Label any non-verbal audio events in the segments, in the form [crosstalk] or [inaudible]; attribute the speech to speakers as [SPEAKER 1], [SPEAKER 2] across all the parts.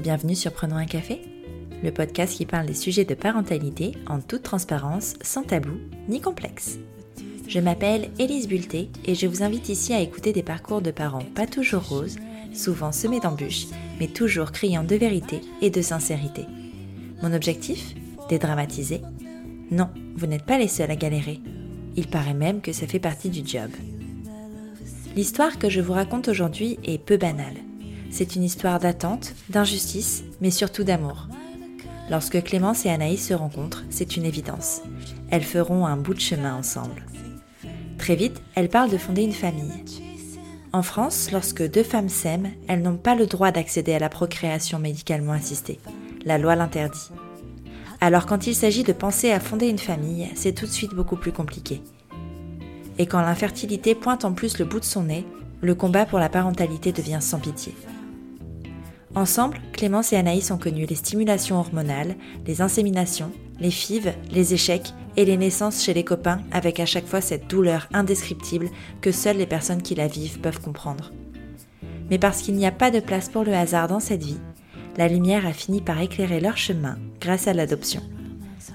[SPEAKER 1] bienvenue sur Prenons un café, le podcast qui parle des sujets de parentalité en toute transparence, sans tabou ni complexe. Je m'appelle Élise Bulté et je vous invite ici à écouter des parcours de parents pas toujours roses, souvent semés d'embûches, mais toujours criant de vérité et de sincérité. Mon objectif Dédramatiser Non, vous n'êtes pas les seuls à galérer. Il paraît même que ça fait partie du job. L'histoire que je vous raconte aujourd'hui est peu banale. C'est une histoire d'attente, d'injustice, mais surtout d'amour. Lorsque Clémence et Anaïs se rencontrent, c'est une évidence. Elles feront un bout de chemin ensemble. Très vite, elles parlent de fonder une famille. En France, lorsque deux femmes s'aiment, elles n'ont pas le droit d'accéder à la procréation médicalement assistée. La loi l'interdit. Alors quand il s'agit de penser à fonder une famille, c'est tout de suite beaucoup plus compliqué. Et quand l'infertilité pointe en plus le bout de son nez, le combat pour la parentalité devient sans pitié. Ensemble, Clémence et Anaïs ont connu les stimulations hormonales, les inséminations, les fives, les échecs et les naissances chez les copains avec à chaque fois cette douleur indescriptible que seules les personnes qui la vivent peuvent comprendre. Mais parce qu'il n'y a pas de place pour le hasard dans cette vie, la lumière a fini par éclairer leur chemin grâce à l'adoption.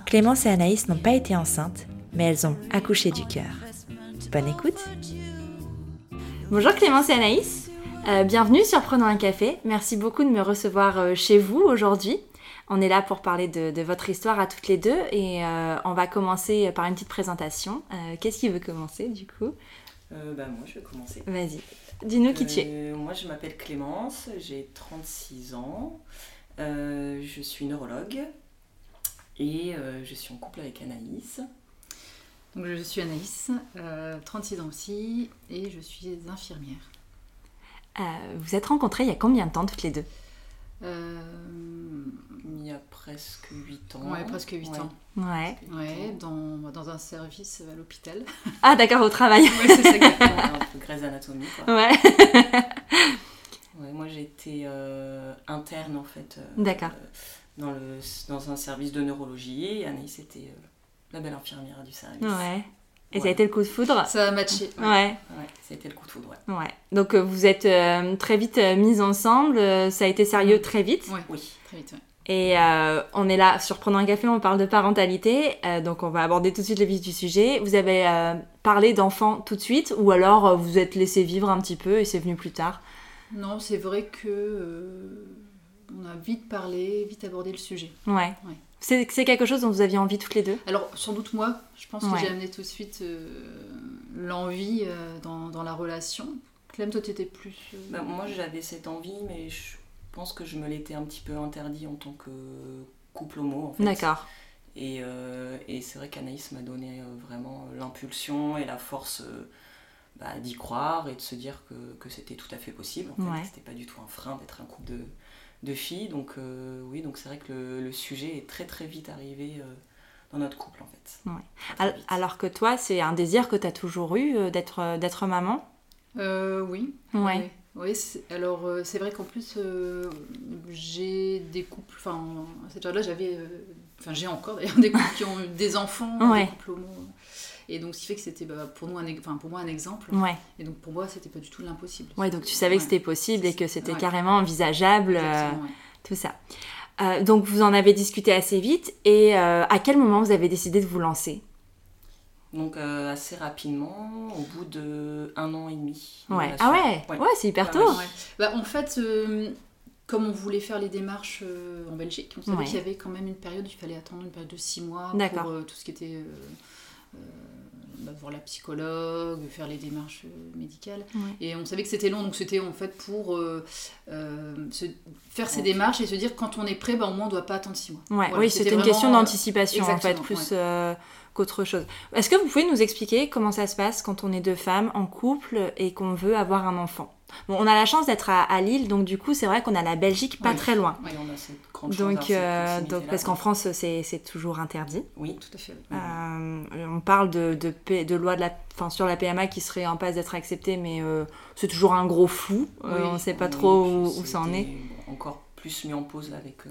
[SPEAKER 1] Clémence et Anaïs n'ont pas été enceintes, mais elles ont accouché du cœur. Bonne écoute
[SPEAKER 2] Bonjour Clémence et Anaïs, Euh, bienvenue sur Prenons un café. Merci beaucoup de me recevoir euh, chez vous aujourd'hui. On est là pour parler de, de votre histoire à toutes les deux et euh, on va commencer par une petite présentation. Euh, Qu'est-ce qui veut commencer du coup
[SPEAKER 3] Euh, bah, moi, je vais commencer.
[SPEAKER 2] Vas-y, dis-nous qui tu es.
[SPEAKER 3] Euh, Moi, je m'appelle Clémence, j'ai 36 ans, euh, je suis neurologue et euh, je suis en couple avec Anaïs.
[SPEAKER 4] Donc je suis Anaïs, euh, 36 ans aussi, et je suis infirmière.
[SPEAKER 2] Euh, vous êtes rencontrés il y a combien de temps toutes les deux
[SPEAKER 4] Euh,
[SPEAKER 3] Il y a presque 8 ans.
[SPEAKER 4] ouais, presque 8
[SPEAKER 3] Oh, Ouais,
[SPEAKER 4] ans.
[SPEAKER 2] Ouais.
[SPEAKER 3] presque huit
[SPEAKER 4] Ouais,
[SPEAKER 3] ans.
[SPEAKER 4] dans, dans un service à l'hôpital.
[SPEAKER 2] Ah d'accord, au travail. [laughs]
[SPEAKER 4] Ouais, c'est ça, exactement.
[SPEAKER 3] Un peu Grey's Anatomy, quoi.
[SPEAKER 2] Ouais.
[SPEAKER 3] Ouais, moi, j'ai été euh, interne, en fait. euh,
[SPEAKER 2] D'accord.
[SPEAKER 3] euh, dans, le, dans un service de neurologie et Anaïs était euh, la belle infirmière du service.
[SPEAKER 2] Ouais. Et ça a
[SPEAKER 3] Ouais.
[SPEAKER 2] été le coup de foudre
[SPEAKER 4] Ça a matché. ouais.
[SPEAKER 2] Ouais.
[SPEAKER 3] Ouais, ça a été le coup de foudre, ouais.
[SPEAKER 2] Ouais. Donc euh, vous êtes euh, très vite euh, mises ensemble, euh, ça a été sérieux très vite.
[SPEAKER 4] Ouais.
[SPEAKER 3] Oui.
[SPEAKER 4] Très vite, ouais.
[SPEAKER 2] Et euh, on est là sur Prenons un café, on parle de parentalité, euh, donc on va aborder tout de suite le vif du sujet. Vous avez euh, parlé d'enfants tout de suite, ou alors euh, vous êtes laissé vivre un petit peu et c'est venu plus tard.
[SPEAKER 4] Non, c'est vrai que euh, on a vite parlé, vite abordé le sujet.
[SPEAKER 2] Ouais.
[SPEAKER 4] Ouais.
[SPEAKER 2] C'est c'est quelque chose dont vous aviez envie toutes les deux.
[SPEAKER 4] Alors sans doute moi, je pense
[SPEAKER 2] Ouais.
[SPEAKER 4] que j'ai amené tout de suite euh, l'envie euh, dans, dans la relation. Clem, toi, tu étais plus... euh,
[SPEAKER 3] Bah, moi j'avais cette envie, mais je pense que je me l'étais un petit peu interdit en tant que couple homo. En fait.
[SPEAKER 2] D'accord.
[SPEAKER 3] Et, euh, et c'est vrai qu'Anaïs m'a donné euh, vraiment l'impulsion et la force euh, bah, d'y croire et de se dire que, que c'était tout à fait possible. En fait.
[SPEAKER 2] Ouais.
[SPEAKER 3] C'était pas du tout un frein d'être un couple de, de filles. Donc euh, oui, donc c'est vrai que le, le sujet est très très vite arrivé euh, dans notre couple en fait.
[SPEAKER 2] Ouais.
[SPEAKER 3] Très, très
[SPEAKER 2] Al-
[SPEAKER 3] vite.
[SPEAKER 2] Alors que toi, c'est un désir que tu as toujours eu euh, d'être euh, d'être maman.
[SPEAKER 4] euh, oui,
[SPEAKER 2] Ouais.
[SPEAKER 4] Oui, c'est- alors euh, c'est vrai qu'en plus euh, j'ai des couples, enfin à cette période-là j'avais, euh, enfin j'ai encore d'ailleurs [laughs] des couples qui ont eu des enfants,
[SPEAKER 2] Ouais.
[SPEAKER 4] des couples homo. Et donc ce qui fait que c'était bah, pour, nous un, ex- enfin, pour moi un exemple.
[SPEAKER 2] Ouais.
[SPEAKER 4] Et donc pour moi c'était pas du tout l'impossible.
[SPEAKER 2] Ouais, donc tu savais que c'était possible et que c'était
[SPEAKER 4] Ouais.
[SPEAKER 2] carrément envisageable. euh,
[SPEAKER 4] Exactement, ouais.
[SPEAKER 2] tout ça. Euh, donc vous en avez discuté assez vite et euh, à quel moment vous avez décidé de vous lancer
[SPEAKER 3] Donc euh, assez rapidement, au bout de un an et demi. de
[SPEAKER 2] Ouais.
[SPEAKER 3] relation.
[SPEAKER 2] Ah ouais Ouais,
[SPEAKER 3] Ouais.
[SPEAKER 2] c'est hyper
[SPEAKER 3] Ouais,
[SPEAKER 2] tôt.
[SPEAKER 3] ouais.
[SPEAKER 4] Bah, en fait, euh, comme on voulait faire les démarches euh, en Belgique, on savait
[SPEAKER 2] Ouais.
[SPEAKER 4] qu'il y avait quand même une période, il fallait attendre une période de six mois
[SPEAKER 2] D'accord.
[SPEAKER 4] pour euh, tout ce qui était euh, euh, bah, voir la psychologue, faire les démarches euh, médicales.
[SPEAKER 2] Ouais.
[SPEAKER 4] Et on savait que c'était long, donc c'était en fait pour euh, euh, se- faire ces
[SPEAKER 3] Ok.
[SPEAKER 4] démarches et se dire quand on est prêt, bah, au moins on ne doit pas attendre six mois.
[SPEAKER 2] Ouais,
[SPEAKER 4] Voilà,
[SPEAKER 2] oui, c'était une
[SPEAKER 4] vraiment,
[SPEAKER 2] question
[SPEAKER 4] euh,
[SPEAKER 2] d'anticipation en fait,
[SPEAKER 4] exactement,
[SPEAKER 2] plus
[SPEAKER 4] ouais.
[SPEAKER 2] euh, qu'autre chose. Est-ce que vous pouvez nous expliquer comment ça se passe quand on est deux femmes en couple et qu'on veut avoir un enfant Bon, on a la chance d'être à, à Lille, donc du coup, c'est vrai qu'on a la Belgique pas
[SPEAKER 4] Ouais.
[SPEAKER 2] très loin.
[SPEAKER 3] Et on a cette grande chance d'avoir
[SPEAKER 2] Donc,
[SPEAKER 3] cette
[SPEAKER 2] euh, donc
[SPEAKER 3] proximité-là.
[SPEAKER 2] parce qu'en France, c'est c'est toujours interdit.
[SPEAKER 3] Oui.
[SPEAKER 4] Tout à fait. oui.
[SPEAKER 2] Euh, on parle de, de, P- de loi de la, enfin, sur la PMA qui serait en passe d'être acceptée, mais euh, c'est toujours un gros flou. Euh,
[SPEAKER 4] Oui,
[SPEAKER 2] on ne sait pas
[SPEAKER 3] Oui,
[SPEAKER 2] trop
[SPEAKER 3] puis
[SPEAKER 2] où,
[SPEAKER 3] ça
[SPEAKER 2] où
[SPEAKER 3] a
[SPEAKER 2] ça en est.
[SPEAKER 3] été Encore plus mis en pause là, avec euh,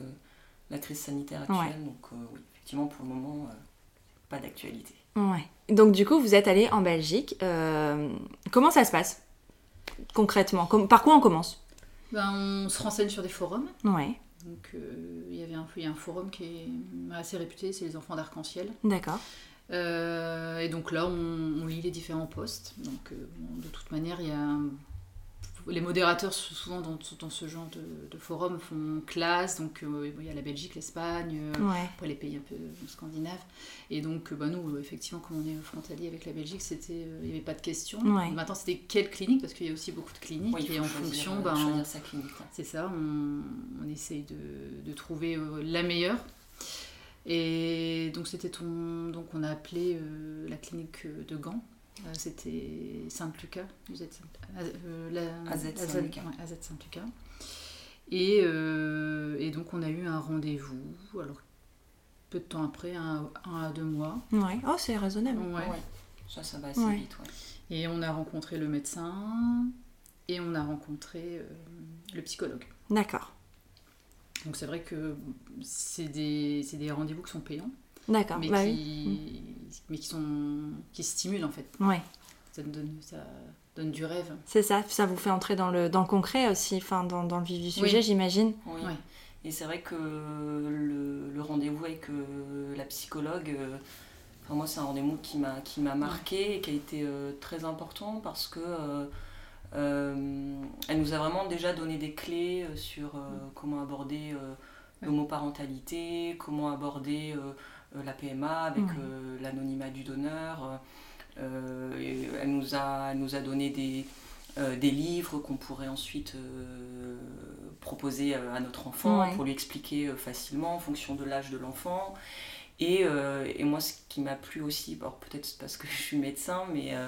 [SPEAKER 3] la crise sanitaire actuelle.
[SPEAKER 2] Ouais.
[SPEAKER 3] Donc, euh, oui, effectivement, pour le moment, euh, pas d'actualité.
[SPEAKER 2] Ouais. Donc, du coup, vous êtes allé en Belgique. Euh, comment ça se passe concrètement Com- Par quoi on commence
[SPEAKER 4] Ben, on se Bah, renseigne sur des forums.
[SPEAKER 2] Ouais.
[SPEAKER 4] Donc euh, il y avait un, il y a un forum qui est euh, assez réputé, c'est les enfants d'arc-en-ciel.
[SPEAKER 2] D'accord.
[SPEAKER 4] Euh, et donc là, on, on lit les différents postes. Donc euh, bon, de toute manière, il y a les modérateurs sou- souvent dans, dans ce genre de, de forum font classe. Donc euh, bon, il y a la Belgique, l'Espagne, euh,
[SPEAKER 2] Ouais.
[SPEAKER 4] après les pays un peu scandinaves. Et donc euh, bah, nous, euh, effectivement, comme on est frontalier avec la Belgique, c'était euh, il n'y avait pas de question.
[SPEAKER 2] Ouais.
[SPEAKER 4] Maintenant, c'était quelle clinique Parce qu'il y a aussi beaucoup de cliniques
[SPEAKER 3] Oui, il
[SPEAKER 4] et
[SPEAKER 3] faut
[SPEAKER 4] en
[SPEAKER 3] choisir,
[SPEAKER 4] fonction,
[SPEAKER 3] euh,
[SPEAKER 4] ben,
[SPEAKER 3] choisir sa clinique. hein.
[SPEAKER 4] c'est ça, on, on essaye de, de trouver euh, la meilleure. Et donc c'était ton- donc on a appelé euh, la clinique euh, de Gand. Euh, c'était Sainte-Lucas, vous êtes Saint- Az- euh, la-
[SPEAKER 3] AZ
[SPEAKER 4] Azad-
[SPEAKER 3] Saint-Lucas.
[SPEAKER 4] ouais, AZ Saint-Lucas. Et, euh, et donc on a eu un rendez-vous. Alors peu de temps après, un, un à deux mois.
[SPEAKER 2] Ouais. Oh, c'est raisonnable.
[SPEAKER 4] Ouais.
[SPEAKER 3] Ouais. Ça, ça va assez
[SPEAKER 2] Ouais.
[SPEAKER 3] vite. ouais.
[SPEAKER 4] Et on a rencontré le médecin et on a rencontré euh, le psychologue.
[SPEAKER 2] D'accord.
[SPEAKER 4] Donc c'est vrai que c'est des, c'est des rendez-vous qui sont payants,
[SPEAKER 2] D'accord.
[SPEAKER 4] mais,
[SPEAKER 2] bah oui. Mmh.
[SPEAKER 4] qui, mais qui, sont, qui stimulent en fait.
[SPEAKER 2] Ouais.
[SPEAKER 4] Ça donne, ça donne du rêve.
[SPEAKER 2] C'est ça. Puis ça vous fait entrer dans le, dans le concret aussi, enfin, dans, dans le vif du
[SPEAKER 4] Oui.
[SPEAKER 2] sujet, j'imagine.
[SPEAKER 3] Oui.
[SPEAKER 4] Ouais.
[SPEAKER 3] Et c'est vrai que le, le rendez-vous avec euh, la psychologue, euh, enfin, moi c'est un rendez-vous qui m'a qui m'a marqué et qui a été euh, très important parce que euh, euh, elle nous a vraiment déjà donné des clés euh, sur euh, comment aborder euh, l'homoparentalité, comment aborder euh, euh, la PMA avec
[SPEAKER 2] Ouais.
[SPEAKER 3] euh, l'anonymat du donneur. Euh, et elle, nous a, elle nous a donné des, euh, des livres qu'on pourrait ensuite euh, proposer euh, à notre enfant
[SPEAKER 2] Ouais.
[SPEAKER 3] pour lui expliquer euh, facilement en fonction de l'âge de l'enfant. Et, euh, et moi, ce qui m'a plu aussi, alors peut-être c'est parce que [laughs] je suis médecin, mais euh,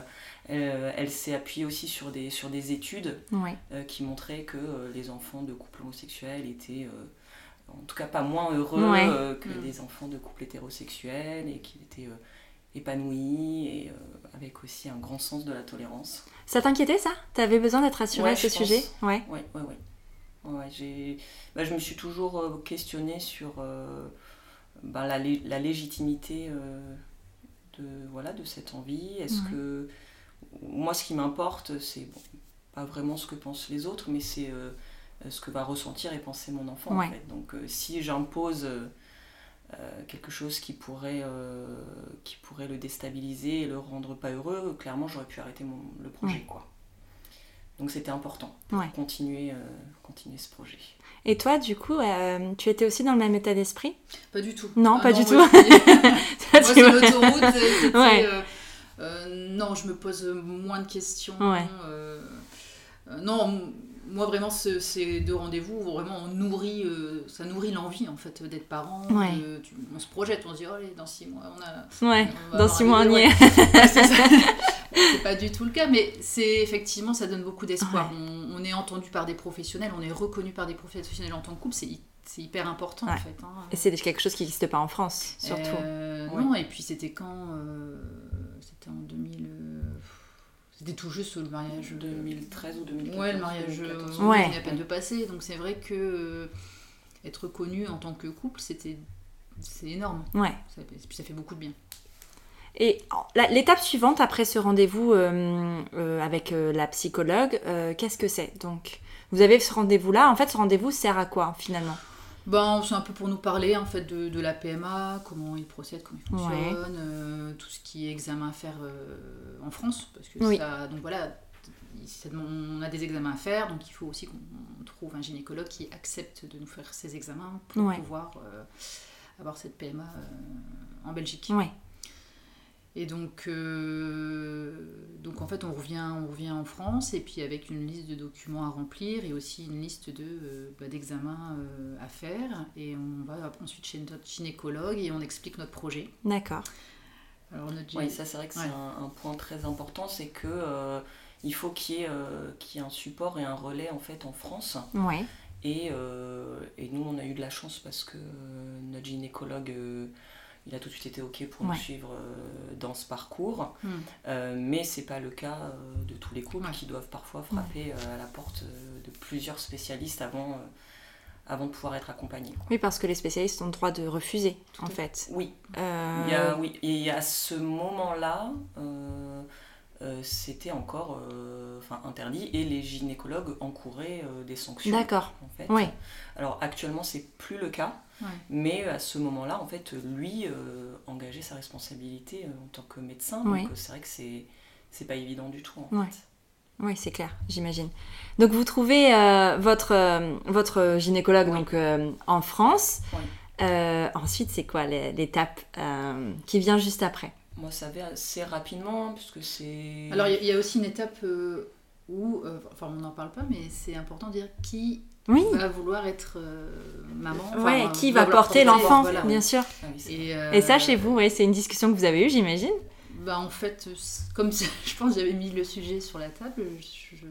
[SPEAKER 3] euh, elle s'est appuyée aussi sur des, sur des études
[SPEAKER 2] Oui.
[SPEAKER 3] euh, qui montraient que euh, les enfants de couples homosexuels étaient, euh, en tout cas pas moins heureux
[SPEAKER 2] Ouais.
[SPEAKER 3] euh, que
[SPEAKER 4] Mm.
[SPEAKER 3] des enfants de couples hétérosexuels et qu'ils étaient euh, épanouis et euh, avec aussi un grand sens de la tolérance.
[SPEAKER 2] Ça t'inquiétait, ça T'avais besoin d'être rassurée
[SPEAKER 3] Ouais,
[SPEAKER 2] à ce
[SPEAKER 3] je
[SPEAKER 2] sujet Ouais.
[SPEAKER 3] Ouais, ouais, ouais. Ouais, j'ai... bah, je me suis toujours euh, questionnée sur euh, bah, la, lé- la légitimité euh, de, voilà, de cette envie. Est-ce
[SPEAKER 2] Ouais.
[SPEAKER 3] que. Moi, ce qui m'importe, c'est bon, pas vraiment ce que pensent les autres, mais c'est euh, ce que va ressentir et penser mon enfant. en
[SPEAKER 2] Ouais.
[SPEAKER 3] fait. Donc, euh, si j'impose. euh, euh, quelque chose qui pourrait, euh, qui pourrait le déstabiliser et le rendre pas heureux, clairement j'aurais pu arrêter mon, le projet. quoi. Donc c'était important pour
[SPEAKER 2] Ouais.
[SPEAKER 3] continuer, euh, continuer ce projet.
[SPEAKER 2] Et toi, du coup, euh, tu étais aussi dans le même état d'esprit
[SPEAKER 4] Pas du tout. Ah
[SPEAKER 2] Non, pas du tout.
[SPEAKER 4] Moi,
[SPEAKER 2] [laughs]
[SPEAKER 4] c'est-
[SPEAKER 2] Ça,
[SPEAKER 4] moi,
[SPEAKER 2] tu
[SPEAKER 4] c'est
[SPEAKER 2] vois. [laughs]
[SPEAKER 4] l'autoroute. et c'était,
[SPEAKER 2] Ouais.
[SPEAKER 4] euh, euh, non, je me pose moins de questions.
[SPEAKER 2] Ouais.
[SPEAKER 4] euh, euh, non, m- moi vraiment, ce- ces deux rendez-vous, vraiment, on nourrit, euh, ça nourrit l'envie en fait d'être parent.
[SPEAKER 2] Ouais.
[SPEAKER 4] de- tu- on se projette, on se dit, oh, allez, dans six mois, on a,
[SPEAKER 2] Ouais.
[SPEAKER 4] On va
[SPEAKER 2] Dans
[SPEAKER 4] avoir
[SPEAKER 2] six
[SPEAKER 4] un
[SPEAKER 2] mois, on y
[SPEAKER 4] bébé,
[SPEAKER 2] est.
[SPEAKER 4] Ah, ouais.
[SPEAKER 2] [laughs]
[SPEAKER 4] Ouais, c'est ça. C'est pas du tout le cas, mais c'est effectivement, ça donne beaucoup d'espoir. On, on est entendu par des professionnels, on est reconnu par des professionnels en tant que couple, c'est hy- c'est hyper important en
[SPEAKER 2] Ouais.
[SPEAKER 4] fait. hein.
[SPEAKER 2] Et c'est quelque chose qui n'existe pas en France, surtout. hein.
[SPEAKER 4] Euh,
[SPEAKER 3] Ouais.
[SPEAKER 4] Non, et puis c'était quand euh, C'était en 2000. euh, c'était tout juste le mariage. de-
[SPEAKER 3] 2013 ou 2014.
[SPEAKER 4] Ouais, le mariage euh,
[SPEAKER 3] 2014.
[SPEAKER 2] Ouais.
[SPEAKER 4] venait à peine de passer, donc c'est vrai que euh, être connu en tant que couple, c'était. C'est énorme,
[SPEAKER 2] Ouais.
[SPEAKER 4] ça, ça fait beaucoup de bien.
[SPEAKER 2] Et en- la- l'étape suivante, après ce rendez-vous euh, euh, avec euh, la psychologue, euh, qu'est-ce que c'est Donc, vous avez ce rendez-vous-là. En fait, ce rendez-vous sert à quoi, finalement
[SPEAKER 4] Ben, c'est un peu pour nous parler en fait de, de la PMA, comment ils procèdent, comment ils fonctionnent,
[SPEAKER 2] Ouais.
[SPEAKER 4] euh, tout ce qui est examen à faire euh, en France, parce que
[SPEAKER 2] Oui.
[SPEAKER 4] ça, donc voilà, ça demande- on a des examens à faire, donc il faut aussi qu'on trouve un gynécologue qui accepte de nous faire ces examens pour
[SPEAKER 2] Ouais.
[SPEAKER 4] pouvoir euh, avoir cette PMA euh, en Belgique.
[SPEAKER 2] Ouais.
[SPEAKER 4] Et donc, euh, donc en fait, on revient, on revient en France et puis avec une liste de documents à remplir et aussi une liste de, euh, bah, d'examens euh, à faire. Et on va ensuite chez notre gynécologue et on explique notre projet.
[SPEAKER 2] D'accord.
[SPEAKER 4] Alors notre gyn-
[SPEAKER 3] Oui, ça c'est vrai que c'est
[SPEAKER 4] Ouais.
[SPEAKER 3] un, un point très important, c'est que euh, il faut qu'il y, ait, euh, qu'il y ait un support et un relais en fait en France.
[SPEAKER 2] Ouais.
[SPEAKER 3] Et, euh, et nous, on a eu de la chance parce que euh, notre gynécologue, euh, il a tout de suite été OK pour
[SPEAKER 2] Ouais.
[SPEAKER 3] nous suivre euh, dans ce parcours.
[SPEAKER 4] Hmm.
[SPEAKER 3] Euh, mais c'est pas le cas euh, de tous les couples
[SPEAKER 4] Ouais.
[SPEAKER 3] qui doivent parfois frapper euh, à la porte euh, de plusieurs spécialistes avant, euh, avant de pouvoir être accompagnés. quoi.
[SPEAKER 2] Oui, parce que les spécialistes ont le droit de refuser, en
[SPEAKER 4] à
[SPEAKER 2] fait.
[SPEAKER 3] Oui,
[SPEAKER 2] Euh,
[SPEAKER 3] il y a, oui, et à ce moment-là, euh, euh, c'était encore euh, enfin, interdit et les gynécologues encouraient euh, des sanctions.
[SPEAKER 2] D'accord.
[SPEAKER 3] en fait.
[SPEAKER 2] Oui.
[SPEAKER 3] Alors actuellement, c'est plus le cas,
[SPEAKER 4] Ouais.
[SPEAKER 3] mais à ce moment-là, en fait, lui euh, engageait sa responsabilité euh, en tant que médecin.
[SPEAKER 2] Oui.
[SPEAKER 3] Donc euh, c'est vrai que c'est c'est pas évident du tout. En
[SPEAKER 2] Ouais.
[SPEAKER 3] fait.
[SPEAKER 2] Oui, c'est clair, j'imagine. Donc vous trouvez euh, votre, euh, votre gynécologue
[SPEAKER 3] Oui.
[SPEAKER 2] donc, euh, en France.
[SPEAKER 3] Oui.
[SPEAKER 2] Euh, ensuite, c'est quoi l'é- l'étape euh, qui vient juste après
[SPEAKER 3] Moi, ça va assez rapidement hein, puisque c'est.
[SPEAKER 4] Alors, il y a- il y, a aussi une étape euh, où, euh, enfin, on n'en parle pas, mais c'est important de dire qui
[SPEAKER 2] Oui,
[SPEAKER 4] va vouloir être euh, maman.
[SPEAKER 2] ouais,
[SPEAKER 4] enfin,
[SPEAKER 2] qui va
[SPEAKER 4] vouloir
[SPEAKER 2] porter l'enfant,
[SPEAKER 4] voilà.
[SPEAKER 2] bien sûr.
[SPEAKER 3] Ah oui, c'est-
[SPEAKER 4] Et, euh,
[SPEAKER 2] Et ça, chez vous, ouais, c'est une discussion que vous avez eue, j'imagine
[SPEAKER 4] Bah en fait, c'est- comme ça, [laughs] je pense que j'avais mis le sujet sur la table, je-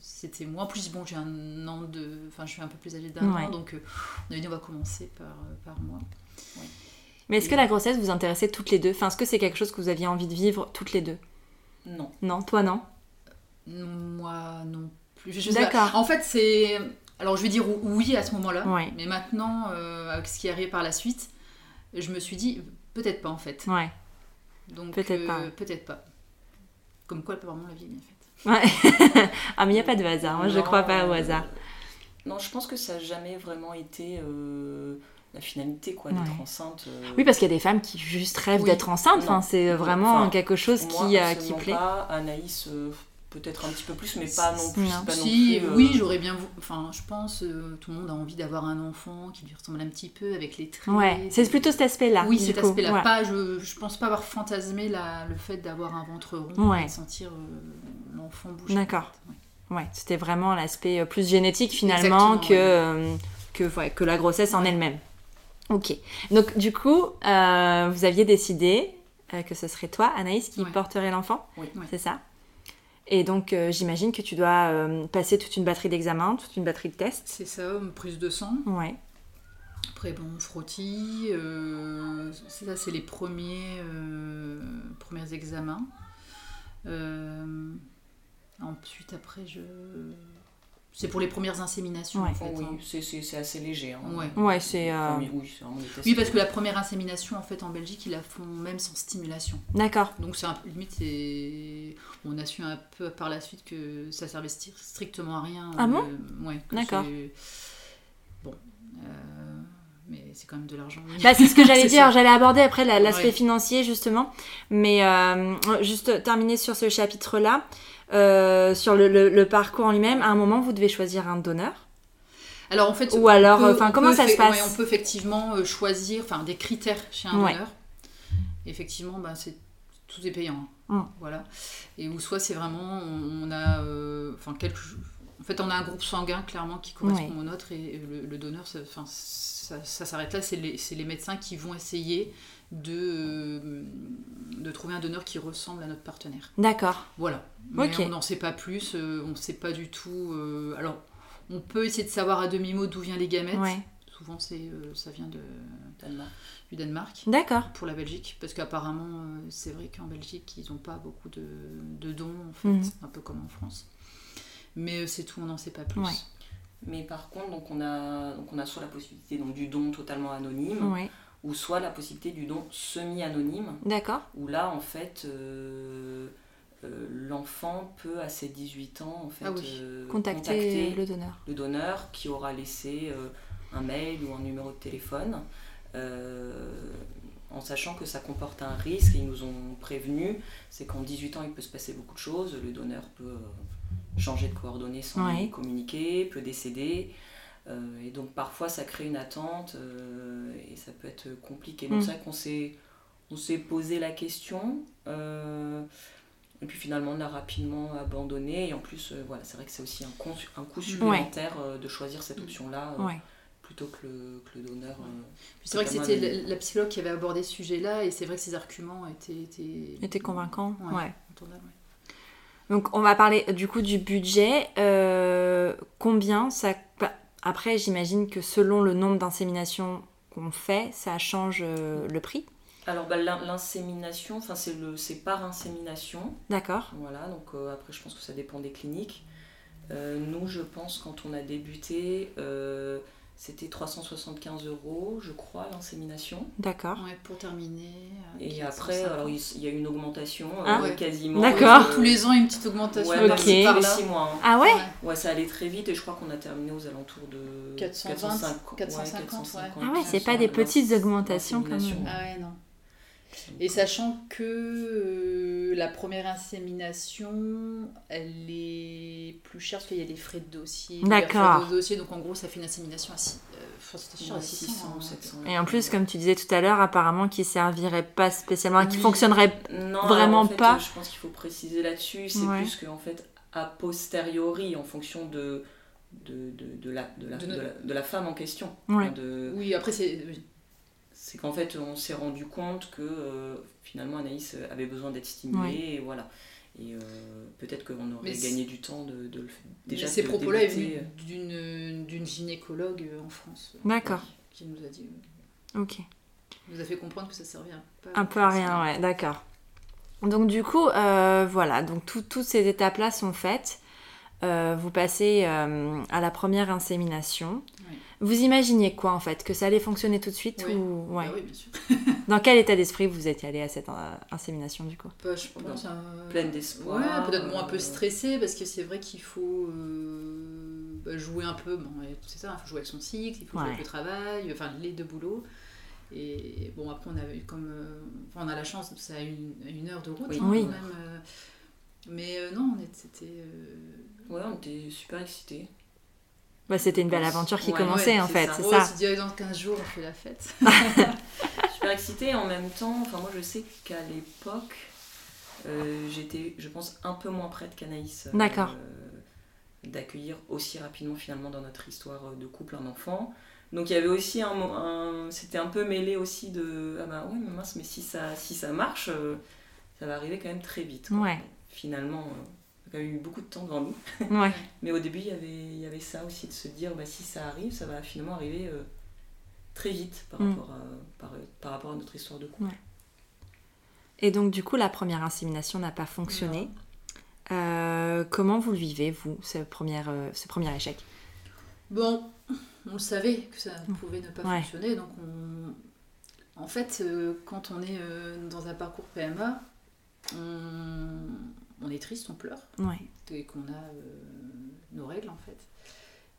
[SPEAKER 4] c'était moi. En plus, bon, j'ai un an de... Enfin, je suis un peu plus âgée d'un
[SPEAKER 2] Ouais.
[SPEAKER 4] an, donc euh, on avait dit on va commencer par, euh, par moi.
[SPEAKER 2] Mais est-ce que la grossesse vous intéressait toutes les deux Enfin, est-ce que c'est quelque chose que vous aviez envie de vivre toutes les deux
[SPEAKER 3] Non.
[SPEAKER 2] Non, toi non
[SPEAKER 4] Non, Moi non plus. Je- je sais pas.
[SPEAKER 2] D'accord.
[SPEAKER 4] En fait, c'est... Alors, je vais dire ou- oui à ce moment-là,
[SPEAKER 2] Ouais.
[SPEAKER 4] mais maintenant, euh, avec ce qui arrive par la suite, je me suis dit peut-être pas en fait.
[SPEAKER 2] Ouais. [laughs]
[SPEAKER 4] Donc,
[SPEAKER 2] Peut-être
[SPEAKER 4] euh,
[SPEAKER 2] pas.
[SPEAKER 4] Peut-être pas. Comme quoi, apparemment, la vie est bien faite.
[SPEAKER 2] Ouais. [laughs] ah, mais il n'y a pas de hasard, moi je
[SPEAKER 3] Non,
[SPEAKER 2] crois pas au
[SPEAKER 3] euh,
[SPEAKER 2] hasard.
[SPEAKER 3] Non, je pense que ça n'a jamais vraiment été euh, la finalité quoi
[SPEAKER 2] Ouais.
[SPEAKER 3] d'être enceinte. euh,
[SPEAKER 2] Oui, parce qu'il y a des femmes qui juste rêvent
[SPEAKER 4] Oui.
[SPEAKER 2] d'être enceintes,
[SPEAKER 3] Non.
[SPEAKER 2] enfin, c'est
[SPEAKER 3] Non.
[SPEAKER 2] vraiment
[SPEAKER 3] Enfin,
[SPEAKER 2] quelque chose
[SPEAKER 3] moi,
[SPEAKER 2] qui, euh, qui
[SPEAKER 3] absolument
[SPEAKER 2] plaît.
[SPEAKER 3] pas. Anaïs, euh, peut-être un petit peu plus, mais pas non plus.
[SPEAKER 2] Non.
[SPEAKER 3] pas non
[SPEAKER 4] si,
[SPEAKER 3] plus, euh,
[SPEAKER 4] oui, j'aurais bien voulu. Enfin, je pense, euh, tout le monde a envie d'avoir un enfant qui lui ressemble un petit peu avec les traits.
[SPEAKER 2] Ouais, c'est plutôt cet aspect-là.
[SPEAKER 4] Oui,
[SPEAKER 2] du
[SPEAKER 4] cet
[SPEAKER 2] coup.
[SPEAKER 4] aspect-là.
[SPEAKER 2] Ouais.
[SPEAKER 4] Pas, je, je pense pas avoir fantasmé la- le fait d'avoir un ventre rond
[SPEAKER 2] Ouais.
[SPEAKER 4] et de sentir euh, l'enfant bouger.
[SPEAKER 2] D'accord.
[SPEAKER 4] en fait. Ouais.
[SPEAKER 2] Ouais, c'était vraiment l'aspect euh, plus génétique finalement
[SPEAKER 4] Exactement,
[SPEAKER 2] que,
[SPEAKER 4] ouais.
[SPEAKER 2] euh, que, ouais, que la grossesse en elle-même. Ok. Donc, du coup, euh, vous aviez décidé euh, que ce serait toi, Anaïs, qui
[SPEAKER 4] Ouais.
[SPEAKER 2] porterait l'enfant
[SPEAKER 3] Oui.
[SPEAKER 4] Ouais.
[SPEAKER 2] C'est ça Et donc, euh, j'imagine que tu dois euh, passer toute une batterie d'examens, toute une batterie de tests.
[SPEAKER 4] C'est ça, une prise de sang.
[SPEAKER 2] Ouais.
[SPEAKER 4] Après, bon, frottis. euh, c'est ça, c'est les premiers, euh, premiers examens. Euh, ensuite, après, je. C'est pour les premières inséminations,
[SPEAKER 2] Ouais.
[SPEAKER 4] en fait.
[SPEAKER 3] oui,
[SPEAKER 4] hein.
[SPEAKER 3] c'est- c'est c'est assez léger. hein.
[SPEAKER 4] Ouais.
[SPEAKER 2] Ouais, c'est, euh,
[SPEAKER 3] Oui, oui, c'est vraiment des tests.
[SPEAKER 4] Oui, parce que la première insémination, en fait, en Belgique, ils la font même sans stimulation. [laughs]
[SPEAKER 2] D'accord.
[SPEAKER 4] Donc, c'est un peu limite, et on a su un peu par la suite que ça servait sti- strictement à rien.
[SPEAKER 2] Ah bon
[SPEAKER 4] Euh, Ouais. que
[SPEAKER 2] D'accord.
[SPEAKER 4] c'est- Bon. euh, mais c'est quand même de l'argent.
[SPEAKER 2] Bah, c'est ce que j'allais
[SPEAKER 4] [laughs] C'est
[SPEAKER 2] dire,
[SPEAKER 4] ça.
[SPEAKER 2] j'allais aborder après la- l'aspect
[SPEAKER 4] Ouais.
[SPEAKER 2] financier justement, mais euh, juste terminer sur ce chapitre-là, euh, sur le, le- le parcours en lui-même, à un moment vous devez choisir un donneur.
[SPEAKER 4] Alors, en fait,
[SPEAKER 2] Ou alors, euh,
[SPEAKER 4] peut-
[SPEAKER 2] enfin,
[SPEAKER 4] on
[SPEAKER 2] comment
[SPEAKER 4] peut
[SPEAKER 2] ça se
[SPEAKER 4] fait-
[SPEAKER 2] passe
[SPEAKER 4] ouais, On peut effectivement euh, choisir enfin, des critères chez un
[SPEAKER 2] Ouais.
[SPEAKER 4] donneur. Effectivement, ben, c'est tout est payant. hein.
[SPEAKER 2] Mm.
[SPEAKER 4] Voilà. Et ou soit c'est vraiment, on, on a, euh, enfin, quelque, en fait, on a un groupe sanguin clairement qui correspond au nôtre et euh, le, le donneur, ça, enfin, ça, ça s'arrête là. C'est les, c'est les médecins qui vont essayer de, euh, de trouver un donneur qui ressemble à notre partenaire.
[SPEAKER 2] D'accord.
[SPEAKER 4] Voilà. Mais
[SPEAKER 2] Ok.
[SPEAKER 4] on n'en sait pas plus, euh, on ne sait pas du tout. euh, alors, on peut essayer de savoir à demi-mot d'où viennent les gamètes.
[SPEAKER 2] Ouais.
[SPEAKER 4] Souvent, c'est, euh, ça vient de,
[SPEAKER 3] Danemark.
[SPEAKER 4] du Danemark
[SPEAKER 2] D'accord.
[SPEAKER 4] pour la Belgique, parce qu'apparemment, euh, c'est vrai qu'en Belgique, ils n'ont pas beaucoup de, de dons, en fait,
[SPEAKER 2] Mhm.
[SPEAKER 4] un peu comme en France. Mais euh, c'est tout, on n'en sait pas plus.
[SPEAKER 2] Ouais.
[SPEAKER 3] Mais par contre, donc on a, donc on a soit la possibilité donc, du don totalement
[SPEAKER 4] Mm.
[SPEAKER 3] anonyme,
[SPEAKER 2] Ouais.
[SPEAKER 3] ou soit la possibilité du don semi-anonyme,
[SPEAKER 2] D'accord.
[SPEAKER 3] où là, en fait, euh, euh, l'enfant peut, à ses 18 ans, en fait,
[SPEAKER 4] Ah oui.
[SPEAKER 3] euh,
[SPEAKER 2] Contacter,
[SPEAKER 3] contacter
[SPEAKER 2] le donneur.
[SPEAKER 3] le donneur qui aura laissé euh, un mail ou un numéro de téléphone, euh, en sachant que ça comporte un risque, et ils nous ont prévenu, c'est qu'en 18 ans, il peut se passer beaucoup de choses, le donneur peut euh, changer de coordonnées sans
[SPEAKER 2] Ouais.
[SPEAKER 3] lui communiquer, peut décéder, euh, et donc parfois ça crée une attente, euh, et ça peut être compliqué. Donc
[SPEAKER 2] Mm.
[SPEAKER 3] c'est vrai qu'on s'est, on s'est posé la question. euh, et puis finalement, on l'a rapidement abandonné. Et en plus, euh, voilà, c'est vrai que c'est aussi un, con- un coût supplémentaire euh, de choisir cette option-là euh,
[SPEAKER 2] Mm. Ouais.
[SPEAKER 3] plutôt que le, que le donneur. euh.
[SPEAKER 4] Puis C'est vrai que
[SPEAKER 3] Notamment
[SPEAKER 4] c'était
[SPEAKER 3] les-
[SPEAKER 4] la, la psychologue qui avait abordé ce sujet-là, et c'est vrai que ses arguments étaient. étaient,
[SPEAKER 2] Était convaincant.
[SPEAKER 4] Ouais.
[SPEAKER 2] ouais.
[SPEAKER 4] incontournables, ouais.
[SPEAKER 2] Donc on va parler euh, du coup du budget. Euh, combien ça bah, Après j'imagine que selon le nombre d'inséminations qu'on fait, ça change euh, le prix.
[SPEAKER 3] Alors, bah, l'in- l'insémination, enfin, c'est le- c'est par insémination.
[SPEAKER 2] D'accord.
[SPEAKER 3] Voilà, donc euh, après, je pense que ça dépend des cliniques. Euh, nous, je pense, quand on a débuté, euh, C'était 375 euros, je crois, l'insémination.
[SPEAKER 2] D'accord.
[SPEAKER 4] Ouais, pour terminer. euh, à
[SPEAKER 3] Et
[SPEAKER 4] 450.
[SPEAKER 3] après, euh, alors, il s- il y a eu une augmentation euh,
[SPEAKER 2] Ah.
[SPEAKER 4] Ouais.
[SPEAKER 3] quasiment.
[SPEAKER 2] D'accord.
[SPEAKER 3] euh,
[SPEAKER 4] tous les ans, une petite augmentation.
[SPEAKER 3] Ouais,
[SPEAKER 2] Ok.
[SPEAKER 4] par-ci,
[SPEAKER 3] par
[SPEAKER 4] par-là.
[SPEAKER 3] 6 mois. hein.
[SPEAKER 2] Ah ouais
[SPEAKER 4] Ouais.
[SPEAKER 3] Ouais, ça allait très vite et je crois qu'on a terminé aux alentours de
[SPEAKER 4] 420,
[SPEAKER 3] 405,
[SPEAKER 4] 450, ouais.
[SPEAKER 3] 450.
[SPEAKER 2] Ah ouais, c'est pas des petites augmentations quand même.
[SPEAKER 4] Ah ouais, non. Et sachant que euh, la première insémination, elle est plus chère parce qu'il y a les frais de dossier. les
[SPEAKER 2] D'accord.
[SPEAKER 4] frais de dossier, donc en gros, ça fait une insémination à six- euh, enfin, c'était cher, à 600. hein.
[SPEAKER 2] Et en plus, comme tu disais tout à l'heure, apparemment qui servirait pas spécialement, qui
[SPEAKER 4] Oui.
[SPEAKER 2] fonctionnerait.
[SPEAKER 3] Non,
[SPEAKER 2] Vraiment
[SPEAKER 3] en fait,
[SPEAKER 2] pas.
[SPEAKER 3] euh, Je pense qu'il faut préciser là-dessus. C'est
[SPEAKER 2] Ouais.
[SPEAKER 3] plus que en fait, a posteriori, en fonction de, de, de, de la, de, la,
[SPEAKER 4] De notre-
[SPEAKER 3] de la- de la femme en question.
[SPEAKER 2] Ouais.
[SPEAKER 3] Enfin, de-
[SPEAKER 4] Oui, après, c'est. oui.
[SPEAKER 3] C'est qu'en fait, on s'est rendu compte que euh, finalement, Anaïs avait besoin d'être stimulée.
[SPEAKER 2] Ouais.
[SPEAKER 3] Et voilà. Et euh, peut-être qu'on aurait
[SPEAKER 4] Mais c'est-
[SPEAKER 3] gagné du temps de, de le déjà.
[SPEAKER 4] Mais ces
[SPEAKER 3] de
[SPEAKER 4] propos-là est
[SPEAKER 3] débuter,
[SPEAKER 4] venu
[SPEAKER 3] euh,
[SPEAKER 4] d'une d'une gynécologue euh, en France. euh,
[SPEAKER 2] D'accord.
[SPEAKER 4] Qui nous a dit. euh,
[SPEAKER 2] Ok.
[SPEAKER 4] qui nous a fait comprendre que ça servait un peu
[SPEAKER 2] Un peu à rien, ouais, d'accord. Donc du coup, euh, voilà, donc tout- toutes ces étapes-là sont faites. Euh, vous passez euh, à la première insémination.
[SPEAKER 4] Oui.
[SPEAKER 2] Vous imaginiez quoi en fait Que ça allait fonctionner tout de suite
[SPEAKER 4] Oui.
[SPEAKER 2] ou... ouais.
[SPEAKER 4] Ah oui, bien sûr.
[SPEAKER 2] Dans quel état d'esprit vous étiez allé à cette euh, insémination du coup
[SPEAKER 4] Bah, je pense. euh,
[SPEAKER 3] Pleine d'espoir.
[SPEAKER 4] Ouais, peut-être bon, un peu
[SPEAKER 3] euh,
[SPEAKER 4] stressé parce que c'est vrai qu'il faut euh, bah, jouer un peu, bon, ouais, c'est ça, il faut jouer avec son cycle, il faut jouer
[SPEAKER 2] Ouais.
[SPEAKER 4] avec le travail, enfin les deux boulots. Et bon, après, on a eu comme. euh, enfin, on a la chance, c'est à une, à une heure de route
[SPEAKER 3] Oui.
[SPEAKER 4] hein,
[SPEAKER 2] Oui.
[SPEAKER 4] quand même. euh, mais euh, non, on est- c'était. euh,
[SPEAKER 3] Ouais, on était super excités.
[SPEAKER 2] Bah, C'était une belle aventure qui
[SPEAKER 3] Ouais,
[SPEAKER 2] commençait
[SPEAKER 4] ouais,
[SPEAKER 2] en fait, c'est
[SPEAKER 4] Oh,
[SPEAKER 2] ça.
[SPEAKER 4] On se dit, allez, dans 15 jours, on fait la fête.
[SPEAKER 3] super excitée et en même temps, enfin moi je sais qu'à l'époque, euh, j'étais, je pense, un peu moins prête qu'Anaïs. euh,
[SPEAKER 2] D'accord.
[SPEAKER 3] D'accueillir aussi rapidement finalement dans notre histoire euh, de couple un enfant. Donc il y avait aussi un, mo- un- c'était un peu mêlé aussi de ah bah oui mais mince mais si ça si ça marche euh, ça va arriver quand même très vite. quoi.
[SPEAKER 2] Ouais.
[SPEAKER 3] Finalement, euh, on a quand même eu beaucoup de temps devant nous.
[SPEAKER 2] [laughs] Ouais.
[SPEAKER 3] Mais au début il y avait il y avait ça aussi de se dire bah si ça arrive ça va finalement arriver euh, très vite par
[SPEAKER 2] Mm.
[SPEAKER 3] rapport à, par, euh, par rapport à notre histoire de couple.
[SPEAKER 2] Et donc du coup, la première insémination n'a pas fonctionné. Euh, comment vous le vivez, vous, ce premier, euh, ce premier échec
[SPEAKER 4] Bon, on le savait que ça pouvait ne pas
[SPEAKER 2] Mm. Ouais.
[SPEAKER 4] fonctionner, donc on... en fait, euh, quand on est euh, dans un parcours PMA, on, on est triste, on pleure,
[SPEAKER 2] Ouais.
[SPEAKER 4] et qu'on a euh, nos règles en fait.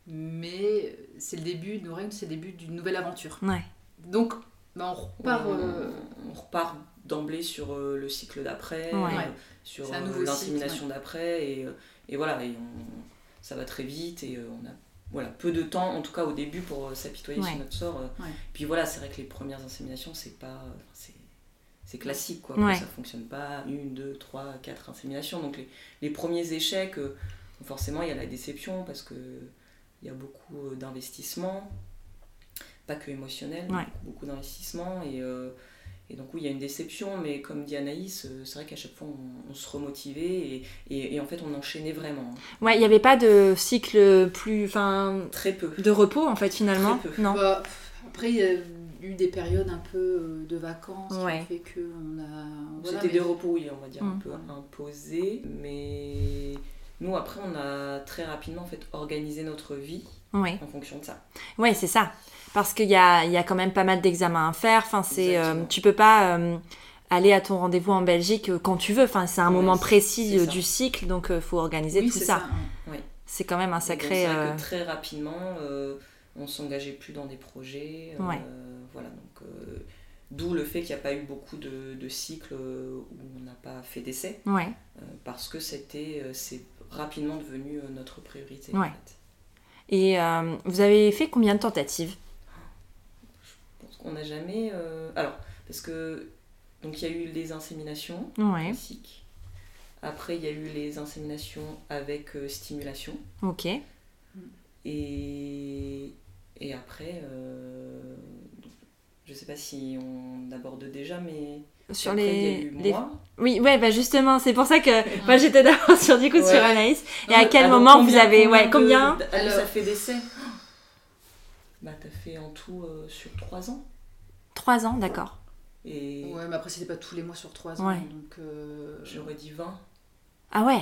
[SPEAKER 4] Mais c'est le début de nos règles, c'est le début d'une nouvelle aventure.
[SPEAKER 2] Ouais.
[SPEAKER 4] Donc, bah, on repart.
[SPEAKER 3] on,
[SPEAKER 4] euh,
[SPEAKER 3] on repart d'emblée sur euh, le cycle d'après,
[SPEAKER 2] Ouais.
[SPEAKER 3] euh,
[SPEAKER 4] Ouais.
[SPEAKER 3] sur
[SPEAKER 4] C'est un
[SPEAKER 3] euh,
[SPEAKER 4] nouveau
[SPEAKER 3] l'insémination d'après, et, euh, et voilà, et on- ça va très vite, et euh, on a voilà, peu de temps, en tout cas au début, pour euh, s'apitoyer
[SPEAKER 2] Ouais.
[SPEAKER 3] sur notre sort. euh.
[SPEAKER 4] Ouais.
[SPEAKER 3] Puis voilà, c'est vrai que les premières inséminations, c'est pas. euh, c'est- c'est classique, quoi.
[SPEAKER 2] Ouais.
[SPEAKER 3] que Ça fonctionne pas, une, deux, trois, quatre inséminations. Donc les, les premiers échecs, euh, forcément, il y a la déception parce que il y a beaucoup euh, d'investissements, pas que émotionnels,
[SPEAKER 2] Ouais.
[SPEAKER 3] beaucoup, beaucoup d'investissements. Et, euh, et donc, oui, il y a une déception, mais comme dit Anaïs, euh, c'est vrai qu'à chaque fois, on, on se remotivait et, et- et en fait, on enchaînait vraiment. hein.
[SPEAKER 2] Ouais, il n'y avait pas de cycle plus. Enfin,
[SPEAKER 3] Très peu.
[SPEAKER 2] de repos en fait finalement.
[SPEAKER 3] Très peu.
[SPEAKER 2] Non.
[SPEAKER 4] bah, pff, après, il y a eu des périodes un peu euh, de vacances
[SPEAKER 2] Ouais.
[SPEAKER 4] qui ont fait qu'on a. voilà,
[SPEAKER 3] C'était des
[SPEAKER 4] mais-
[SPEAKER 3] repouilles, on va dire, un
[SPEAKER 2] Mm.
[SPEAKER 3] peu imposés. Mais nous, après, on a très rapidement en fait, organisé notre vie
[SPEAKER 2] Ouais,
[SPEAKER 3] en fonction de ça.
[SPEAKER 2] ouais c'est ça. Parce qu'il y a, il y a quand même pas mal d'examens à faire. Enfin, c'est, euh,
[SPEAKER 3] Exactement.
[SPEAKER 2] tu peux pas euh, aller à ton rendez-vous en Belgique euh, quand tu veux. Enfin, c'est un
[SPEAKER 3] Ouais,
[SPEAKER 2] moment
[SPEAKER 3] c'est-
[SPEAKER 2] précis
[SPEAKER 3] c'est
[SPEAKER 2] euh,
[SPEAKER 3] ça.
[SPEAKER 2] du cycle, donc il faut organiser
[SPEAKER 4] Oui,
[SPEAKER 2] tout
[SPEAKER 4] c'est
[SPEAKER 2] ça.
[SPEAKER 4] ça. hein.
[SPEAKER 2] C'est quand même un sacré.
[SPEAKER 3] Donc, c'est vrai
[SPEAKER 2] euh,
[SPEAKER 3] que très rapidement, euh, on s'engageait plus dans des projets. euh,
[SPEAKER 2] Ouais.
[SPEAKER 3] Voilà, donc euh, d'où le fait qu'il n'y a pas eu beaucoup de, de cycles euh, où on n'a pas fait d'essai,
[SPEAKER 2] Ouais.
[SPEAKER 3] euh, parce que c'était, euh, c'est rapidement devenu euh, notre priorité.
[SPEAKER 2] Ouais.
[SPEAKER 3] En fait.
[SPEAKER 2] Et euh, vous avez fait combien de tentatives
[SPEAKER 3] Je pense qu'on n'a jamais. euh, Alors, parce que donc il y a eu les inséminations
[SPEAKER 2] Ouais.
[SPEAKER 3] classiques. Après, il y a eu les inséminations avec euh, stimulation.
[SPEAKER 2] Ok.
[SPEAKER 3] Et, et après, euh, je sais pas si on aborde déjà, mais
[SPEAKER 2] Sur
[SPEAKER 3] après, il y a
[SPEAKER 2] les.
[SPEAKER 3] eu
[SPEAKER 2] les-
[SPEAKER 3] moi.
[SPEAKER 2] Oui, ouais, bah justement, c'est pour ça que
[SPEAKER 3] [laughs]
[SPEAKER 2] moi j'étais d'abord sur du coup
[SPEAKER 3] Ouais.
[SPEAKER 2] sur Anaïs. Et à
[SPEAKER 3] Ah,
[SPEAKER 2] quel
[SPEAKER 3] donc,
[SPEAKER 2] moment vous
[SPEAKER 3] combien-
[SPEAKER 2] avez, ouais, combien
[SPEAKER 3] de- d- alors,
[SPEAKER 4] Alors-
[SPEAKER 3] ça fait d'essais Bah t'as fait en tout euh, sur 3 ans.
[SPEAKER 2] Trois ans, d'accord.
[SPEAKER 3] Et
[SPEAKER 4] Ouais, mais après, c'était pas tous les mois sur trois ans.
[SPEAKER 2] Ouais.
[SPEAKER 4] Donc, euh,
[SPEAKER 3] j'aurais dit 20.
[SPEAKER 2] Ah ouais.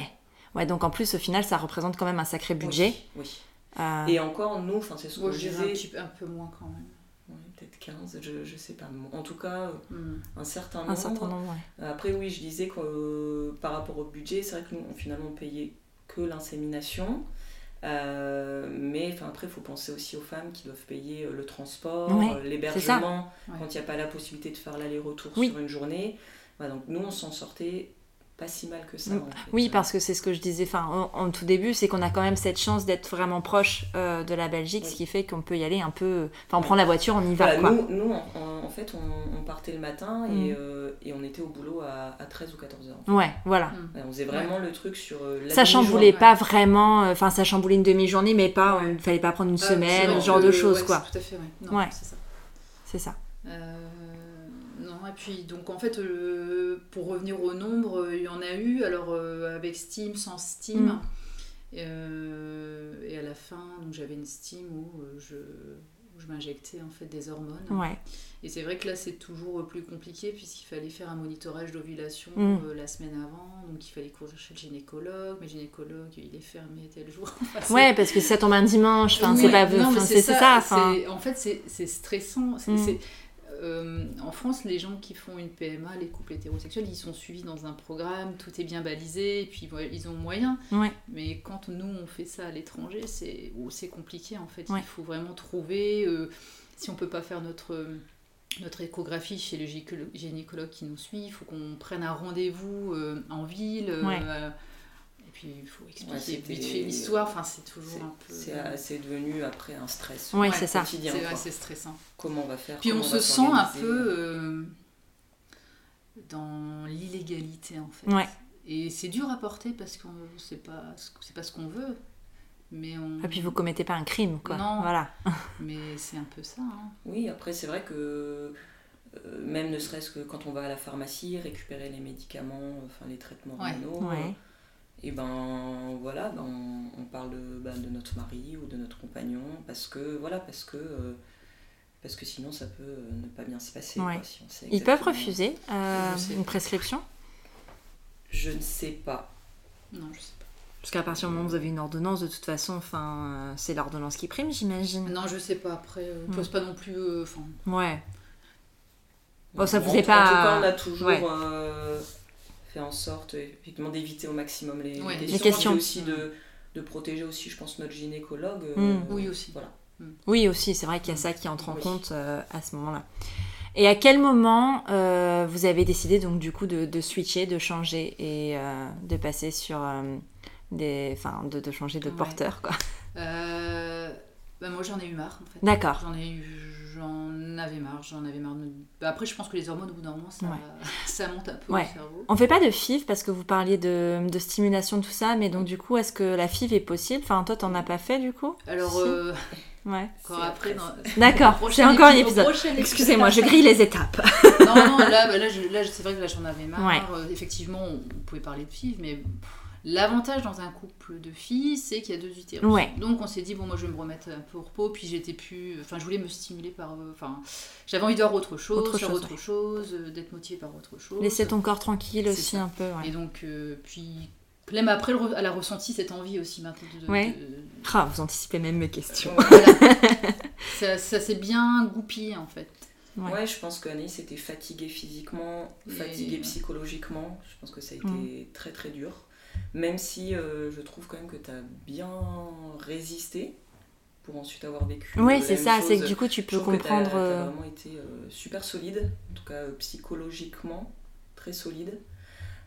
[SPEAKER 2] Ouais, donc en plus au final, ça représente quand même un sacré budget.
[SPEAKER 3] Oui. oui.
[SPEAKER 2] Euh,
[SPEAKER 3] Et encore, nous, enfin, c'est ce que
[SPEAKER 4] Moi,
[SPEAKER 3] je
[SPEAKER 4] je dirais un,
[SPEAKER 3] disais,
[SPEAKER 4] petit peu- un peu moins quand même.
[SPEAKER 3] ouais, peut-être 15, je, je sais pas. En tout cas, euh,
[SPEAKER 4] Hmm.
[SPEAKER 3] un certain nombre.
[SPEAKER 2] un certain nombre. ouais.
[SPEAKER 3] Après, oui, je disais que euh, par rapport au budget, c'est vrai que nous, on finalement payait que l'insémination. Euh, mais enfin, après, il faut penser aussi aux femmes qui doivent payer euh, le transport,
[SPEAKER 2] Ouais,
[SPEAKER 3] euh, l'hébergement,
[SPEAKER 4] Ouais.
[SPEAKER 3] quand il n'y a pas la possibilité de faire l'aller-retour
[SPEAKER 2] Oui.
[SPEAKER 3] sur une journée. Voilà, donc nous, on s'en sortait pas si mal que ça.
[SPEAKER 2] Mm.
[SPEAKER 3] en fait.
[SPEAKER 2] Oui, parce que c'est ce que je disais enfin, en, en tout début, c'est qu'on a quand même cette chance d'être vraiment proche euh, de la Belgique, ce qui fait qu'on peut y aller un peu. euh, Enfin, on prend la voiture, on y va.
[SPEAKER 3] Voilà,
[SPEAKER 2] quoi.
[SPEAKER 3] nous, nous, en- en, en fait, on, on partait le matin
[SPEAKER 2] Mm.
[SPEAKER 3] et, euh, et on était au boulot à, à 13 ou 14 heures.
[SPEAKER 2] Ouais, voilà.
[SPEAKER 3] Voilà, on faisait vraiment le truc sur euh, la
[SPEAKER 2] Ça
[SPEAKER 3] demi-journée.
[SPEAKER 2] chamboulait
[SPEAKER 4] ouais.
[SPEAKER 2] pas vraiment, euh, enfin ça chamboulait une demi-journée, mais pas, euh,
[SPEAKER 4] Ouais.
[SPEAKER 2] il fallait pas prendre une
[SPEAKER 4] Ah,
[SPEAKER 2] semaine,
[SPEAKER 4] c'est
[SPEAKER 2] ce
[SPEAKER 4] vrai
[SPEAKER 2] genre
[SPEAKER 4] que-
[SPEAKER 2] de choses
[SPEAKER 4] ouais,
[SPEAKER 2] quoi.
[SPEAKER 4] c'est Tout à fait, ouais. Non,
[SPEAKER 2] Ouais.
[SPEAKER 4] c'est ça.
[SPEAKER 2] C'est ça.
[SPEAKER 4] Euh, non, et puis donc en fait, euh, pour revenir au nombre, euh, il y en a eu, alors euh, avec Steam, sans Steam.
[SPEAKER 2] Mm.
[SPEAKER 4] Euh, et à la fin, donc, j'avais une Steam où euh, je, où je m'injectais en fait des hormones.
[SPEAKER 2] Ouais.
[SPEAKER 4] Et c'est vrai que là, c'est toujours plus compliqué puisqu'il fallait faire un monitorage d'ovulation
[SPEAKER 2] Mm.
[SPEAKER 4] euh, la semaine avant, donc il fallait courir chez le gynécologue. Mais le gynécologue, il est fermé tel jour. [laughs] Enfin, c'est-
[SPEAKER 2] Ouais, parce que ça tombe un dimanche, enfin
[SPEAKER 4] oui,
[SPEAKER 2] c'est pas,
[SPEAKER 4] non, mais
[SPEAKER 2] enfin, c'est c'est ça. enfin.
[SPEAKER 4] c'est- En fait, c'est c'est stressant. C'est-
[SPEAKER 2] Mm.
[SPEAKER 4] c'est- euh, en France, les gens qui font une PMA, les couples hétérosexuels, ils sont suivis dans un programme, tout est bien balisé, et puis ouais, ils ont moyen.
[SPEAKER 2] Ouais.
[SPEAKER 4] Mais quand nous, on fait ça à l'étranger, c'est oh, c'est compliqué en fait.
[SPEAKER 2] Ouais.
[SPEAKER 4] Il faut vraiment trouver. euh, si on peut pas faire notre. euh, Notre échographie chez le gynécolo- gynécologue qui nous suit, il faut qu'on prenne un rendez-vous euh, en ville. euh,
[SPEAKER 2] Ouais.
[SPEAKER 4] euh, et puis il faut
[SPEAKER 3] Ouais,
[SPEAKER 4] expliquer
[SPEAKER 3] c'était-
[SPEAKER 4] vite fait l'histoire. Enfin, c'est toujours un
[SPEAKER 3] C'est-
[SPEAKER 4] peu.
[SPEAKER 3] C'est euh, c'est devenu après un stress
[SPEAKER 2] Ouais,
[SPEAKER 4] ouais,
[SPEAKER 2] c'est ça.
[SPEAKER 3] quotidien.
[SPEAKER 4] C'est vrai,
[SPEAKER 3] quoi.
[SPEAKER 4] c'est stressant.
[SPEAKER 3] Comment on va faire
[SPEAKER 4] Puis on
[SPEAKER 3] comment va
[SPEAKER 4] se sent un
[SPEAKER 3] s'organiser.
[SPEAKER 4] peu euh, dans l'illégalité en fait.
[SPEAKER 2] Ouais.
[SPEAKER 4] Et c'est dur à porter parce qu'on sait pas, ce- c'est pas ce qu'on veut, mais on.
[SPEAKER 2] Et Ah, puis vous commettez pas un crime quoi.
[SPEAKER 4] Non.
[SPEAKER 2] Voilà.
[SPEAKER 4] Mais c'est un peu ça. hein.
[SPEAKER 3] Oui, après, c'est vrai que euh, même ne serait-ce que quand on va à la pharmacie récupérer les médicaments, enfin les traitements
[SPEAKER 4] Ouais.
[SPEAKER 3] hormonaux,
[SPEAKER 2] Ouais.
[SPEAKER 3] et ben voilà, ben, on, on parle de, ben, de notre mari ou de notre compagnon parce que voilà, parce que euh, parce que sinon ça peut euh, ne pas bien se passer.
[SPEAKER 2] Ouais.
[SPEAKER 3] quoi, si on sait
[SPEAKER 2] Ils peuvent
[SPEAKER 3] exactement.
[SPEAKER 2] refuser euh,
[SPEAKER 4] Je sais.
[SPEAKER 2] une prescription
[SPEAKER 3] Je ne sais pas.
[SPEAKER 4] Non, je sais pas.
[SPEAKER 2] parce qu'à partir du moment où vous avez une ordonnance, de toute façon, enfin, euh, c'est l'ordonnance qui prime, j'imagine.
[SPEAKER 4] Non, je sais pas. Après, euh, on
[SPEAKER 2] Mm.
[SPEAKER 4] pose pas non plus. euh, Enfin,
[SPEAKER 2] Ouais. Bon, ça
[SPEAKER 3] En-
[SPEAKER 2] vous est
[SPEAKER 3] en,
[SPEAKER 2] pas-
[SPEAKER 3] tout cas, on a toujours
[SPEAKER 2] Ouais.
[SPEAKER 3] euh, fait en sorte euh, effectivement d'éviter au maximum les,
[SPEAKER 4] Ouais,
[SPEAKER 3] les
[SPEAKER 4] les
[SPEAKER 3] questions,
[SPEAKER 2] questions.
[SPEAKER 3] et puis aussi de, de protéger aussi, je pense, notre gynécologue. euh,
[SPEAKER 2] Mm.
[SPEAKER 4] oui aussi.
[SPEAKER 3] Voilà.
[SPEAKER 2] Oui, aussi, c'est vrai qu'il y a ça qui entre en
[SPEAKER 3] Oui.
[SPEAKER 2] compte euh, à ce moment-là. Et à quel moment euh, vous avez décidé donc du coup de, de switcher, de changer et euh, de passer sur euh, des, enfin, de, de changer de
[SPEAKER 4] Ouais.
[SPEAKER 2] porteur quoi.
[SPEAKER 4] Euh, bah, moi, j'en ai eu marre en fait.
[SPEAKER 2] D'accord.
[SPEAKER 4] J'en ai eu- j'en avais marre, j'en avais marre. de- Bah, Après, je pense que les hormones, au bout d'un moment, ça,
[SPEAKER 2] Ouais.
[SPEAKER 4] [laughs] ça monte un peu
[SPEAKER 2] Ouais.
[SPEAKER 4] au cerveau.
[SPEAKER 2] On fait pas de FIV parce que vous parliez de, de stimulation tout ça, mais donc du coup est-ce que la FIV est possible Enfin toi t'en as pas fait du coup
[SPEAKER 4] Alors,
[SPEAKER 2] Si.
[SPEAKER 4] euh,
[SPEAKER 2] [laughs] Ouais.
[SPEAKER 4] encore
[SPEAKER 3] C'est
[SPEAKER 4] après,
[SPEAKER 3] après
[SPEAKER 4] dans-
[SPEAKER 2] D'accord.
[SPEAKER 4] Prochain
[SPEAKER 2] C'est encore un
[SPEAKER 4] épi- au
[SPEAKER 2] épisode.
[SPEAKER 4] prochain épisode.
[SPEAKER 2] Excusez-moi, je grille les étapes.
[SPEAKER 4] Non, non, là, bah, là, je- là, c'est vrai que là, j'en avais marre.
[SPEAKER 2] Ouais.
[SPEAKER 4] Euh, effectivement, on pouvait parler de filles, mais pff, l'avantage dans un couple de filles, c'est qu'il y a deux utérus.
[SPEAKER 2] Ouais.
[SPEAKER 4] Donc, on s'est dit, bon, moi, je vais me remettre un peu au repos, puis j'étais plus. Enfin, je voulais me stimuler par. euh, Enfin, j'avais envie de voir autre chose,
[SPEAKER 2] Autre
[SPEAKER 4] faire
[SPEAKER 2] chose,
[SPEAKER 4] autre chose, euh, d'être motivée par autre
[SPEAKER 2] [laughs]
[SPEAKER 4] chose.
[SPEAKER 2] Laissez ton corps tranquille
[SPEAKER 4] C'est
[SPEAKER 2] aussi
[SPEAKER 4] ça.
[SPEAKER 2] un peu. Ouais.
[SPEAKER 4] Et donc, euh, puis. Clem, après, elle re- elle a ressenti cette envie aussi maintenant de- de-
[SPEAKER 2] Ouais.
[SPEAKER 4] de,
[SPEAKER 2] Ah, vous anticipez même mes questions.
[SPEAKER 4] Voilà. ça, ça s'est bien goupillé en fait.
[SPEAKER 2] Ouais.
[SPEAKER 3] Ouais. je pense qu'Anaïs était fatiguée physiquement,
[SPEAKER 4] Et-
[SPEAKER 3] fatiguée
[SPEAKER 4] ouais.
[SPEAKER 3] psychologiquement. Je pense que ça a été
[SPEAKER 2] Mm.
[SPEAKER 3] très très dur. Même si euh, je trouve quand même que tu as bien résisté pour ensuite avoir vécu.
[SPEAKER 2] Ouais,
[SPEAKER 3] euh,
[SPEAKER 2] c'est
[SPEAKER 3] la même
[SPEAKER 2] ça. C'est que
[SPEAKER 3] chose.
[SPEAKER 2] du coup tu
[SPEAKER 3] Je
[SPEAKER 2] peux
[SPEAKER 3] trouve que t'as-
[SPEAKER 2] comprendre.
[SPEAKER 3] t'as
[SPEAKER 2] euh,
[SPEAKER 3] vraiment été euh, super solide, en tout cas euh, psychologiquement très solide.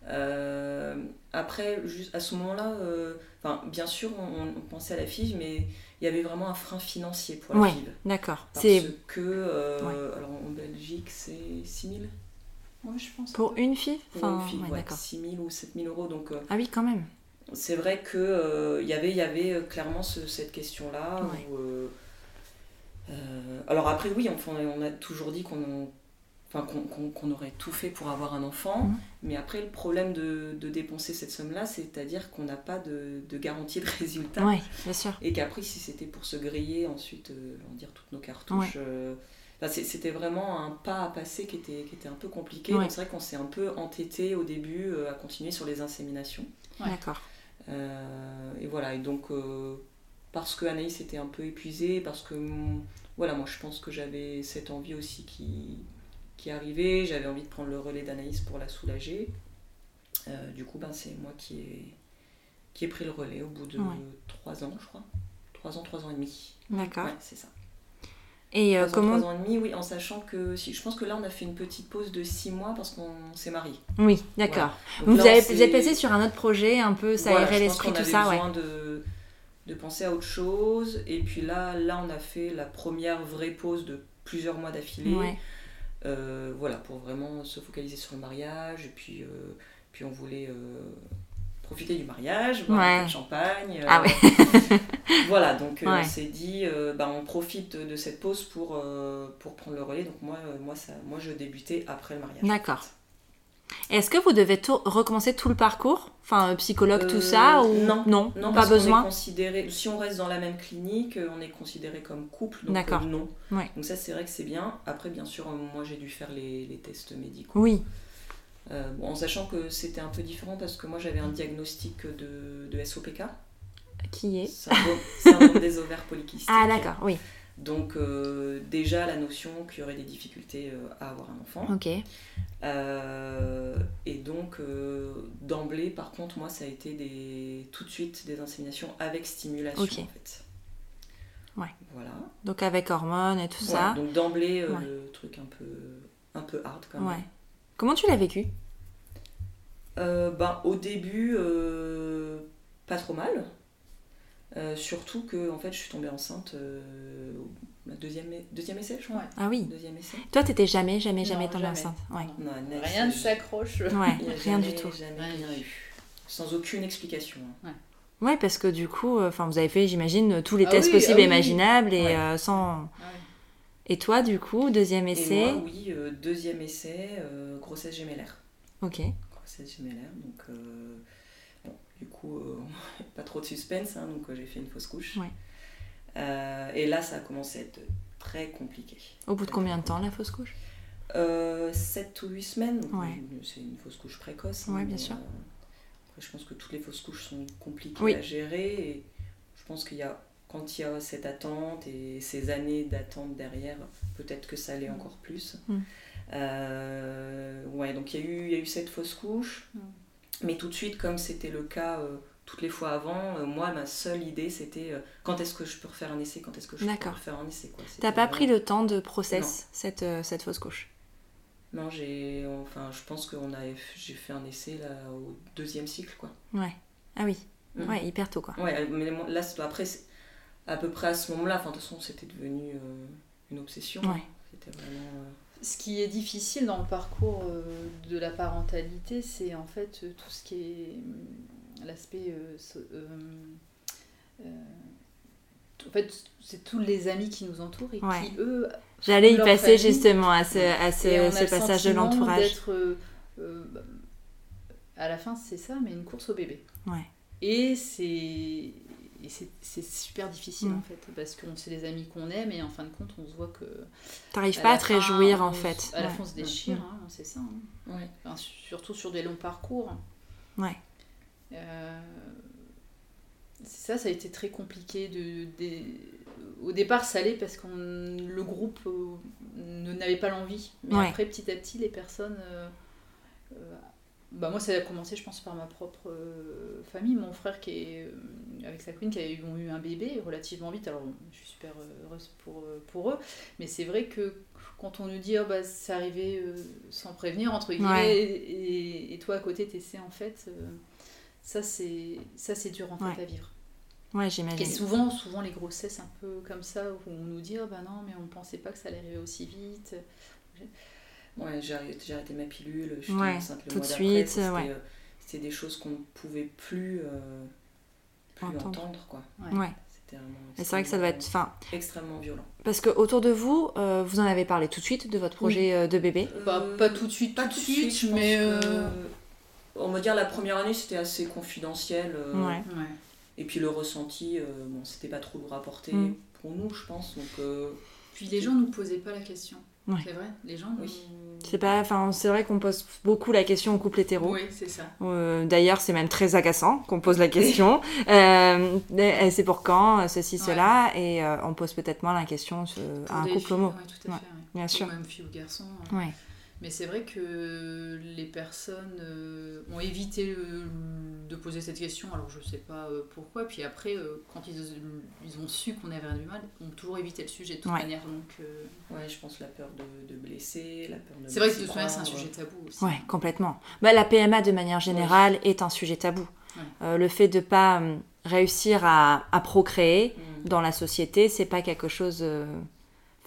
[SPEAKER 3] Euh, après, juste à ce moment-là, euh, enfin, bien sûr, on, on pensait à la FIV, mais il y avait vraiment un frein financier pour la
[SPEAKER 2] Ouais.
[SPEAKER 3] FIV.
[SPEAKER 2] D'accord.
[SPEAKER 3] Parce
[SPEAKER 2] C'est
[SPEAKER 3] que, euh, alors en Belgique, c'est 6 000
[SPEAKER 4] Ouais, je pense.
[SPEAKER 2] Pour une fille
[SPEAKER 3] pour
[SPEAKER 2] Enfin,
[SPEAKER 3] une FIV,
[SPEAKER 2] ouais,
[SPEAKER 3] ouais,
[SPEAKER 2] d'accord.
[SPEAKER 3] 6 000 ou 7 000 euros. Donc, euh,
[SPEAKER 2] Ah oui, quand même.
[SPEAKER 3] c'est vrai que euh, il y avait il y avait euh, clairement ce- cette question là
[SPEAKER 2] Ouais.
[SPEAKER 3] euh, alors après oui enfin, on a toujours dit qu'on en- enfin, qu'on qu'on- qu'on aurait tout fait pour avoir un enfant
[SPEAKER 2] Mhm.
[SPEAKER 3] mais après le problème de, de dépenser cette somme là c'est à dire qu'on n'a pas de, de garantie de [laughs] résultat
[SPEAKER 2] Oui, bien sûr.
[SPEAKER 3] et qu'après si c'était pour se griller ensuite euh, on va dire toutes nos cartouches euh, enfin, c'est- c'était vraiment un pas à passer qui était, qui était un peu compliqué
[SPEAKER 2] Ouais.
[SPEAKER 3] donc c'est vrai qu'on s'est un peu entêté au début euh, à continuer sur les inséminations
[SPEAKER 4] Ouais.
[SPEAKER 2] D'accord.
[SPEAKER 3] euh, et voilà, et donc euh, parce que Anaïs était un peu épuisée, parce que mm, voilà, moi je pense que j'avais cette envie aussi qui, qui arrivait, j'avais envie de prendre le relais d'Anaïs pour la soulager. Euh, du coup, ben, c'est moi qui ai, qui ai pris le relais au bout de
[SPEAKER 2] Ouais.
[SPEAKER 3] trois ans, je crois. Trois ans, trois ans et demi.
[SPEAKER 2] D'accord.
[SPEAKER 3] Ouais, c'est ça.
[SPEAKER 2] Ah Et euh,
[SPEAKER 3] Trois ans,
[SPEAKER 2] comment
[SPEAKER 3] trois ans et demi, oui, en sachant que si, je pense que là, on a fait une petite pause de six mois parce qu'on s'est mariés.
[SPEAKER 2] Oui, d'accord. Donc, Vous,
[SPEAKER 3] Donc là, on
[SPEAKER 2] avez,
[SPEAKER 3] s'est-
[SPEAKER 2] vous êtes passé sur un autre projet, un peu, ça
[SPEAKER 3] Voilà,
[SPEAKER 2] aérait
[SPEAKER 3] je pense
[SPEAKER 2] l'esprit,
[SPEAKER 3] qu'on
[SPEAKER 2] tout
[SPEAKER 3] avait
[SPEAKER 2] ça, ouais.
[SPEAKER 3] besoin de, de penser à autre chose. Et puis là, là, on a fait la première vraie pause de plusieurs mois d'affilée.
[SPEAKER 2] Ouais.
[SPEAKER 3] Euh, voilà, pour vraiment se focaliser sur le mariage. Et puis, euh, puis on voulait euh, profiter du mariage, boire un
[SPEAKER 2] Ouais.
[SPEAKER 3] peu de champagne.
[SPEAKER 2] Ah
[SPEAKER 3] euh, [laughs] voilà, donc euh,
[SPEAKER 2] Ouais.
[SPEAKER 3] on s'est dit, euh, bah, on profite de cette pause pour, euh, pour prendre le relais. Donc moi, euh, moi, ça, moi, je débutais après le mariage.
[SPEAKER 2] D'accord. Est-ce que vous devez tout- recommencer tout le parcours Enfin, euh, psychologue, tout ça
[SPEAKER 3] Euh,
[SPEAKER 2] ou...
[SPEAKER 3] non.
[SPEAKER 2] Non,
[SPEAKER 3] Non,
[SPEAKER 2] pas
[SPEAKER 3] parce qu'on est
[SPEAKER 2] besoin.
[SPEAKER 3] considéré, si on reste dans la même clinique, euh, on est considéré comme couple, donc
[SPEAKER 2] D'accord.
[SPEAKER 3] euh, non.
[SPEAKER 2] Ouais.
[SPEAKER 3] Donc ça, c'est vrai que c'est bien. Après, bien sûr, euh, moi, j'ai dû faire les, les tests médicaux.
[SPEAKER 2] Oui,
[SPEAKER 3] Euh, bon, en sachant que c'était un peu différent parce que moi, j'avais un diagnostic de, de SOPK,
[SPEAKER 2] qui est
[SPEAKER 3] syndrome, [laughs] syndrome des ovaires polykystiques.
[SPEAKER 2] Ah, d'accord, oui.
[SPEAKER 3] Donc euh, déjà, la notion qu'il y aurait des difficultés euh, à avoir un enfant.
[SPEAKER 2] Ok.
[SPEAKER 3] Euh, et donc, euh, d'emblée, par contre, moi, ça a été des, tout de suite des inséminations avec stimulation,
[SPEAKER 2] Ok.
[SPEAKER 3] en fait.
[SPEAKER 2] Ouais.
[SPEAKER 3] Voilà.
[SPEAKER 2] Donc, avec hormones et tout
[SPEAKER 3] Ouais,
[SPEAKER 2] ça.
[SPEAKER 3] donc, d'emblée, euh,
[SPEAKER 2] Ouais.
[SPEAKER 3] le truc un peu, un peu hard,
[SPEAKER 4] euh,
[SPEAKER 3] quand même.
[SPEAKER 2] Ouais. Comment tu l'as vécu
[SPEAKER 3] Euh, ben, au début, euh, pas trop mal. Euh, surtout que, en fait, je suis tombée enceinte euh, au ma deuxième, e- deuxième essai, je crois.
[SPEAKER 4] Ouais.
[SPEAKER 2] Ah oui.
[SPEAKER 3] Deuxième essai.
[SPEAKER 2] Toi, t'étais jamais, jamais,
[SPEAKER 4] Non,
[SPEAKER 2] jamais tombée
[SPEAKER 4] jamais.
[SPEAKER 2] enceinte. Ouais.
[SPEAKER 3] Non, Anaïs,
[SPEAKER 4] Rien ne
[SPEAKER 3] euh,
[SPEAKER 4] s'accroche.
[SPEAKER 2] Ouais,
[SPEAKER 3] il y a
[SPEAKER 2] rien du
[SPEAKER 3] jamais-
[SPEAKER 2] tout.
[SPEAKER 3] jamais
[SPEAKER 4] Rien.
[SPEAKER 3] rien eu. Sans aucune explication. hein.
[SPEAKER 2] Ouais, parce que du coup, euh, enfin, vous avez fait, j'imagine, tous les
[SPEAKER 4] Ah
[SPEAKER 2] tests
[SPEAKER 4] oui,
[SPEAKER 2] possibles
[SPEAKER 4] ah
[SPEAKER 2] et
[SPEAKER 4] oui.
[SPEAKER 2] imaginables et
[SPEAKER 3] Ouais.
[SPEAKER 2] euh, sans.
[SPEAKER 4] Ah ouais.
[SPEAKER 2] Et toi, du coup, deuxième
[SPEAKER 3] Et
[SPEAKER 2] essai.
[SPEAKER 3] moi, oui, euh, deuxième essai, euh, grossesse gémellaire.
[SPEAKER 2] Ok.
[SPEAKER 3] Grossesse gémellaire, donc euh, bon, du coup, euh, [laughs] pas trop de suspense, hein, donc euh, j'ai fait une fausse couche.
[SPEAKER 2] Ouais.
[SPEAKER 3] Euh, et là, ça a commencé à être très compliqué.
[SPEAKER 2] Au bout de combien de temps la fausse couche
[SPEAKER 3] Euh, 7 ou 8 semaines, donc,
[SPEAKER 2] Ouais.
[SPEAKER 3] euh, c'est une fausse couche précoce.
[SPEAKER 2] Ouais, bien
[SPEAKER 3] mais,
[SPEAKER 2] sûr.
[SPEAKER 3] euh, après, je pense que toutes les fausses couches sont compliquées
[SPEAKER 2] Oui.
[SPEAKER 3] à gérer et je pense qu'il y a, quand il y a cette attente et ces années d'attente derrière, peut-être que ça l'est encore plus.
[SPEAKER 2] Mm.
[SPEAKER 3] Euh, ouais, donc il y, a eu- il y a eu cette fausse couche,
[SPEAKER 4] Mm.
[SPEAKER 3] mais tout de suite, comme c'était le cas euh, toutes les fois avant, euh, moi, ma seule idée c'était euh, quand est-ce que je peux refaire un essai, quand est-ce que je peux
[SPEAKER 2] D'accord.
[SPEAKER 3] refaire un essai. quoi. C'était
[SPEAKER 2] T'as pas
[SPEAKER 4] Euh,
[SPEAKER 3] vraiment-
[SPEAKER 2] pris le temps de process cette, euh, cette fausse couche
[SPEAKER 3] non, j'ai. Enfin, je pense que j'ai fait un essai là, au deuxième cycle, quoi.
[SPEAKER 2] Ouais. Ah oui.
[SPEAKER 4] Mm.
[SPEAKER 3] Mhm.
[SPEAKER 2] Ouais, hyper tôt, quoi.
[SPEAKER 3] Ouais, mais moi, là, c'est- après, c'est- à peu près à ce moment-là, enfin, de toute façon, c'était devenu euh, une obsession.
[SPEAKER 2] Ouais.
[SPEAKER 3] C'était vraiment. euh,
[SPEAKER 4] Ce qui est difficile dans le parcours euh, de la parentalité, c'est en fait euh, tout ce qui est euh, l'aspect. euh, so- euh, euh, en fait, c'est tous les amis qui nous entourent et
[SPEAKER 2] Ouais.
[SPEAKER 4] qui, eux,
[SPEAKER 2] J'allais y
[SPEAKER 4] Leur
[SPEAKER 2] passer
[SPEAKER 4] famille.
[SPEAKER 2] justement à ce, à ce,
[SPEAKER 4] et on a
[SPEAKER 2] ce
[SPEAKER 4] le
[SPEAKER 2] passage de
[SPEAKER 4] sentiment
[SPEAKER 2] l'entourage.
[SPEAKER 4] d'être, euh, euh, bah, à la fin, c'est ça, mais une course au bébé.
[SPEAKER 2] Ouais.
[SPEAKER 4] Et c'est. et c'est- c'est super difficile
[SPEAKER 2] Mm.
[SPEAKER 4] en fait, parce que c'est les amis qu'on aime et en fin de compte on se voit que.
[SPEAKER 2] T'arrives
[SPEAKER 4] à
[SPEAKER 2] pas
[SPEAKER 4] la
[SPEAKER 2] à te
[SPEAKER 4] fin,
[SPEAKER 2] réjouir en
[SPEAKER 4] on se-
[SPEAKER 2] fait.
[SPEAKER 4] À la
[SPEAKER 2] Ouais.
[SPEAKER 4] fin on se déchire, hein, c'est ça. hein.
[SPEAKER 3] Ouais.
[SPEAKER 4] Enfin, surtout sur des longs parcours.
[SPEAKER 2] Ouais.
[SPEAKER 4] Euh, c'est ça, ça a été très compliqué. De, des- Au départ, ça allait parce que le groupe euh, ne- n'avait pas l'envie. Mais
[SPEAKER 2] Ouais.
[SPEAKER 4] après, petit à petit, les personnes. euh, euh, bah moi, ça a commencé, je pense, par ma propre euh, famille. Mon frère, qui est euh, avec sa queen, qui a eu, ont eu un bébé relativement vite. Alors, je suis super heureuse pour, euh, pour eux. Mais c'est vrai que quand on nous dit, oh, bah, c'est arrivé euh, sans prévenir, entre guillemets,
[SPEAKER 2] Ouais.
[SPEAKER 4] et, et toi à côté, t'essaies, en fait, euh, ça, c'est ça, c'est dur en fait
[SPEAKER 2] Ouais.
[SPEAKER 4] à vivre.
[SPEAKER 2] Ouais,
[SPEAKER 4] Et
[SPEAKER 2] j'imagine.
[SPEAKER 4] souvent, souvent les grossesses un peu comme ça, où on nous dit, ah bah non, mais on pensait pas que ça allait arriver aussi vite.
[SPEAKER 3] Ouais, j'ai arrêté, j'ai arrêté ma pilule, je suis
[SPEAKER 2] Ouais,
[SPEAKER 3] enceinte le
[SPEAKER 2] tout
[SPEAKER 3] mois
[SPEAKER 2] de
[SPEAKER 3] d'après,
[SPEAKER 2] suite,
[SPEAKER 3] c'était,
[SPEAKER 2] ouais.
[SPEAKER 3] euh, C'était des choses qu'on ne pouvait plus, euh, plus
[SPEAKER 2] Entendre.
[SPEAKER 3] entendre. quoi.
[SPEAKER 2] Ouais.
[SPEAKER 3] C'était vraiment.
[SPEAKER 2] Mais c'est vrai que ça doit être.
[SPEAKER 3] extrêmement-
[SPEAKER 2] Enfin,
[SPEAKER 3] Extrêmement violent.
[SPEAKER 2] parce que autour de vous, euh, vous en avez parlé tout de suite de votre projet euh, de bébé.
[SPEAKER 4] Pas,
[SPEAKER 3] Euh,
[SPEAKER 4] pas tout de suite,
[SPEAKER 3] Pas
[SPEAKER 4] tout de suite,
[SPEAKER 3] je pense
[SPEAKER 4] mais.
[SPEAKER 3] que-
[SPEAKER 4] euh,
[SPEAKER 3] On va dire la première année, c'était assez confidentiel. euh,
[SPEAKER 2] Ouais.
[SPEAKER 4] ouais.
[SPEAKER 3] Et puis le ressenti, euh, bon, c'était pas trop nous rapporté
[SPEAKER 2] Mm.
[SPEAKER 3] pour nous, je pense. Donc, euh,
[SPEAKER 4] Puis les gens nous posaient pas la question.
[SPEAKER 2] Ouais.
[SPEAKER 4] C'est vrai, les gens, oui.
[SPEAKER 2] C'est pas, enfin, c'est vrai qu'on pose beaucoup la question au couple hétéro.
[SPEAKER 4] Oui, c'est ça.
[SPEAKER 2] Euh, D'ailleurs, c'est même très agaçant qu'on pose la
[SPEAKER 4] [laughs]
[SPEAKER 2] question. Euh, euh, c'est pour quand Ceci,
[SPEAKER 4] Ouais.
[SPEAKER 2] cela. Et euh, on pose peut-être moins la question euh,
[SPEAKER 4] Pour
[SPEAKER 2] à un
[SPEAKER 4] des
[SPEAKER 2] couple
[SPEAKER 4] filles,
[SPEAKER 2] homo.
[SPEAKER 4] ouais, tout à
[SPEAKER 2] Ouais,
[SPEAKER 4] fait. ouais.
[SPEAKER 2] Bien
[SPEAKER 4] Ou
[SPEAKER 2] sûr.
[SPEAKER 4] même fille ou garçon. hein.
[SPEAKER 2] Ouais.
[SPEAKER 4] Mais c'est vrai que les personnes euh, ont évité euh, de poser cette question, alors je sais pas euh, pourquoi. Puis après, euh, quand ils, ils ont su qu'on avait du mal, ont toujours évité le sujet de toute
[SPEAKER 2] Ouais.
[SPEAKER 4] manière. Donc, euh,
[SPEAKER 3] Ouais, je pense la peur de, de blesser, la peur de.
[SPEAKER 4] c'est
[SPEAKER 3] mal
[SPEAKER 4] vrai que de
[SPEAKER 3] s'y
[SPEAKER 4] toute manière, c'est un
[SPEAKER 3] prendre.
[SPEAKER 4] sujet tabou aussi.
[SPEAKER 2] Ouais, complètement. Bah, la PMA, de manière générale, est un sujet tabou.
[SPEAKER 4] Ouais.
[SPEAKER 2] Euh, le fait de pas euh, réussir à, à procréer
[SPEAKER 3] Mm.
[SPEAKER 2] dans la société, c'est pas quelque chose. euh,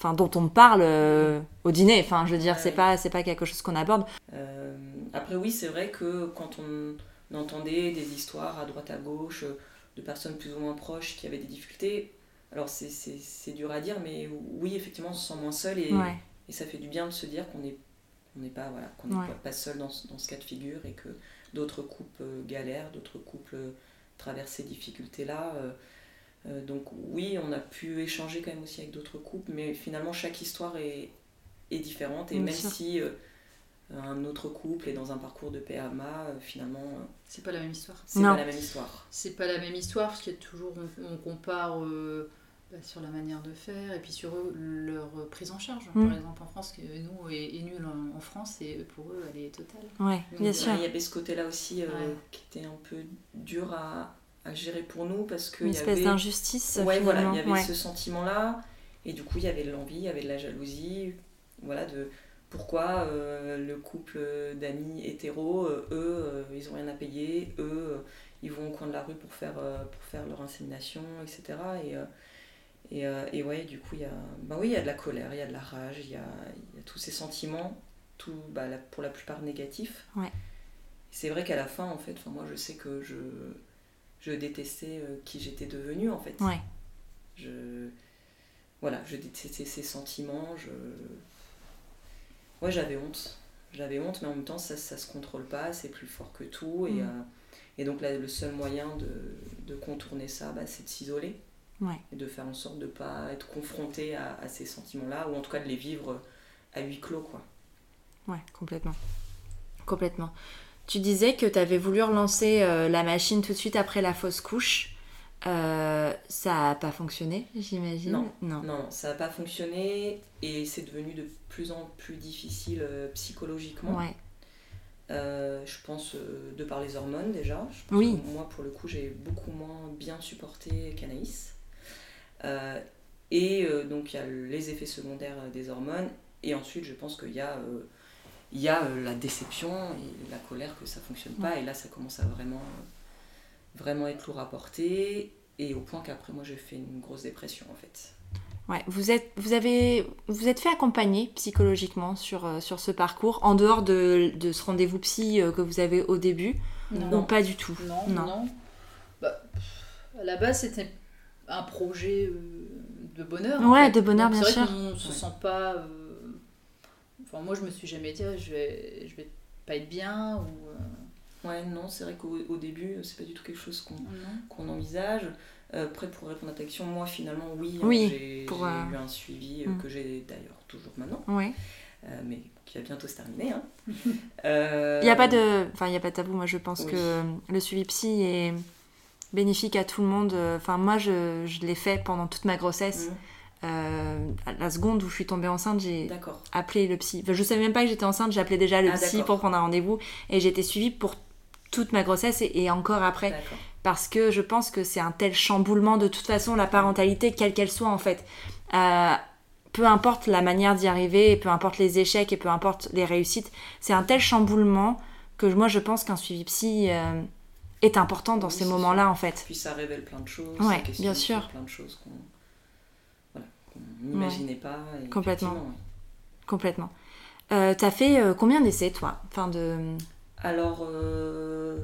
[SPEAKER 2] Enfin, dont on parle euh, au dîner. Enfin, je veux dire, c'est
[SPEAKER 3] Ouais.
[SPEAKER 2] pas, c'est pas quelque chose qu'on aborde.
[SPEAKER 3] Euh, après, oui, c'est vrai que quand on entendait des histoires à droite à gauche euh, de personnes plus ou moins proches qui avaient des difficultés, alors c'est- c'est c'est dur à dire, mais oui, effectivement, on se sent moins seul et,
[SPEAKER 2] Ouais.
[SPEAKER 3] et ça fait du bien de se dire qu'on est- on n'est pas, voilà, qu'on n'est
[SPEAKER 2] Ouais.
[SPEAKER 3] pas- pas seul dans, ce- dans ce cas de figure et que d'autres couples euh, galèrent, d'autres couples euh, traversent ces difficultés-là. euh, euh, donc oui, on a pu échanger quand même aussi avec d'autres couples, mais finalement chaque histoire est, est différente et
[SPEAKER 2] Bien
[SPEAKER 3] même
[SPEAKER 2] sûr.
[SPEAKER 3] si euh, un autre couple est dans un parcours de PMA, euh, finalement euh,
[SPEAKER 4] C'est pas la même histoire.
[SPEAKER 3] c'est
[SPEAKER 2] Non.
[SPEAKER 3] pas la même histoire.
[SPEAKER 4] C'est pas la même histoire parce qu'il y a toujours, on, on compare euh, bah, sur la manière de faire et puis sur eux, leur euh, prise en charge.
[SPEAKER 2] Mm.
[SPEAKER 4] Par exemple, en France, que nous est, est nulle en, en France et euh, pour eux, elle est totale.
[SPEAKER 2] Ouais,
[SPEAKER 4] Donc,
[SPEAKER 2] bien
[SPEAKER 4] ouais,
[SPEAKER 2] sûr.
[SPEAKER 3] Il y avait ce côté-là aussi euh,
[SPEAKER 4] Ouais.
[SPEAKER 3] qui était un peu dur à, à gérer pour nous parce qu'il
[SPEAKER 2] Une
[SPEAKER 3] y
[SPEAKER 2] espèce
[SPEAKER 3] avait
[SPEAKER 2] d'injustice.
[SPEAKER 3] Ouais, voilà,
[SPEAKER 2] finalement.
[SPEAKER 3] il y avait
[SPEAKER 2] Ouais.
[SPEAKER 3] ce sentiment-là, et du coup, il y avait de l'envie, il y avait de la jalousie, voilà, de pourquoi euh, le couple d'amis hétéros, euh, eux, euh, ils ont rien à payer, eux, euh, ils vont au coin de la rue pour faire, euh, pour faire leur insémination, etc. Et, euh, et, euh, et ouais, du coup, il y a, bah oui, il y a de la colère, il y a de la rage, il y a, il y a tous ces sentiments, tout, bah, la- pour la plupart négatifs.
[SPEAKER 2] Ouais.
[SPEAKER 3] C'est vrai qu'à la fin, en fait, enfin, moi, je sais que je, je détestais euh, qui j'étais devenue, en fait.
[SPEAKER 2] Ouais.
[SPEAKER 3] Je... Voilà, je détestais ces sentiments. Je... Ouais, j'avais honte. J'avais honte, mais en même temps, ça, ça se contrôle pas, c'est plus fort que tout. Et,
[SPEAKER 2] Mm.
[SPEAKER 3] euh, et donc, là, le seul moyen de, de contourner ça, bah, c'est de s'isoler.
[SPEAKER 2] Ouais.
[SPEAKER 3] Et de faire en sorte de pas être confronté à, à ces sentiments-là, ou en tout cas de les vivre à huis clos, quoi.
[SPEAKER 2] Ouais, complètement. Complètement. Tu disais que tu avais voulu relancer euh, la machine tout de suite après la fausse couche. Euh, ça a pas fonctionné, j'imagine.
[SPEAKER 3] Non.
[SPEAKER 2] non.
[SPEAKER 3] Non, ça n'a pas fonctionné, et c'est devenu de plus en plus difficile euh, psychologiquement.
[SPEAKER 2] Ouais.
[SPEAKER 3] Euh, je pense euh, de par les hormones déjà. Je pense
[SPEAKER 2] Oui.
[SPEAKER 3] que moi, pour le coup, j'ai beaucoup moins bien supporté qu'Anaïs. Euh, et euh, donc, il y a les effets secondaires euh, des hormones. Et ensuite, je pense qu'il y a, euh, il y a euh, la déception et la colère que ça fonctionne pas. Et là, ça commence à vraiment, euh, vraiment être lourd à porter. Et au point qu'après, moi, j'ai fait une grosse dépression en fait.
[SPEAKER 2] Ouais. Vous êtes, vous avez, vous êtes fait accompagner psychologiquement sur, euh, sur ce parcours, en dehors de, de ce rendez-vous psy euh, que vous avez au début, ou
[SPEAKER 3] Non.
[SPEAKER 2] pas du tout.
[SPEAKER 4] Non,
[SPEAKER 2] Non.
[SPEAKER 4] non. Bah, pff, à la base, c'était un projet euh, de bonheur. en
[SPEAKER 2] Ouais,
[SPEAKER 4] fait.
[SPEAKER 2] de bonheur,
[SPEAKER 4] Donc,
[SPEAKER 2] bien
[SPEAKER 4] c'est vrai
[SPEAKER 2] sûr.
[SPEAKER 4] qu'on se
[SPEAKER 3] Ouais.
[SPEAKER 4] sent pas. euh, Enfin, moi, je me suis jamais dit, Ah, je vais, je vais pas être bien ou. euh,
[SPEAKER 3] Ouais, non, c'est vrai qu'au au début, c'est pas du tout quelque chose qu'on
[SPEAKER 4] non.
[SPEAKER 3] qu'on envisage. Euh, Après, pour répondre à ta question, moi finalement, oui, hein,
[SPEAKER 2] Oui,
[SPEAKER 3] j'ai
[SPEAKER 2] pour,
[SPEAKER 3] j'ai
[SPEAKER 2] euh,
[SPEAKER 3] eu un suivi euh,
[SPEAKER 2] mm.
[SPEAKER 3] que j'ai d'ailleurs toujours maintenant,
[SPEAKER 2] Ouais.
[SPEAKER 3] euh, mais qui va bientôt se terminer. hein. Euh,
[SPEAKER 2] Il n'y a pas de, enfin, il y a pas de tabou. Moi, je pense
[SPEAKER 3] Oui.
[SPEAKER 2] que euh, le suivi psy est bénéfique à tout le monde. Enfin, moi, je, je l'ai fait pendant toute ma grossesse.
[SPEAKER 3] Mm,
[SPEAKER 2] Euh, à la seconde où je suis tombée enceinte, j'ai
[SPEAKER 3] D'accord.
[SPEAKER 2] appelé le psy. Enfin, je savais même pas que j'étais enceinte, j'appelais déjà le
[SPEAKER 3] Ah,
[SPEAKER 2] psy
[SPEAKER 3] d'accord.
[SPEAKER 2] pour prendre un rendez-vous et j'étais suivie pour toute ma grossesse et, et encore après
[SPEAKER 3] D'accord.
[SPEAKER 2] parce que je pense que c'est un tel chamboulement de toute façon la parentalité quelle qu'elle soit en fait. Euh, peu importe la manière d'y arriver, et peu importe les échecs et peu importe les réussites, c'est un tel chamboulement que moi je pense qu'un suivi psy euh, est important dans
[SPEAKER 3] Oui,
[SPEAKER 2] ces
[SPEAKER 3] c'est
[SPEAKER 2] moments-là en fait.
[SPEAKER 3] Puis ça révèle plein de choses,
[SPEAKER 2] Ouais,
[SPEAKER 3] ça questionne
[SPEAKER 2] bien sûr.
[SPEAKER 3] sur plein de choses qu'on voilà, qu'on n'imaginait pas. et
[SPEAKER 2] Complètement.
[SPEAKER 3] effectivement, oui.
[SPEAKER 2] Complètement. Euh, T'as fait euh, combien d'essais toi Enfin de
[SPEAKER 3] Alors, euh,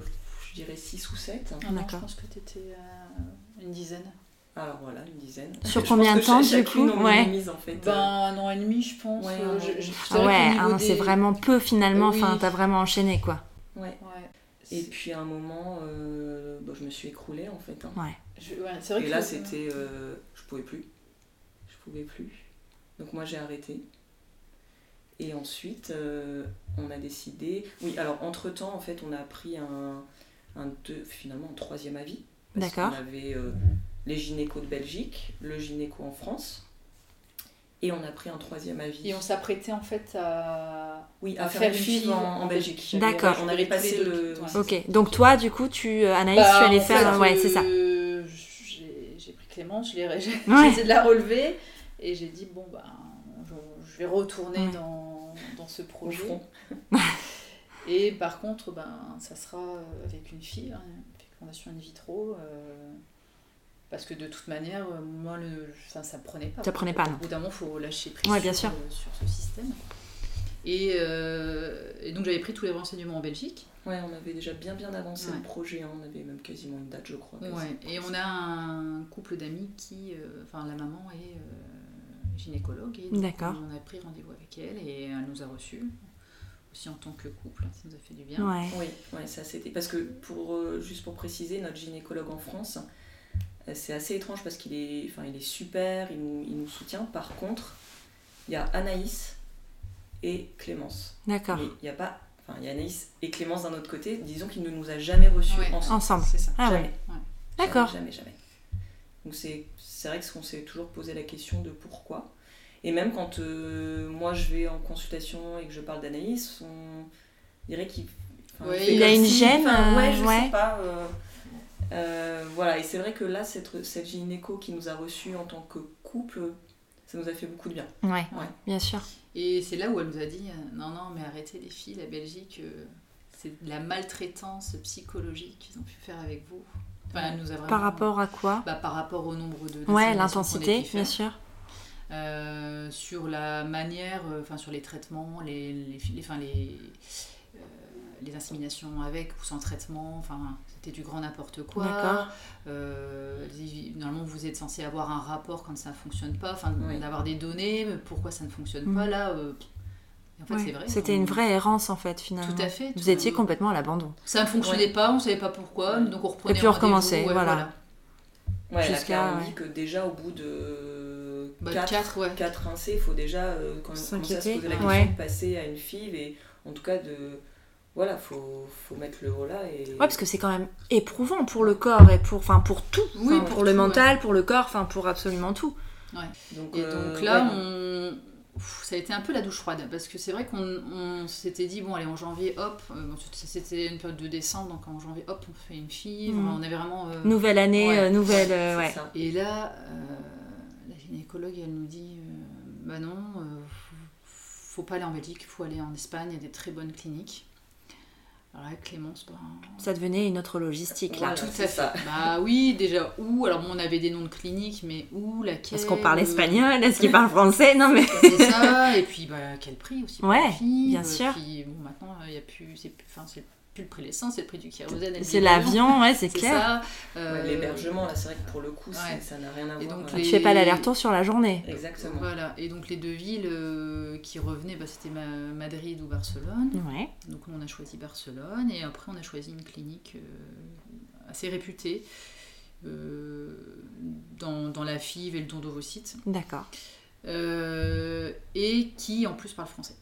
[SPEAKER 3] je dirais 6 ou 7.
[SPEAKER 4] Ah non, je
[SPEAKER 2] D'accord.
[SPEAKER 4] pense que t'étais à une dizaine.
[SPEAKER 3] Alors voilà, une dizaine.
[SPEAKER 2] Sur
[SPEAKER 3] Je
[SPEAKER 2] combien
[SPEAKER 3] pense
[SPEAKER 2] de
[SPEAKER 3] que
[SPEAKER 2] temps,
[SPEAKER 3] cha-
[SPEAKER 2] du
[SPEAKER 3] chacune
[SPEAKER 2] coup
[SPEAKER 3] en
[SPEAKER 2] Ouais.
[SPEAKER 3] minimise, en fait.
[SPEAKER 4] Ben, un an et demi, je pense.
[SPEAKER 3] Ouais,
[SPEAKER 4] Euh,
[SPEAKER 3] un an.
[SPEAKER 4] je- je-
[SPEAKER 3] Ah
[SPEAKER 4] c'est
[SPEAKER 2] Ah
[SPEAKER 4] vrai qu'au
[SPEAKER 2] ouais,
[SPEAKER 4] niveau
[SPEAKER 2] un an,
[SPEAKER 4] des-
[SPEAKER 2] c'est vraiment peu finalement.
[SPEAKER 4] Oui.
[SPEAKER 2] Enfin, t'as vraiment enchaîné quoi.
[SPEAKER 3] euh, ouais.
[SPEAKER 4] Ouais.
[SPEAKER 3] Et puis à un moment, euh, bah, je me suis écroulée en fait. hein.
[SPEAKER 4] Je- ouais, c'est vrai
[SPEAKER 3] Et
[SPEAKER 4] que
[SPEAKER 3] là, c'était. euh, je pouvais plus. Je pouvais plus. Donc, moi, j'ai arrêté. Et ensuite, euh, on a décidé. Oui, alors entre-temps, en fait, on a pris un, un deux, finalement un troisième avis. Parce
[SPEAKER 2] D'accord.
[SPEAKER 3] qu'on avait euh, les gynécos de Belgique, le gynéco en France. Et on a pris un troisième avis.
[SPEAKER 4] Et on s'apprêtait en fait à.
[SPEAKER 3] Oui, à, faire, une FIV en, en Belgique.
[SPEAKER 2] D'accord.
[SPEAKER 3] On avait passé le.
[SPEAKER 4] Ouais.
[SPEAKER 2] Ok, donc toi, du coup, tu, euh, Anaïs,
[SPEAKER 4] Bah,
[SPEAKER 2] tu allais
[SPEAKER 4] en
[SPEAKER 2] faire.
[SPEAKER 4] fait,
[SPEAKER 2] ouais,
[SPEAKER 4] euh,
[SPEAKER 2] c'est ça.
[SPEAKER 4] j'ai- J'ai pris Clémence, je l'ai [laughs] j'ai- j'ai
[SPEAKER 2] Ouais.
[SPEAKER 4] essayé de la relever et j'ai dit bon, bah, je, je vais retourner
[SPEAKER 2] Ouais.
[SPEAKER 4] dans, dans ce
[SPEAKER 3] Au
[SPEAKER 4] projet.
[SPEAKER 3] front.
[SPEAKER 4] Et par contre, ben, ça sera euh, avec une fille, hein, fécondation in vitro. euh, parce que de toute manière, euh, moi, le, enfin, ça me prenait pas.
[SPEAKER 2] Ça prenait pas, non.
[SPEAKER 4] Au bout d'un moment, il faut lâcher prise
[SPEAKER 2] Ouais, bien
[SPEAKER 4] sur,
[SPEAKER 2] sûr.
[SPEAKER 4] euh, sur ce système. Et, euh, et donc, j'avais pris tous les renseignements en Belgique.
[SPEAKER 3] Ouais, on avait déjà bien bien avancé
[SPEAKER 4] Ouais.
[SPEAKER 3] le projet. hein. On avait même quasiment une date, je crois. quasi.
[SPEAKER 4] Ouais. Et on a un couple d'amis qui. euh, Enfin, la maman est euh, gynécologue. Et donc,
[SPEAKER 2] D'accord.
[SPEAKER 4] On a pris rendez-vous avec elle et elle nous a reçus. Aussi en tant que couple, ça nous a fait du bien.
[SPEAKER 2] Ouais.
[SPEAKER 3] Oui, ouais, ça c'était. Parce que, pour, euh, juste pour préciser, notre gynécologue en France, euh, c'est assez étrange parce qu'il est, enfin, il est super, il nous, il nous soutient. Par contre, il y a Anaïs et Clémence.
[SPEAKER 2] D'accord.
[SPEAKER 3] Mais il n'y a pas. Enfin, il y a Anaïs et Clémence d'un autre côté. Disons qu'il ne nous a jamais reçus
[SPEAKER 4] Ouais.
[SPEAKER 3] ensemble.
[SPEAKER 2] Ensemble.
[SPEAKER 4] C'est ça.
[SPEAKER 2] Ah ouais.
[SPEAKER 3] Jamais. Jamais,
[SPEAKER 2] D'accord.
[SPEAKER 3] Jamais, jamais. Donc c'est c'est vrai que qu'on s'est toujours posé la question de pourquoi. Et même quand euh, moi je vais en consultation et que je parle d'analyse, on dirait qu'il enfin,
[SPEAKER 4] Ouais,
[SPEAKER 3] fait
[SPEAKER 4] il a
[SPEAKER 3] comme
[SPEAKER 2] une
[SPEAKER 3] si,
[SPEAKER 2] gêne,
[SPEAKER 3] enfin,
[SPEAKER 2] euh,
[SPEAKER 3] ouais, je
[SPEAKER 2] ouais.
[SPEAKER 3] sais pas. euh, euh, voilà, et c'est vrai que là, cette, cette gynéco qui nous a reçus en tant que couple, ça nous a fait beaucoup de bien.
[SPEAKER 2] Ouais.
[SPEAKER 3] Ouais.
[SPEAKER 2] Bien sûr.
[SPEAKER 4] Et c'est là où elle nous a dit euh, non, non, mais arrêtez les filles, la Belgique, euh, c'est de la maltraitance psychologique qu'ils ont pu faire avec vous. Enfin, elle nous a vraiment-
[SPEAKER 2] Par rapport à quoi
[SPEAKER 4] bah, par rapport au nombre de.
[SPEAKER 2] Ouais,
[SPEAKER 4] décès qu'on a
[SPEAKER 2] l'intensité,
[SPEAKER 4] pu faire.
[SPEAKER 2] bien sûr.
[SPEAKER 4] Euh, sur la manière, euh, enfin sur les traitements, les, les, les- enfin, les, euh, les inséminations avec ou sans traitement, enfin c'était du grand n'importe quoi.
[SPEAKER 2] D'accord.
[SPEAKER 4] Euh, les- normalement vous êtes censé avoir un rapport quand ça ne fonctionne pas, enfin
[SPEAKER 3] Oui.
[SPEAKER 4] d'avoir des données, mais pourquoi ça ne fonctionne
[SPEAKER 2] Mm.
[SPEAKER 4] pas là. euh, et en fait
[SPEAKER 2] Ouais.
[SPEAKER 4] c'est vrai.
[SPEAKER 2] C'était
[SPEAKER 4] on-
[SPEAKER 2] une vraie errance en fait finalement.
[SPEAKER 4] Tout à fait.
[SPEAKER 2] Vous
[SPEAKER 4] tout-
[SPEAKER 2] étiez complètement à l'abandon.
[SPEAKER 4] Ça ne fonctionnait pas, on ne savait pas pourquoi,
[SPEAKER 3] Ouais.
[SPEAKER 4] donc on reprenait.
[SPEAKER 2] Et puis on
[SPEAKER 4] rendez-vous,
[SPEAKER 2] recommençait,
[SPEAKER 4] ouais,
[SPEAKER 2] voilà.
[SPEAKER 3] Ouais, la
[SPEAKER 2] Jusqu'à,
[SPEAKER 3] Claire nous
[SPEAKER 2] ouais.
[SPEAKER 3] dit que déjà au bout de
[SPEAKER 4] Bah,
[SPEAKER 3] 4
[SPEAKER 4] quatre, ouais.
[SPEAKER 3] 4 rincés, il faut déjà euh, quand commencer à se
[SPEAKER 2] S'inquiéter.
[SPEAKER 3] poser la question
[SPEAKER 2] Ouais.
[SPEAKER 3] de passer à une FIV et en tout cas de voilà, faut faut mettre le haut là et
[SPEAKER 2] Ouais, parce que c'est quand même éprouvant pour le corps et pour, enfin, pour tout.
[SPEAKER 4] Oui,
[SPEAKER 2] Enfin,
[SPEAKER 4] pour
[SPEAKER 2] le
[SPEAKER 4] tout,
[SPEAKER 2] mental, pour le corps, enfin, pour absolument tout.
[SPEAKER 3] donc,
[SPEAKER 4] Et
[SPEAKER 3] euh,
[SPEAKER 4] donc là,
[SPEAKER 3] ouais,
[SPEAKER 4] on... Ouf, ça a été un peu la douche froide, parce que c'est vrai qu'on on s'était dit, bon, allez, en janvier, hop, euh, bon, c'était une période de décembre, donc en janvier, hop, on fait une fille,
[SPEAKER 2] Mhm.
[SPEAKER 4] on avait vraiment... euh,
[SPEAKER 2] Nouvelle année,
[SPEAKER 4] Ouais.
[SPEAKER 2] euh, nouvelle.
[SPEAKER 3] c'est
[SPEAKER 2] euh, ouais.
[SPEAKER 3] ça.
[SPEAKER 4] Et là, euh, la gynécologue, elle nous dit, euh, bah non, euh, faut- faut pas aller en Belgique, faut aller en Espagne, il y a des très bonnes cliniques. Alors là, Clémence, ben,
[SPEAKER 2] Ça devenait une autre logistique là.
[SPEAKER 3] Voilà,
[SPEAKER 4] tout
[SPEAKER 3] Ah, c'est
[SPEAKER 4] à
[SPEAKER 3] ça.
[SPEAKER 4] bah oui, déjà, où Alors bon, on avait des noms de cliniques, mais où, laquelle
[SPEAKER 2] Est-ce qu'on parle
[SPEAKER 4] euh,
[SPEAKER 2] espagnol Est-ce qu'il parle français Non mais.
[SPEAKER 4] C'est ça, et puis bah, à quel prix aussi pour
[SPEAKER 2] Ouais,
[SPEAKER 4] la fille,
[SPEAKER 2] bien
[SPEAKER 4] euh,
[SPEAKER 2] sûr.
[SPEAKER 4] Puis bon, maintenant, il y a plus, c'est plus, enfin, c'est plus le prix de l'essence, [laughs] c'est le prix du kérosène. et
[SPEAKER 2] C'est
[SPEAKER 4] de l'avion,
[SPEAKER 2] l'avion, ouais, c'est
[SPEAKER 4] c'est
[SPEAKER 2] clair.
[SPEAKER 4] ça.
[SPEAKER 3] Ouais,
[SPEAKER 4] euh,
[SPEAKER 3] l'hébergement là, c'est vrai que pour le coup, c'est-
[SPEAKER 4] ouais.
[SPEAKER 3] ça n'a rien à
[SPEAKER 4] Et
[SPEAKER 3] voir.
[SPEAKER 4] donc
[SPEAKER 3] voilà.
[SPEAKER 2] Tu
[SPEAKER 4] les-
[SPEAKER 2] fais pas l'aller-retour sur la journée.
[SPEAKER 3] Exactement.
[SPEAKER 4] Voilà, et donc les deux villes euh, qui revenaient, bah, c'était ma- Madrid ou Barcelone.
[SPEAKER 2] Ouais.
[SPEAKER 4] Donc nous, on a choisi Barcelone, et après on a choisi une clinique euh, assez réputée euh, dans, dans la FIV et le don d'ovocytes,
[SPEAKER 2] D'accord.
[SPEAKER 4] euh, et qui en plus parle français.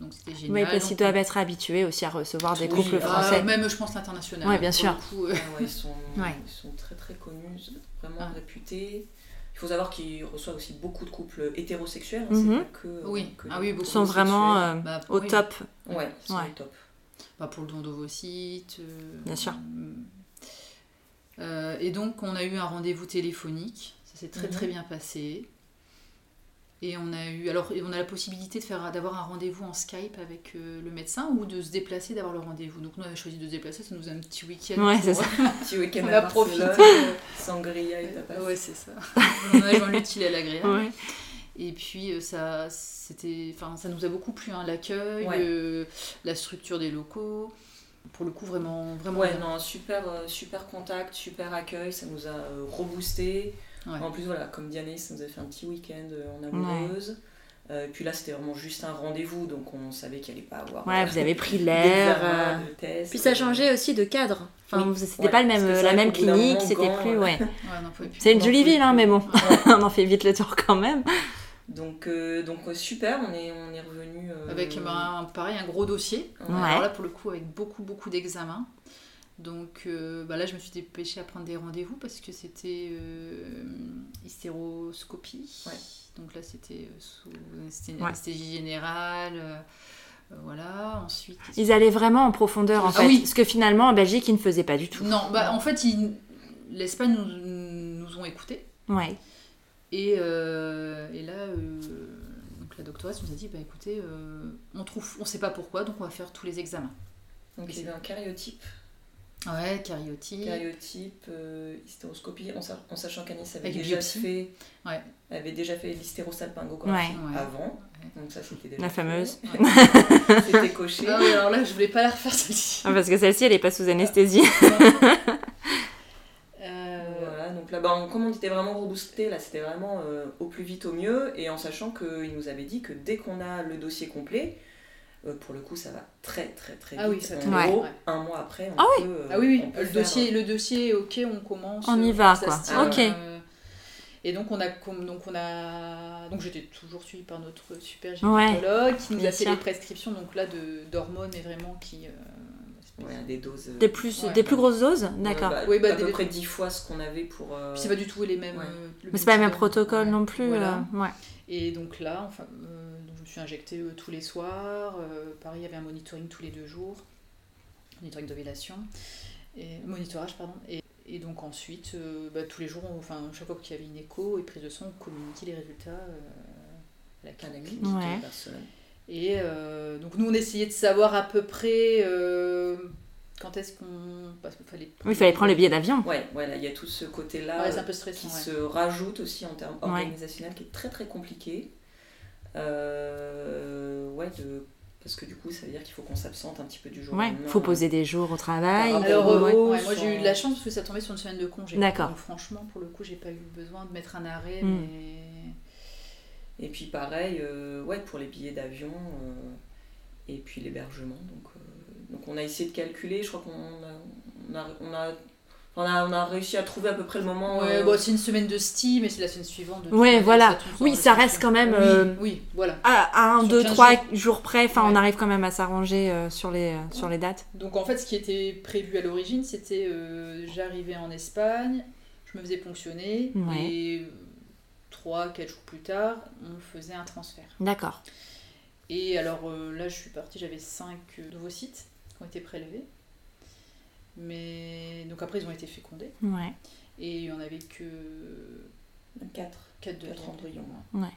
[SPEAKER 4] Donc c'était génial.
[SPEAKER 2] Oui, parce qu'ils
[SPEAKER 4] On-
[SPEAKER 2] doivent être habitués aussi à recevoir des
[SPEAKER 3] Oui,
[SPEAKER 2] couples
[SPEAKER 3] ah,
[SPEAKER 2] français.
[SPEAKER 4] Euh, même, je pense, l'international.
[SPEAKER 2] Ouais, bien
[SPEAKER 4] Pour
[SPEAKER 2] sûr.
[SPEAKER 4] le coup, euh,
[SPEAKER 3] Ouais, ouais, ils
[SPEAKER 4] [laughs]
[SPEAKER 3] sont
[SPEAKER 2] Ouais.
[SPEAKER 3] ils sont très très connus, vraiment
[SPEAKER 4] Ah.
[SPEAKER 3] réputés. Il faut savoir qu'ils reçoivent aussi beaucoup de couples hétérosexuels, hein,
[SPEAKER 2] Mhm.
[SPEAKER 3] c'est pas que
[SPEAKER 4] Oui.
[SPEAKER 3] que
[SPEAKER 4] Ah oui,
[SPEAKER 3] des
[SPEAKER 4] beaucoup.
[SPEAKER 2] Ils sont vraiment euh,
[SPEAKER 4] bah,
[SPEAKER 2] au
[SPEAKER 4] oui,
[SPEAKER 2] top.
[SPEAKER 3] Ouais, ils sont
[SPEAKER 2] Ouais.
[SPEAKER 3] au top.
[SPEAKER 4] bah, pour le don d'ovocytes. euh,
[SPEAKER 2] Bien sûr.
[SPEAKER 4] euh, et donc, on a eu un rendez-vous téléphonique. Ça s'est très,
[SPEAKER 3] Mhm.
[SPEAKER 4] très bien passé. Et on a eu. Alors, et on a la possibilité de faire d'avoir un rendez-vous en Skype avec euh, le médecin ou de se déplacer, d'avoir le rendez-vous. Donc, nous, on avait choisi de se déplacer. Ça nous a un petit week-end.
[SPEAKER 2] Ouais,
[SPEAKER 4] pour- [laughs]
[SPEAKER 2] c'est ça.
[SPEAKER 3] Petit week-end
[SPEAKER 4] On
[SPEAKER 3] à
[SPEAKER 4] a profité.
[SPEAKER 3] Barcelone, euh, sangria et tapas.
[SPEAKER 4] ouais, c'est ça. [laughs] on a joint l'utile à l'agréable.
[SPEAKER 2] Ouais.
[SPEAKER 4] Et puis euh, ça, c'était, enfin, ça nous a beaucoup plu, hein, l'accueil,
[SPEAKER 3] Ouais.
[SPEAKER 4] euh, la structure des locaux. Pour le coup, vraiment, vraiment.
[SPEAKER 3] Ouais,
[SPEAKER 4] bien.
[SPEAKER 3] non, super, euh, super contact, super accueil, ça nous a euh, reboosté.
[SPEAKER 4] Ouais.
[SPEAKER 3] En plus, voilà, comme Diane, ça nous a fait un petit week-end euh, en amoureuse. Euh, puis là, c'était vraiment juste un rendez-vous, donc on savait qu'il allait pas avoir.
[SPEAKER 2] Ouais,
[SPEAKER 3] euh,
[SPEAKER 2] vous avez pris
[SPEAKER 3] des
[SPEAKER 2] l'air.
[SPEAKER 3] examens,
[SPEAKER 2] euh,
[SPEAKER 3] de tests,
[SPEAKER 2] Puis ça
[SPEAKER 3] euh,
[SPEAKER 2] changeait aussi de cadre. Enfin,
[SPEAKER 3] Oui.
[SPEAKER 2] vous- c'était
[SPEAKER 3] Ouais,
[SPEAKER 2] pas le
[SPEAKER 3] parce
[SPEAKER 2] même, euh,
[SPEAKER 3] que c'est
[SPEAKER 2] la
[SPEAKER 3] vrai
[SPEAKER 2] même
[SPEAKER 3] qu'au bout d'un moment,
[SPEAKER 2] clinique, c'était
[SPEAKER 3] Gand,
[SPEAKER 2] plus.
[SPEAKER 3] euh,
[SPEAKER 2] Ouais.
[SPEAKER 4] Ouais, on n'en pouvait plus.
[SPEAKER 2] C'est une
[SPEAKER 4] On en
[SPEAKER 2] jolie
[SPEAKER 4] pouvait
[SPEAKER 2] ville, hein,
[SPEAKER 4] plus.
[SPEAKER 2] mais bon.
[SPEAKER 4] Ouais.
[SPEAKER 2] on en fait vite le tour quand même.
[SPEAKER 3] Donc, euh, donc euh, super, on est, on est revenu. euh,
[SPEAKER 4] Avec ben, pareil un gros dossier.
[SPEAKER 3] ouais.
[SPEAKER 1] Ouais.
[SPEAKER 4] Alors là pour le coup avec beaucoup beaucoup d'examens. Donc euh, bah là je me suis dépêchée à prendre des rendez-vous parce que c'était euh, hystéroscopie.
[SPEAKER 3] Ouais.
[SPEAKER 4] Donc là c'était euh, sous c'était une
[SPEAKER 1] Ouais.
[SPEAKER 4] anesthésie générale. euh, euh, voilà ensuite.
[SPEAKER 2] Ils allaient vraiment en profondeur en
[SPEAKER 4] Ah
[SPEAKER 2] fait.
[SPEAKER 4] oui.
[SPEAKER 2] Ce que finalement en Belgique ils ne faisaient pas du tout.
[SPEAKER 4] Non bah en fait ils- l'Espagne nous, nous ont écoutés.
[SPEAKER 2] Ouais.
[SPEAKER 4] Et, euh, et là, euh, donc la doctoresse nous a dit, bah écoutez, euh, on trouve, on sait pas pourquoi, donc on va faire tous les examens.
[SPEAKER 3] Donc il y avait un cariotype,
[SPEAKER 4] Ouais, cariotype.
[SPEAKER 3] cariotype, euh, hystéroscopie, en, sa- en sachant qu'Anis avait
[SPEAKER 4] Avec
[SPEAKER 3] déjà
[SPEAKER 4] biopsie.
[SPEAKER 3] fait,
[SPEAKER 4] Ouais.
[SPEAKER 3] avait déjà fait l'hystérosalpingographie
[SPEAKER 4] Ouais.
[SPEAKER 3] avant, donc ça c'était déjà
[SPEAKER 2] La
[SPEAKER 3] fait.
[SPEAKER 2] fameuse.
[SPEAKER 3] c'était coché.
[SPEAKER 4] Ah oui, alors là, je voulais pas la refaire celle-ci.
[SPEAKER 2] Ah, parce que celle-ci elle est pas sous anesthésie.
[SPEAKER 4] Euh,
[SPEAKER 3] Voilà, donc là, bah, on- comme on était vraiment reboosté, là c'était vraiment euh, au plus vite, au mieux, et en sachant qu'il nous avait dit que dès qu'on a le dossier complet, euh, pour le coup ça va très très très vite.
[SPEAKER 4] Ah oui, ça
[SPEAKER 3] En
[SPEAKER 4] va.
[SPEAKER 3] gros,
[SPEAKER 4] Ouais.
[SPEAKER 3] un mois après, on
[SPEAKER 2] Ah
[SPEAKER 3] peut, euh,
[SPEAKER 4] Ah oui,
[SPEAKER 3] on
[SPEAKER 4] oui,
[SPEAKER 3] peut
[SPEAKER 4] le
[SPEAKER 3] faire-
[SPEAKER 4] dossier, le dossier, ok, on commence.
[SPEAKER 2] On y
[SPEAKER 4] euh,
[SPEAKER 2] va,
[SPEAKER 4] ça
[SPEAKER 2] quoi.
[SPEAKER 4] se tient,
[SPEAKER 2] Ok.
[SPEAKER 4] euh, et donc on a, com- donc on a, donc j'étais toujours suivie par notre super
[SPEAKER 2] Ouais.
[SPEAKER 4] gynécologue qui nous
[SPEAKER 2] Bien
[SPEAKER 4] a fait
[SPEAKER 2] sûr.
[SPEAKER 4] les prescriptions, donc là de d'hormones et vraiment qui. euh,
[SPEAKER 3] Ouais, des doses. euh,
[SPEAKER 2] Des plus,
[SPEAKER 4] Ouais.
[SPEAKER 2] des plus grosses doses D'accord.
[SPEAKER 3] euh, bah,
[SPEAKER 4] Oui, bah,
[SPEAKER 3] à
[SPEAKER 4] des-
[SPEAKER 3] peu près 10 fois ce qu'on avait pour. euh,
[SPEAKER 4] Puis c'est pas du tout les mêmes.
[SPEAKER 3] Ouais.
[SPEAKER 4] euh, le
[SPEAKER 2] Mais c'est pas le même
[SPEAKER 4] médicament.
[SPEAKER 2] protocole
[SPEAKER 4] Ouais.
[SPEAKER 2] non plus.
[SPEAKER 4] Voilà.
[SPEAKER 2] euh, ouais.
[SPEAKER 4] Et donc là, enfin, euh, donc je me suis injectée euh, tous les soirs. euh, pareil, il y avait un monitoring tous les deux jours, monitoring d'ovulation, et monitorage pardon. Et, et donc ensuite, euh, bah, tous les jours, on- enfin chaque fois qu'il y avait une écho et prise de son, on communiquait les résultats euh, à la
[SPEAKER 3] à la
[SPEAKER 4] clinique.
[SPEAKER 3] clinique de
[SPEAKER 2] Ouais.
[SPEAKER 3] Barcelone.
[SPEAKER 4] Et euh, donc nous, on essayait de savoir à peu près euh, quand est-ce qu'on, parce qu'il fallait.
[SPEAKER 2] Oui, il fallait prendre le billet d'avion.
[SPEAKER 3] Ouais, ouais, là, il y a tout ce côté-là
[SPEAKER 4] Ouais, c'est
[SPEAKER 3] euh,
[SPEAKER 4] un peu stressant.
[SPEAKER 3] qui
[SPEAKER 4] ouais.
[SPEAKER 3] se rajoute aussi en termes
[SPEAKER 2] Ouais.
[SPEAKER 3] organisationnels, qui est très très compliqué. Euh, ouais, de- parce que du coup, ça veut dire qu'il faut qu'on s'absente un petit peu du jour
[SPEAKER 2] Ouais.
[SPEAKER 3] au lendemain.
[SPEAKER 2] Faut poser des jours au travail.
[SPEAKER 3] Ah,
[SPEAKER 4] Alors,
[SPEAKER 3] ouais,
[SPEAKER 4] euh,
[SPEAKER 3] ouais.
[SPEAKER 4] ouais, moi j'ai eu de la chance parce que ça tombait sur une semaine de congé.
[SPEAKER 2] D'accord.
[SPEAKER 4] Donc, franchement, pour le coup, j'ai pas eu besoin de mettre un arrêt.
[SPEAKER 2] Mm.
[SPEAKER 4] mais-
[SPEAKER 3] Et puis pareil, euh, ouais, pour les billets d'avion euh, et puis l'hébergement. Donc, euh, donc on a essayé de calculer, je crois qu'on a, on a, on a, on a, on a réussi à trouver à peu près le moment.
[SPEAKER 4] Ouais,
[SPEAKER 3] euh,
[SPEAKER 4] bon, c'est une semaine de Steam mais c'est la semaine suivante. de toute
[SPEAKER 2] Ouais,
[SPEAKER 4] façon,
[SPEAKER 2] voilà.
[SPEAKER 4] tombe sur
[SPEAKER 2] Oui,
[SPEAKER 4] un
[SPEAKER 2] ça
[SPEAKER 4] week-end.
[SPEAKER 2] reste quand même,
[SPEAKER 4] Oui,
[SPEAKER 2] euh,
[SPEAKER 4] oui, voilà.
[SPEAKER 2] À, à un,
[SPEAKER 4] Sur
[SPEAKER 2] deux,
[SPEAKER 4] 15
[SPEAKER 2] trois jours près, enfin on
[SPEAKER 4] Ouais.
[SPEAKER 2] arrive quand même à s'arranger euh, sur, les, euh, sur les dates.
[SPEAKER 4] Donc en fait, ce qui était prévu à l'origine, c'était euh, j'arrivais en Espagne, je me faisais ponctionner
[SPEAKER 2] Ouais.
[SPEAKER 4] et 3-4 jours plus tard, on faisait un transfert.
[SPEAKER 2] D'accord.
[SPEAKER 4] Et alors euh, là, je suis partie, j'avais 5 nouveaux sites qui ont été prélevés. Mais donc après, ils ont été fécondés.
[SPEAKER 2] Ouais.
[SPEAKER 4] Et il n'y en avait que bah,
[SPEAKER 3] Quatre.
[SPEAKER 4] 4 de
[SPEAKER 3] Quatre embryons, hein.
[SPEAKER 2] ouais.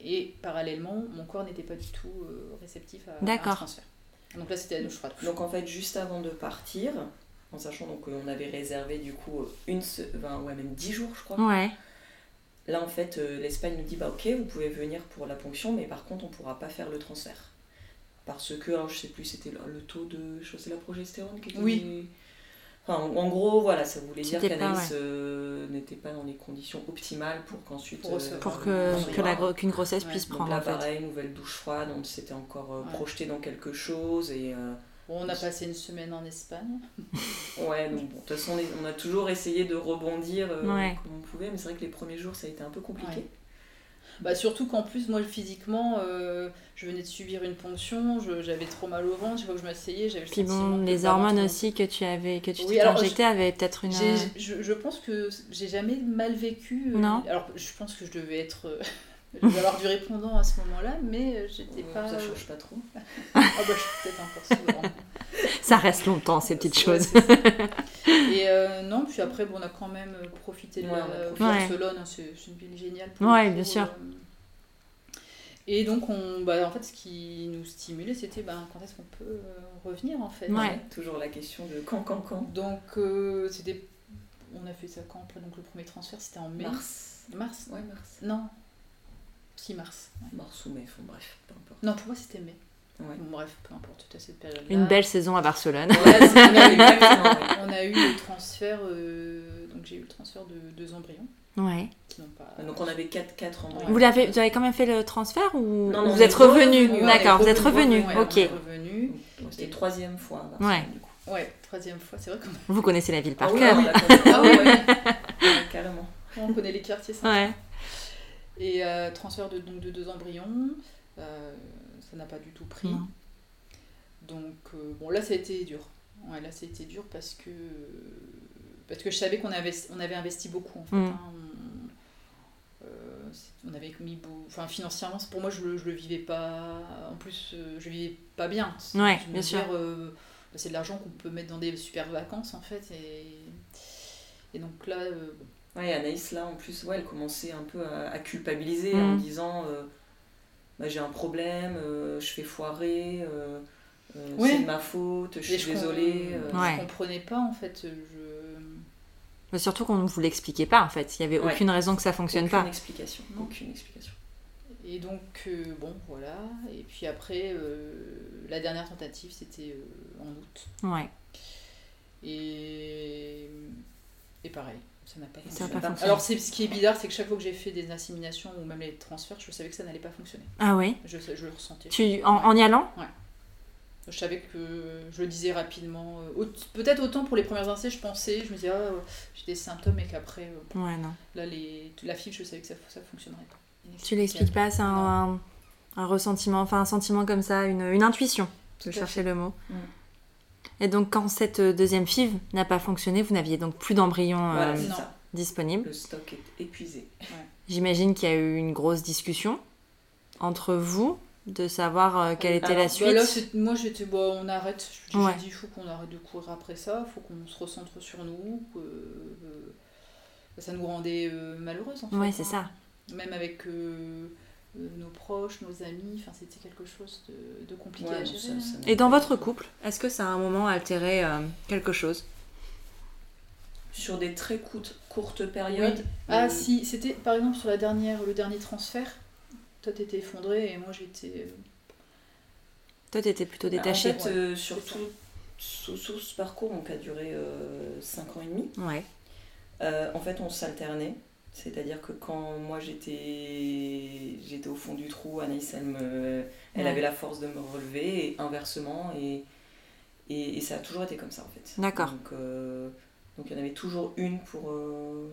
[SPEAKER 4] Et parallèlement, mon corps n'était pas du tout euh, réceptif à, à un
[SPEAKER 2] D'accord.
[SPEAKER 4] transfert. Donc là, c'était à nous, je crois.
[SPEAKER 3] Donc en fait, juste avant de partir, en sachant donc qu'on avait réservé du coup euh, une, se- enfin, ouais, même 10 jours, je crois.
[SPEAKER 2] Ouais.
[SPEAKER 3] Là, en fait, euh, l'Espagne nous dit bah ok, vous pouvez venir pour la ponction, mais par contre, on pourra pas faire le transfert. Parce que, alors, je sais plus, c'était le, le taux de. Je crois que c'est la progestérone qui était.
[SPEAKER 4] Oui.
[SPEAKER 3] Enfin, en, en gros, voilà, ça voulait dire
[SPEAKER 2] C'était pas,
[SPEAKER 3] qu'Anaïs euh, n'était pas dans les conditions optimales pour qu'ensuite.
[SPEAKER 4] Pour recevoir.
[SPEAKER 2] Pour
[SPEAKER 4] Euh,
[SPEAKER 2] que,
[SPEAKER 4] oui.
[SPEAKER 2] que la gro- qu'une grossesse
[SPEAKER 4] Ouais.
[SPEAKER 2] puisse
[SPEAKER 3] Donc
[SPEAKER 2] prendre
[SPEAKER 3] là,
[SPEAKER 2] en fait.
[SPEAKER 3] pareil, nouvelle douche froide, on s'était encore euh,
[SPEAKER 4] Ouais.
[SPEAKER 3] projeté dans quelque chose et. euh,
[SPEAKER 4] Bon, on a passé une semaine en Espagne.
[SPEAKER 3] Ouais, donc bon, de toute façon, on, est- on a toujours essayé de rebondir euh,
[SPEAKER 2] Ouais.
[SPEAKER 3] comme on pouvait, mais c'est vrai que les premiers jours, ça a été un peu compliqué.
[SPEAKER 4] Ouais. Bah, surtout qu'en plus, moi, physiquement, euh, je venais de subir une ponction, je- j'avais trop mal au ventre, chaque fois que je m'asseyais, j'avais le
[SPEAKER 2] Puis
[SPEAKER 4] sentiment
[SPEAKER 2] bon,
[SPEAKER 4] que
[SPEAKER 2] les
[SPEAKER 4] le ventre-
[SPEAKER 2] hormones aussi que tu avais, que tu
[SPEAKER 4] Oui,
[SPEAKER 2] t'étais
[SPEAKER 4] alors,
[SPEAKER 2] injectées avaient peut-être une.
[SPEAKER 4] J'ai-
[SPEAKER 2] euh,
[SPEAKER 4] Je, je pense que j'ai jamais mal vécu. euh,
[SPEAKER 2] Non.
[SPEAKER 4] Alors, je pense que je devais être. euh, [laughs] je devais avoir du répondant à ce moment-là, mais euh, j'étais
[SPEAKER 3] Euh,
[SPEAKER 4] pas.
[SPEAKER 3] Ça change pas trop.
[SPEAKER 4] Ah bah, je suis peut-être encore sous grande.
[SPEAKER 2] [laughs] Ça reste longtemps ces petites
[SPEAKER 4] Ouais,
[SPEAKER 2] choses.
[SPEAKER 4] c'est ça.
[SPEAKER 2] [laughs]
[SPEAKER 4] Et euh, non, puis après, bon, on a quand même euh, profité de
[SPEAKER 3] Ouais, on
[SPEAKER 4] la
[SPEAKER 3] a profité.
[SPEAKER 4] Barcelone, hein, c'est c'est une ville géniale. pour
[SPEAKER 2] Ouais,
[SPEAKER 4] le coup,
[SPEAKER 2] bien sûr.
[SPEAKER 4] euh. Et donc, on, bah, en fait, ce qui nous stimulait, c'était bah, quand est-ce qu'on peut euh, revenir, en fait.
[SPEAKER 2] Ouais.
[SPEAKER 3] Toujours la question de quand, quand, quand
[SPEAKER 4] Donc, euh, c'était... On a fait ça quand après Donc, le premier transfert, c'était en mai.
[SPEAKER 3] Mars.
[SPEAKER 4] Mars
[SPEAKER 3] Ouais, mars.
[SPEAKER 4] Non. 6 mars. ouais.
[SPEAKER 3] Mars ou mai, enfin bref, peu importe.
[SPEAKER 4] Non, pour moi, c'était mai.
[SPEAKER 3] Ouais.
[SPEAKER 4] Bon, bref, peu importe, toute cette période-là.
[SPEAKER 2] Une belle saison à Barcelone.
[SPEAKER 4] Ouais, c'était
[SPEAKER 3] Ouais,
[SPEAKER 4] mai, mais-
[SPEAKER 3] exactement, ouais.
[SPEAKER 4] On a eu le transfert, euh, donc j'ai eu le transfert de deux embryons
[SPEAKER 2] Ouais.
[SPEAKER 4] qui n'ont pas.
[SPEAKER 3] Euh, Donc on avait 4, 4 embryons.
[SPEAKER 2] Vous l'avez, vous avez quand même fait le transfert ou
[SPEAKER 3] Non, non,
[SPEAKER 2] vous
[SPEAKER 3] on
[SPEAKER 2] êtes
[SPEAKER 3] est
[SPEAKER 2] revenu
[SPEAKER 3] revenu, ouais,
[SPEAKER 2] D'accord,
[SPEAKER 4] on
[SPEAKER 2] vous
[SPEAKER 4] est
[SPEAKER 2] êtes revenu.
[SPEAKER 4] ouais,
[SPEAKER 2] ok.
[SPEAKER 4] on est revenu.
[SPEAKER 3] Donc, C'était troisième fois. à Barcelone,
[SPEAKER 2] Ouais.
[SPEAKER 3] du coup.
[SPEAKER 4] Ouais, troisième fois, c'est vrai qu'on [laughs]
[SPEAKER 2] Vous connaissez la ville par
[SPEAKER 3] Ah ouais,
[SPEAKER 2] cœur.
[SPEAKER 3] on l'a compris.
[SPEAKER 4] Ah ouais, ouais.
[SPEAKER 3] Ouais, carrément.
[SPEAKER 4] on connaît les quartiers. ça.
[SPEAKER 2] Ouais.
[SPEAKER 4] Et euh, transfert de, donc, de deux embryons, euh, ça n'a pas du tout pris.
[SPEAKER 5] Non.
[SPEAKER 4] Donc, euh, bon, là, ça a été dur. Ouais, là, ça a été dur parce que, parce que je savais qu'on avait, on avait investi beaucoup, en fait.
[SPEAKER 2] Mm.
[SPEAKER 4] hein. On, euh, c'est- on avait mis beau... Enfin, financièrement, c'est- pour moi, je le, je le vivais pas... En plus, euh, je le vivais pas bien. C'est-
[SPEAKER 2] Ouais,
[SPEAKER 4] je me
[SPEAKER 2] bien
[SPEAKER 4] dis,
[SPEAKER 2] sûr.
[SPEAKER 4] euh, bah, c'est de l'argent qu'on peut mettre dans des super vacances, en fait. Et, et donc là, euh,
[SPEAKER 3] Ouais, et Anaïs, là, en plus, ouais, elle commençait un peu à, à culpabiliser
[SPEAKER 2] Mm.
[SPEAKER 3] en disant euh, bah, j'ai un problème, euh, je fais foirer, euh, euh,
[SPEAKER 4] Ouais.
[SPEAKER 3] c'est de ma faute, je
[SPEAKER 4] Et
[SPEAKER 3] suis
[SPEAKER 4] com-
[SPEAKER 3] désolée. euh.
[SPEAKER 4] je
[SPEAKER 2] Ouais.
[SPEAKER 4] comprenais pas en fait. Je...
[SPEAKER 2] Mais surtout qu'on ne vous l'expliquait pas en fait. Il n'y avait
[SPEAKER 3] Ouais.
[SPEAKER 2] aucune raison que ça fonctionne
[SPEAKER 3] Aucune
[SPEAKER 2] pas.
[SPEAKER 3] explication.
[SPEAKER 4] Non.
[SPEAKER 3] Aucune explication.
[SPEAKER 4] Et donc, euh, bon, voilà. Et puis après, euh, la dernière tentative, c'était euh, en août.
[SPEAKER 2] Ouais.
[SPEAKER 4] Et, et pareil, ça n'a pas
[SPEAKER 2] Ça
[SPEAKER 4] fonctionné.
[SPEAKER 2] n'a pas
[SPEAKER 3] pas-
[SPEAKER 2] fonctionné.
[SPEAKER 4] Alors, c'est, ce qui est bizarre, c'est que chaque fois que j'ai fait des inséminations ou même les transferts, je savais que ça n'allait pas fonctionner.
[SPEAKER 2] Ah ouais
[SPEAKER 4] Je, je le ressentais.
[SPEAKER 2] tu, en, en y allant
[SPEAKER 4] Je savais que je le disais rapidement. euh, aut- Peut-être autant pour les premières insées, je pensais, je me disais, ah, euh, j'ai des symptômes et qu'après, euh,
[SPEAKER 2] Ouais, non.
[SPEAKER 4] là, les... la fiche, je savais que ça, ça fonctionnerait pas.
[SPEAKER 2] Tu l'expliques pas, c'est un, un, un ressentiment, enfin un sentiment comme ça, une, une intuition. Je
[SPEAKER 4] à
[SPEAKER 2] cherchais le mot.
[SPEAKER 3] Mm.
[SPEAKER 2] Et donc, quand cette euh, deuxième FIV n'a pas fonctionné, vous n'aviez donc plus d'embryons
[SPEAKER 3] Voilà,
[SPEAKER 2] euh,
[SPEAKER 3] c'est
[SPEAKER 4] non.
[SPEAKER 3] ça.
[SPEAKER 2] disponibles.
[SPEAKER 3] Le stock est épuisé.
[SPEAKER 2] J'imagine qu'il y a eu une grosse discussion entre vous de savoir euh, quelle était
[SPEAKER 4] Alors,
[SPEAKER 2] la
[SPEAKER 4] bah
[SPEAKER 2] suite.
[SPEAKER 4] là, c'est- moi, j'étais, bon, on arrête. Je- J'ai
[SPEAKER 2] Ouais.
[SPEAKER 4] dit, il faut qu'on arrête de courir après ça, il faut qu'on se recentre sur nous. que, euh, ça nous rendait euh, malheureuses, en fait.
[SPEAKER 2] ouais, c'est
[SPEAKER 4] hein.
[SPEAKER 2] ça.
[SPEAKER 4] Même avec euh, euh, nos proches, nos amis, enfin, c'était quelque chose de, de compliqué
[SPEAKER 3] Ouais,
[SPEAKER 4] à
[SPEAKER 3] non,
[SPEAKER 4] gérer.
[SPEAKER 3] ça-
[SPEAKER 4] hein.
[SPEAKER 3] ça n'a
[SPEAKER 2] Et dans
[SPEAKER 3] pas
[SPEAKER 2] votre
[SPEAKER 3] été-
[SPEAKER 2] couple, est-ce que ça a un moment altéré euh, quelque chose
[SPEAKER 3] Sur des très courtes, courtes périodes.
[SPEAKER 4] Ah
[SPEAKER 3] euh,
[SPEAKER 4] si, c'était par exemple sur la dernière, le dernier transfert. Toi, t'étais effondrée et moi, j'étais... euh,
[SPEAKER 2] Toi, t'étais plutôt détachée.
[SPEAKER 3] En fait, euh, sur,
[SPEAKER 4] C'est ça.
[SPEAKER 3] tout- sous, sous ce parcours donc, qui a duré 5 ans et demi,
[SPEAKER 2] Ouais.
[SPEAKER 3] euh, en fait, on s'alternait. C'est-à-dire que quand moi j'étais j'étais au fond du trou, Anaïs, elle, me, elle
[SPEAKER 2] Ouais.
[SPEAKER 3] avait la force de me relever, et inversement, et, et, et ça a toujours été comme ça en fait.
[SPEAKER 2] D'accord.
[SPEAKER 3] Donc, euh, donc il y en avait toujours une pour, euh,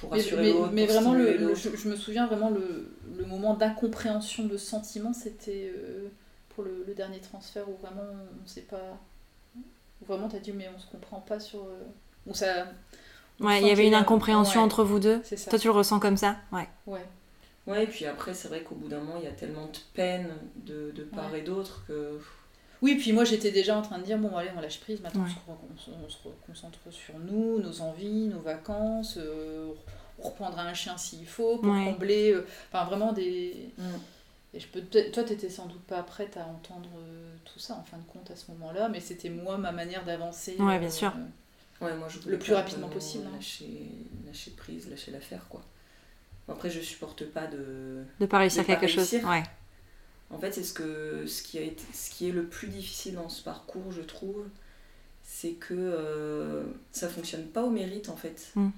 [SPEAKER 3] pour
[SPEAKER 4] Mais,
[SPEAKER 3] assurer
[SPEAKER 4] mais-
[SPEAKER 3] l'autre.
[SPEAKER 4] mais
[SPEAKER 3] pour
[SPEAKER 4] vraiment, le,
[SPEAKER 3] stimuler
[SPEAKER 4] le-
[SPEAKER 3] l'autre.
[SPEAKER 4] je, je me souviens vraiment le, le moment d'incompréhension de sentiment, c'était euh, pour le, le dernier transfert où vraiment on ne sait pas. Où vraiment t'as dit, mais on se comprend pas sur. euh, où ça. on
[SPEAKER 2] Ouais,
[SPEAKER 4] sent
[SPEAKER 2] il y
[SPEAKER 4] qu'il
[SPEAKER 2] avait une
[SPEAKER 4] a-
[SPEAKER 2] incompréhension
[SPEAKER 4] ouais,
[SPEAKER 2] entre vous deux.
[SPEAKER 4] C'est ça.
[SPEAKER 2] Toi, tu le ressens comme ça Ouais.
[SPEAKER 4] Ouais.
[SPEAKER 3] Ouais, et puis après, c'est vrai qu'au bout d'un moment, il y a tellement de peine de, de part et d'autre que.
[SPEAKER 4] Oui, puis moi j'étais déjà en train de dire, bon, allez, on lâche prise, maintenant
[SPEAKER 2] Ouais.
[SPEAKER 4] on, se, re- on se- on se reconcentre sur nous, nos envies, nos vacances, euh, on reprendra un chien s'il faut, pour
[SPEAKER 2] Ouais.
[SPEAKER 4] combler. euh, Enfin, vraiment des.
[SPEAKER 3] Mm.
[SPEAKER 4] Et je peux te- toi, t'étais sans doute pas prête à entendre euh, tout ça en fin de compte à ce moment-là, mais c'était moi ma manière d'avancer. euh,
[SPEAKER 2] Ouais, bien sûr.
[SPEAKER 3] Ouais, moi, je voulais
[SPEAKER 4] Le plus
[SPEAKER 3] pas
[SPEAKER 4] rapidement
[SPEAKER 3] vraiment
[SPEAKER 4] possible, hein.
[SPEAKER 3] Lâcher, lâcher prise, lâcher l'affaire, quoi. Après, je supporte pas de.
[SPEAKER 2] De pas réussir
[SPEAKER 3] De pas
[SPEAKER 2] quelque chose.
[SPEAKER 3] réussir.
[SPEAKER 2] Ouais.
[SPEAKER 3] En fait, c'est ce, que, ce, qui a été, ce qui est le plus difficile dans ce parcours, je trouve, c'est que euh, ça fonctionne pas au mérite, en fait.
[SPEAKER 2] Mm.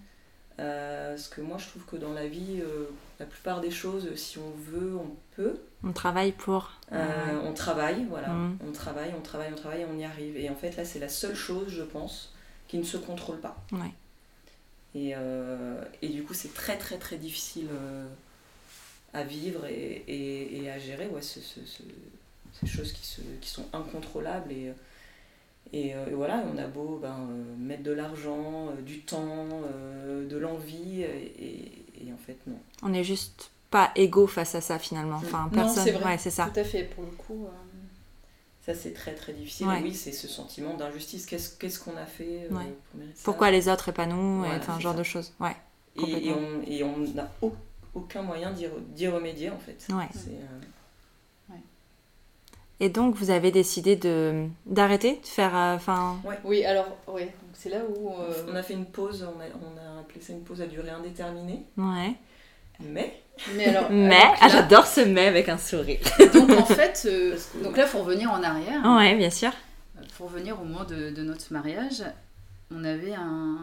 [SPEAKER 3] Euh, parce que moi, je trouve que dans la vie, euh, la plupart des choses, si on veut, on peut.
[SPEAKER 2] On travaille pour.
[SPEAKER 4] Ah
[SPEAKER 3] Euh, on travaille, voilà.
[SPEAKER 2] Ah Mm.
[SPEAKER 3] On travaille, on travaille, on travaille, on y arrive. Et en fait, là, c'est la seule chose, je pense, qui ne se contrôle pas.
[SPEAKER 2] Ouais.
[SPEAKER 3] Et, euh, et du coup, c'est très, très, très difficile euh, à vivre et, et- et à gérer, ouais, ce- ce- ce- ces choses qui, se, qui sont incontrôlables. Et, et, euh, et voilà, on a beau ben, euh, mettre de l'argent, euh, du temps, euh, de l'envie, et, et en fait, non.
[SPEAKER 2] On n'est juste pas égaux face à ça finalement. Enfin,
[SPEAKER 4] Non,
[SPEAKER 2] personne.
[SPEAKER 4] c'est vrai.
[SPEAKER 2] Ouais, c'est ça.
[SPEAKER 4] Tout à fait, pour le coup. euh,
[SPEAKER 3] Ça, c'est très, très difficile.
[SPEAKER 2] Ouais.
[SPEAKER 3] Et Oui, c'est ce sentiment d'injustice. Qu'est-ce qu'est-ce qu'on a fait euh,
[SPEAKER 2] Ouais.
[SPEAKER 3] pour mériter ça
[SPEAKER 2] Pourquoi les autres et pas nous et
[SPEAKER 3] Voilà,
[SPEAKER 2] Enfin,
[SPEAKER 3] c'est
[SPEAKER 2] genre
[SPEAKER 3] ça.
[SPEAKER 2] de choses. Ouais.
[SPEAKER 3] et, et
[SPEAKER 2] Complètement.
[SPEAKER 3] on et on n'a au- aucun moyen d'y re- d'y remédier en fait.
[SPEAKER 2] Ouais.
[SPEAKER 3] C'est, euh,
[SPEAKER 2] Et donc, vous avez décidé de d'arrêter, de faire. euh, Enfin.
[SPEAKER 4] Oui, alors, ouais, donc c'est là où. euh,
[SPEAKER 2] [laughs]
[SPEAKER 3] On a fait une pause, on a, on a appelé ça une pause à durée indéterminée,
[SPEAKER 2] ouais.
[SPEAKER 3] mais
[SPEAKER 4] Mais alors.
[SPEAKER 2] Mais.
[SPEAKER 4] Euh, alors que
[SPEAKER 2] Ah,
[SPEAKER 4] là-
[SPEAKER 2] j'adore ce mais avec un sourire. [laughs]
[SPEAKER 4] donc en fait, euh,
[SPEAKER 3] Parce que- bah,
[SPEAKER 4] donc là, faut revenir en arrière.
[SPEAKER 2] Ouais, bien sûr.
[SPEAKER 5] Pour revenir au moment de, de notre mariage, on avait un,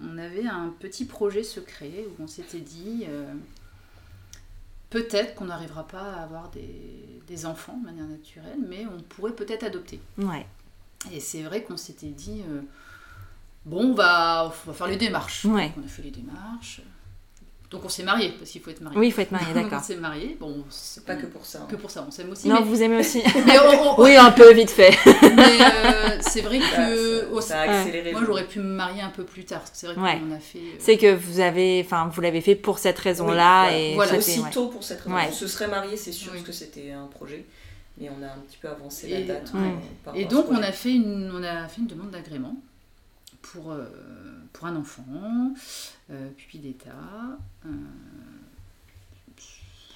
[SPEAKER 5] on avait un petit projet secret où on s'était dit euh, peut-être qu'on n'arrivera pas à avoir des, des enfants de manière naturelle, mais on pourrait peut-être adopter.
[SPEAKER 2] Ouais.
[SPEAKER 5] Et c'est vrai qu'on s'était dit euh, bon, bah, on va faire les démarches.
[SPEAKER 2] Ouais.
[SPEAKER 5] Donc, on a fait les démarches.
[SPEAKER 4] Donc on s'est marié parce qu'il faut être marié.
[SPEAKER 2] Oui, il faut être marié,
[SPEAKER 5] [laughs]
[SPEAKER 4] Donc, [laughs]
[SPEAKER 2] d'accord.
[SPEAKER 4] On s'est marié. Bon, c'est
[SPEAKER 3] Pas que pour ça. hein.
[SPEAKER 4] que pour ça, on s'aime aussi.
[SPEAKER 2] Non,
[SPEAKER 4] mais
[SPEAKER 2] vous aimez
[SPEAKER 4] [laughs]
[SPEAKER 2] aussi.
[SPEAKER 4] mais on- on-
[SPEAKER 2] oui, un peu vite fait.
[SPEAKER 4] mais, euh, c'est vrai
[SPEAKER 3] Ça- ça-
[SPEAKER 4] que au-
[SPEAKER 3] ça a accéléré.
[SPEAKER 4] moi j'aurais pu me marier un peu plus tard. parce que C'est vrai
[SPEAKER 2] Ouais.
[SPEAKER 4] qu'on a fait. euh,
[SPEAKER 2] C'est que vous avez, enfin, vous l'avez fait pour cette raison-là
[SPEAKER 3] Oui,
[SPEAKER 2] et
[SPEAKER 4] voilà.
[SPEAKER 2] c'était- ouais.
[SPEAKER 3] aussitôt pour cette raison.
[SPEAKER 2] Ouais.
[SPEAKER 3] On se serait mariés, c'est sûr,
[SPEAKER 4] Oui.
[SPEAKER 3] parce que c'était un projet, mais on a un petit peu avancé
[SPEAKER 4] Et-
[SPEAKER 3] la date.
[SPEAKER 2] ouais.
[SPEAKER 3] euh, par
[SPEAKER 4] Et
[SPEAKER 3] rapport à
[SPEAKER 4] donc
[SPEAKER 3] ce
[SPEAKER 4] on
[SPEAKER 3] projet.
[SPEAKER 4] a fait une, on a fait une demande d'agrément pour, euh, pour un enfant, euh, pupille d'État, euh,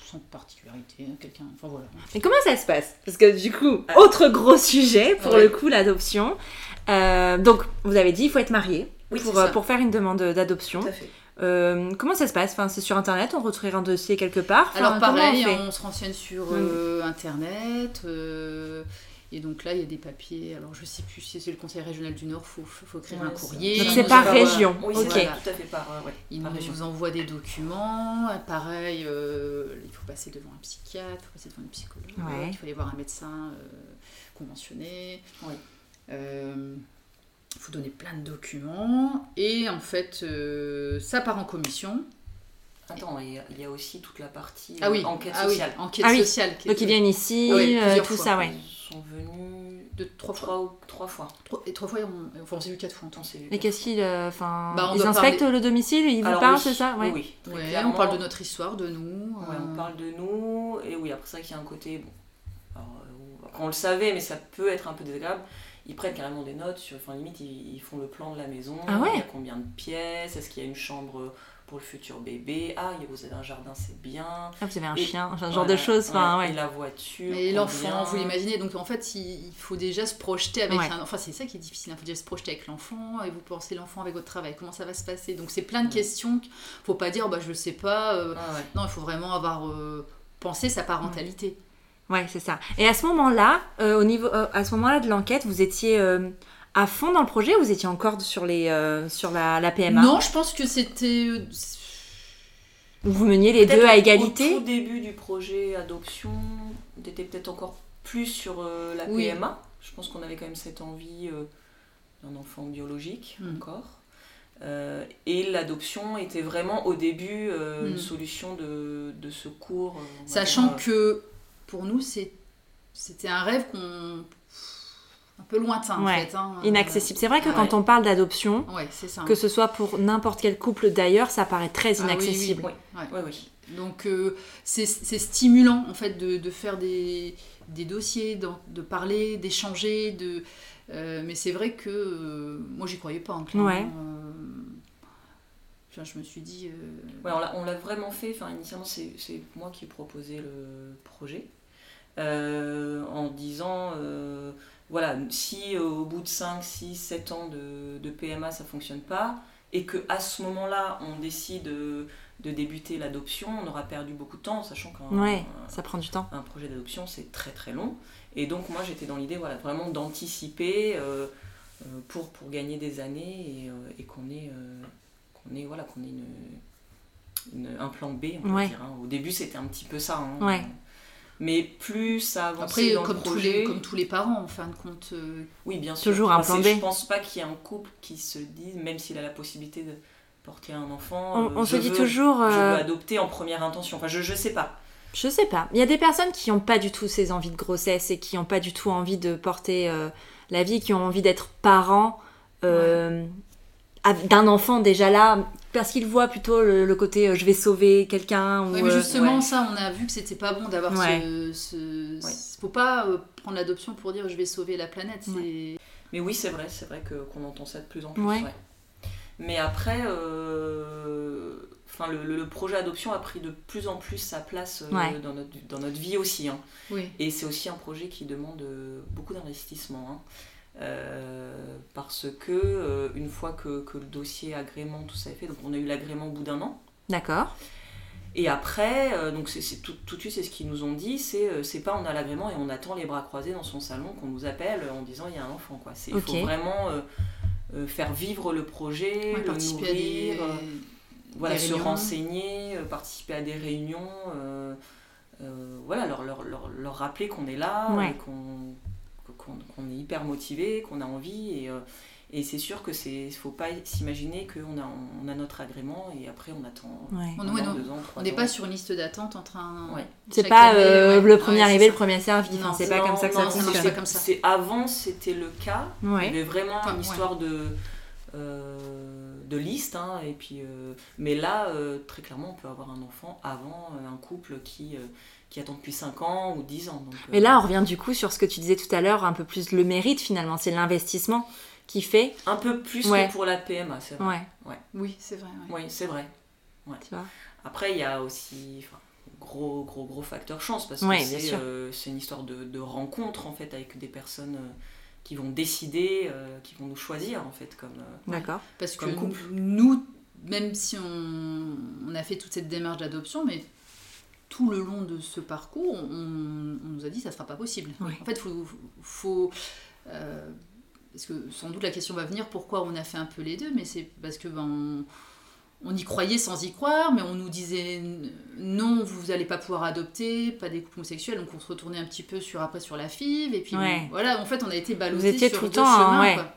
[SPEAKER 4] sans particularité, hein, quelqu'un. Enfin voilà.
[SPEAKER 2] Mais comment ça se passe Parce que du coup,
[SPEAKER 3] Ah.
[SPEAKER 2] autre gros sujet pour
[SPEAKER 4] Ouais.
[SPEAKER 2] le coup, l'adoption. Euh, donc, vous avez dit, il faut être marié
[SPEAKER 3] Oui,
[SPEAKER 2] pour,
[SPEAKER 3] c'est
[SPEAKER 2] euh,
[SPEAKER 3] ça.
[SPEAKER 2] pour faire une demande d'adoption.
[SPEAKER 3] Tout à fait.
[SPEAKER 2] Euh, comment ça se passe enfin, C'est sur Internet, on retire un dossier quelque part. Enfin,
[SPEAKER 4] Alors
[SPEAKER 2] comment
[SPEAKER 4] pareil, hein,
[SPEAKER 2] on fait Mm.
[SPEAKER 4] on, se renseigne sur euh, internet. euh, et donc là, il y a des papiers. Alors je sais plus si c'est le Conseil régional du Nord, faut, faut, faut créer un
[SPEAKER 3] Ouais, ça-
[SPEAKER 4] courrier. hein,
[SPEAKER 2] Donc,
[SPEAKER 4] ils
[SPEAKER 2] c'est
[SPEAKER 4] nous
[SPEAKER 2] par
[SPEAKER 4] envoient-
[SPEAKER 2] région.
[SPEAKER 3] Oui,
[SPEAKER 4] Ok.
[SPEAKER 3] c'est ça, tout à fait par. euh, ouais,
[SPEAKER 4] Ils
[SPEAKER 3] par région.
[SPEAKER 4] nous envoient des documents. Ah, Pareil, euh, il faut passer devant un psychiatre, il faut passer devant une psychologue,
[SPEAKER 2] Ouais.
[SPEAKER 4] il faut aller voir un médecin euh, conventionné.
[SPEAKER 3] Oui.
[SPEAKER 4] Euh, il faut donner plein de documents. Et en fait, euh, ça part en commission.
[SPEAKER 3] Attends, il y a- il y a aussi toute la partie
[SPEAKER 4] Ah oui,
[SPEAKER 3] euh, enquête
[SPEAKER 4] ah oui,
[SPEAKER 3] sociale.
[SPEAKER 4] enquête
[SPEAKER 2] Ah oui.
[SPEAKER 4] sociale. qui est-
[SPEAKER 2] Donc, ils viennent ici,
[SPEAKER 4] Ah oui,
[SPEAKER 2] euh,
[SPEAKER 4] plusieurs
[SPEAKER 2] tout
[SPEAKER 4] fois.
[SPEAKER 2] ça, ouais.
[SPEAKER 3] Ils sont venus
[SPEAKER 4] de trois fois.
[SPEAKER 3] trois, ou- trois fois.
[SPEAKER 4] Trois- et trois fois, on, enfin, on s'est vu quatre fois en tout.
[SPEAKER 3] On s'est-
[SPEAKER 2] Et qu'est-ce qu'ils. euh, Enfin,
[SPEAKER 4] Bah, on
[SPEAKER 2] ils
[SPEAKER 4] doit
[SPEAKER 2] inspectent
[SPEAKER 4] parler-
[SPEAKER 2] le domicile, ils vous
[SPEAKER 3] Alors,
[SPEAKER 2] parlent,
[SPEAKER 3] oui,
[SPEAKER 2] c'est ça
[SPEAKER 3] Oui,
[SPEAKER 2] Ouais.
[SPEAKER 3] oui, très
[SPEAKER 4] Ouais, on
[SPEAKER 3] clairement.
[SPEAKER 4] parle de notre histoire, de nous.
[SPEAKER 3] Ouais,
[SPEAKER 4] euh,
[SPEAKER 3] on parle de nous, et oui, après ça, qu'il y a un côté. Bon, alors, euh, après, on le savait, mais ça peut être un peu désagréable. Ils prennent carrément des notes, sur, enfin, limite, ils, ils font le plan de la maison.
[SPEAKER 2] Ah ouais
[SPEAKER 3] Il y a combien de pièces Est-ce qu'il y a une chambre pour le futur bébé Ah, il- vous avez un jardin, c'est bien.
[SPEAKER 2] Ah, vous avez un
[SPEAKER 3] Et-
[SPEAKER 2] chien, ce genre
[SPEAKER 3] Voilà,
[SPEAKER 2] de choses. Enfin,
[SPEAKER 3] ouais,
[SPEAKER 2] ouais.
[SPEAKER 3] Et la voiture.
[SPEAKER 4] Et l'enfant,
[SPEAKER 3] combien
[SPEAKER 4] vous l'imaginez. Donc en fait, il il faut déjà se projeter avec
[SPEAKER 2] Ouais.
[SPEAKER 4] un Enfin, c'est ça qui est difficile. Il faut déjà se projeter avec l'enfant et vous pensez l'enfant avec votre travail. Comment ça va se passer Donc c'est plein de
[SPEAKER 2] Mm.
[SPEAKER 3] Ouais.
[SPEAKER 4] questions. qu- Faut pas dire, bah je sais pas. euh,
[SPEAKER 3] Ah ouais.
[SPEAKER 4] Non, il faut vraiment avoir euh, pensé sa parentalité.
[SPEAKER 2] Mm. Ouais, c'est ça. Et à ce moment-là, euh, au niveau, euh, à ce moment-là de l'enquête, vous étiez euh, à fond dans le projet ou vous étiez encore sur les, euh, sur la, la PMA
[SPEAKER 4] Non, je pense que c'était. euh,
[SPEAKER 2] Vous meniez les deux à
[SPEAKER 3] Au
[SPEAKER 2] égalité
[SPEAKER 3] tout début du projet adoption, on était peut-être encore plus sur euh, la
[SPEAKER 4] Oui.
[SPEAKER 3] PMA. Je pense qu'on avait quand même cette envie euh, d'un enfant biologique
[SPEAKER 2] Hmm.
[SPEAKER 4] Mm.
[SPEAKER 3] encore. Euh, et l'adoption était vraiment au début
[SPEAKER 2] Hmm.
[SPEAKER 3] euh,
[SPEAKER 4] Mm.
[SPEAKER 3] une solution de, de secours. euh, on va
[SPEAKER 4] Sachant
[SPEAKER 3] dire, euh,
[SPEAKER 4] que pour nous, c'est- c'était un rêve qu'on. un peu lointain en
[SPEAKER 2] Ouais.
[SPEAKER 4] fait. hein.
[SPEAKER 2] inaccessible. C'est vrai que quand
[SPEAKER 4] Ouais.
[SPEAKER 2] on parle d'adoption,
[SPEAKER 4] Ouais, c'est ça. hein.
[SPEAKER 2] que ce soit pour n'importe quel couple d'ailleurs, ça paraît très
[SPEAKER 4] Ah oui, oui,
[SPEAKER 2] inaccessible.
[SPEAKER 3] oui. ouais, oui.
[SPEAKER 4] Donc euh, c'est c'est stimulant en fait de, de faire des, des dossiers, d'en- de, parler, d'échanger, de. euh, mais c'est vrai que euh, moi j'y croyais pas. hein, clairement.
[SPEAKER 2] Ouais.
[SPEAKER 4] Euh, enfin, je me suis dit. euh,
[SPEAKER 3] Ouais, on l'a- on l'a vraiment fait. Enfin, initialement, c'est c'est moi qui ai proposé le projet euh, en disant euh, voilà, si euh, au bout de 5, 6, 7 ans de, de PMA ça fonctionne pas et que à ce moment-là on décide euh, de débuter l'adoption, on aura perdu beaucoup de temps, sachant qu'un
[SPEAKER 2] Ouais.
[SPEAKER 3] un-
[SPEAKER 2] Ça prend du temps.
[SPEAKER 3] un projet d'adoption, c'est très très long. Et donc moi j'étais dans l'idée voilà, vraiment d'anticiper euh, euh, pour, pour gagner des années et, euh, et qu'on ait, euh, qu'on ait, voilà, qu'on ait une, une- un plan B, on peut
[SPEAKER 2] Ouais.
[SPEAKER 3] dire. hein. Au début c'était un petit peu ça. hein.
[SPEAKER 2] Ouais.
[SPEAKER 3] Mais plus ça avançait
[SPEAKER 4] après,
[SPEAKER 3] dans
[SPEAKER 4] comme
[SPEAKER 3] le
[SPEAKER 4] tous,
[SPEAKER 3] projet,
[SPEAKER 4] les, comme tous les parents, en fin de compte, euh,
[SPEAKER 3] oui bien sûr,
[SPEAKER 2] Toujours un
[SPEAKER 3] Enfin,
[SPEAKER 2] plan
[SPEAKER 3] c'est-
[SPEAKER 2] B.
[SPEAKER 3] Je pense pas qu'il y ait un couple qui se dise, même s'il a la possibilité de porter un enfant,
[SPEAKER 2] On,
[SPEAKER 3] euh,
[SPEAKER 2] on se
[SPEAKER 3] je
[SPEAKER 2] dit
[SPEAKER 3] veux-
[SPEAKER 2] toujours,
[SPEAKER 3] je
[SPEAKER 2] euh,
[SPEAKER 3] veux adopter en première intention. Enfin je, je sais pas.
[SPEAKER 2] je sais pas. Il y a des personnes qui n'ont pas du tout ces envies de grossesse et qui n'ont pas du tout envie de porter euh, la vie, qui ont envie d'être parents euh, av- d'un enfant déjà là, parce qu'ils voient plutôt le, le côté euh, je vais sauver quelqu'un. Ou,
[SPEAKER 4] Oui, mais
[SPEAKER 2] euh,
[SPEAKER 4] justement,
[SPEAKER 3] ouais.
[SPEAKER 4] ça, on a vu que c'était pas bon d'avoir
[SPEAKER 2] Ouais.
[SPEAKER 4] ce. ce-
[SPEAKER 3] Ouais.
[SPEAKER 4] ce- Faut pas euh, prendre l'adoption pour dire je vais sauver la planète. c'est-
[SPEAKER 3] Mais oui, c'est vrai, c'est vrai que qu'on entend ça de plus en plus.
[SPEAKER 2] Ouais.
[SPEAKER 3] ouais. Mais après, euh, enfin, le, le- le projet adoption a pris de plus en plus sa place euh,
[SPEAKER 2] Ouais.
[SPEAKER 3] dans, notre, dans notre vie aussi. hein.
[SPEAKER 4] Oui.
[SPEAKER 3] Et c'est aussi un projet qui demande euh, beaucoup d'investissement. hein. Euh, parce que euh, une fois que, que le dossier agrément tout ça est fait, donc on a eu l'agrément au bout d'un an.
[SPEAKER 2] D'accord.
[SPEAKER 3] Et après, euh, donc c'est- c'est tout, tout de suite, c'est ce qu'ils nous ont dit, c'est euh, c'est pas on a l'agrément et on attend les bras croisés dans son salon qu'on nous appelle en disant il y a un enfant quoi. C'est- Il
[SPEAKER 2] Ok.
[SPEAKER 3] faut vraiment euh, euh, faire vivre le projet,
[SPEAKER 4] Ouais,
[SPEAKER 3] le
[SPEAKER 4] participer à
[SPEAKER 3] nourrir,
[SPEAKER 4] des-
[SPEAKER 3] euh, voilà,
[SPEAKER 4] des
[SPEAKER 3] se
[SPEAKER 4] réunions.
[SPEAKER 3] renseigner, euh, participer à des réunions, euh, euh, voilà, leur, leur, leur, leur rappeler qu'on est là,
[SPEAKER 2] Ouais.
[SPEAKER 3] et qu'on qu'on qu'on est hyper motivé, qu'on a envie et, euh, Et c'est sûr que c'est, faut pas s'imaginer qu'on a, on a notre agrément et après on attend
[SPEAKER 1] Ouais.
[SPEAKER 3] un
[SPEAKER 4] On- ouais,
[SPEAKER 3] an,
[SPEAKER 4] non.
[SPEAKER 3] deux ans, trois
[SPEAKER 4] On n'est
[SPEAKER 3] ans.
[SPEAKER 4] pas sur une liste d'attente en train.
[SPEAKER 3] Ouais.
[SPEAKER 2] C'est
[SPEAKER 4] Chaque
[SPEAKER 2] pas
[SPEAKER 4] année,
[SPEAKER 2] euh,
[SPEAKER 4] ouais.
[SPEAKER 2] le premier
[SPEAKER 4] Ouais,
[SPEAKER 2] arrivé,
[SPEAKER 4] c'est
[SPEAKER 2] le premier servi.
[SPEAKER 4] Non,
[SPEAKER 2] Enfin, c'est
[SPEAKER 4] c'est-
[SPEAKER 2] pas comme ça que ça
[SPEAKER 3] non,
[SPEAKER 4] marche
[SPEAKER 2] fonctionne.
[SPEAKER 4] pas comme ça.
[SPEAKER 3] C'est avant, c'était le cas. Il y
[SPEAKER 2] Ouais.
[SPEAKER 3] avait vraiment
[SPEAKER 4] Enfin,
[SPEAKER 3] une
[SPEAKER 4] ouais.
[SPEAKER 3] histoire de, euh, de liste. hein, et puis, euh, mais là, euh, très clairement, on peut avoir un enfant avant euh, un couple qui, euh, qui attend depuis 5 ans ou 10 ans. Donc, euh,
[SPEAKER 2] Mais là, on revient du coup sur ce que tu disais tout à l'heure, un peu plus le mérite finalement, c'est l'investissement qui fait.
[SPEAKER 3] un peu plus
[SPEAKER 2] Ouais.
[SPEAKER 3] que pour la PMA, c'est vrai.
[SPEAKER 2] Ouais,
[SPEAKER 4] Oui, c'est vrai. ouais.
[SPEAKER 3] Oui, c'est vrai.
[SPEAKER 2] tu vois.
[SPEAKER 3] Après, il y a aussi enfin, gros, gros, gros facteur chance parce
[SPEAKER 2] Ouais,
[SPEAKER 3] que
[SPEAKER 2] bien
[SPEAKER 3] c'est
[SPEAKER 2] sûr.
[SPEAKER 3] euh, c'est une histoire de, de rencontre en fait avec des personnes euh, qui vont décider, euh, qui vont nous choisir en fait comme. euh,
[SPEAKER 2] D'accord.
[SPEAKER 4] Parce que
[SPEAKER 3] Comme couple.
[SPEAKER 4] nous, même si on, on a fait toute cette démarche d'adoption, mais tout le long de ce parcours, on, on nous a dit ça sera pas possible.
[SPEAKER 2] Ouais.
[SPEAKER 4] En fait, faut, faut euh, parce que sans doute la question va venir pourquoi on a fait un peu les deux, mais c'est parce que ben, on, on y croyait sans y croire, mais on nous disait n- non, vous allez pas pouvoir adopter, pas des couples homosexuels, donc on se retournait un petit peu sur après sur la FIV, et puis
[SPEAKER 2] Ouais.
[SPEAKER 4] bon, voilà, en fait on a été ballottés
[SPEAKER 2] étiez
[SPEAKER 4] sur
[SPEAKER 2] tout le
[SPEAKER 4] deux
[SPEAKER 2] temps, hein,
[SPEAKER 4] chemins,
[SPEAKER 2] ouais.
[SPEAKER 4] quoi.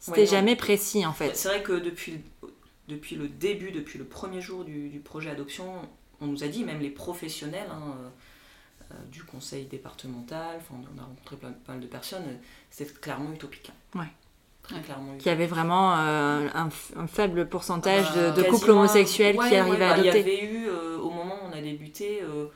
[SPEAKER 2] C'était
[SPEAKER 3] Ouais, non.
[SPEAKER 2] jamais précis en fait.
[SPEAKER 3] C'est vrai que depuis, le- depuis le début, depuis le premier jour du, du projet adoption, on nous a dit, même les professionnels hein, euh, euh, du conseil départemental, enfin, on a rencontré plein, pas mal de personnes, euh, c'est clairement utopique. hein.
[SPEAKER 2] Ouais.
[SPEAKER 3] Très
[SPEAKER 4] Ouais.
[SPEAKER 3] clairement
[SPEAKER 2] Qu'il y avait vraiment euh, un, f- un faible pourcentage
[SPEAKER 4] Ah bah,
[SPEAKER 2] de, de couples
[SPEAKER 3] quasiment un-
[SPEAKER 2] homosexuels qui
[SPEAKER 4] ouais,
[SPEAKER 2] arrivaient
[SPEAKER 4] ouais,
[SPEAKER 2] à
[SPEAKER 3] Bah, Il y
[SPEAKER 2] adopter.
[SPEAKER 3] avait eu, euh, au moment où on a débuté, euh,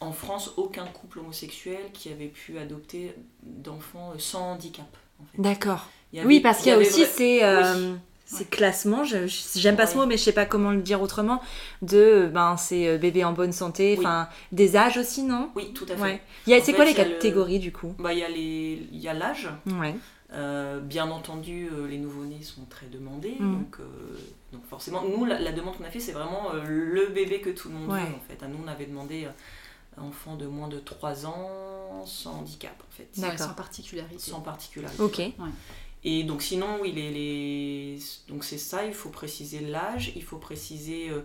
[SPEAKER 3] en France, aucun couple homosexuel qui avait pu adopter d'enfants euh, sans handicap. en fait.
[SPEAKER 2] D'accord.
[SPEAKER 3] Il y avait-
[SPEAKER 2] Oui, parce qu'il y a
[SPEAKER 3] il y avait
[SPEAKER 2] aussi
[SPEAKER 3] vra-
[SPEAKER 2] ces, euh, ces classements, je- je- j'aime pas ce
[SPEAKER 3] Ouais.
[SPEAKER 2] mot, mais je sais pas comment le dire autrement, de ben, ces euh, bébés en bonne santé,
[SPEAKER 3] Oui.
[SPEAKER 2] enfin des âges aussi, non
[SPEAKER 3] Oui, tout à fait.
[SPEAKER 2] Ouais. Il y a-
[SPEAKER 3] En
[SPEAKER 2] C'est quoi
[SPEAKER 3] fait,
[SPEAKER 2] les
[SPEAKER 3] il y a le-
[SPEAKER 2] catégories du coup
[SPEAKER 3] Bah, il y a les- il y a l'âge.
[SPEAKER 2] Ouais.
[SPEAKER 3] Euh, bien entendu, euh, les nouveau-nés sont très demandés,
[SPEAKER 2] Mm.
[SPEAKER 3] donc, euh, donc forcément, nous, la, la demande qu'on a fait, c'est vraiment euh, le bébé que tout le monde
[SPEAKER 2] Ouais.
[SPEAKER 3] veut, en fait. Ah, Nous, on avait demandé euh, enfant de moins de 3 ans, sans handicap, en fait,
[SPEAKER 2] D'accord.
[SPEAKER 4] Ouais, sans particularité.
[SPEAKER 3] sans particularité.
[SPEAKER 2] Ok.
[SPEAKER 3] Et donc, sinon, oui, les, les- donc c'est ça, il faut préciser l'âge, il faut préciser euh,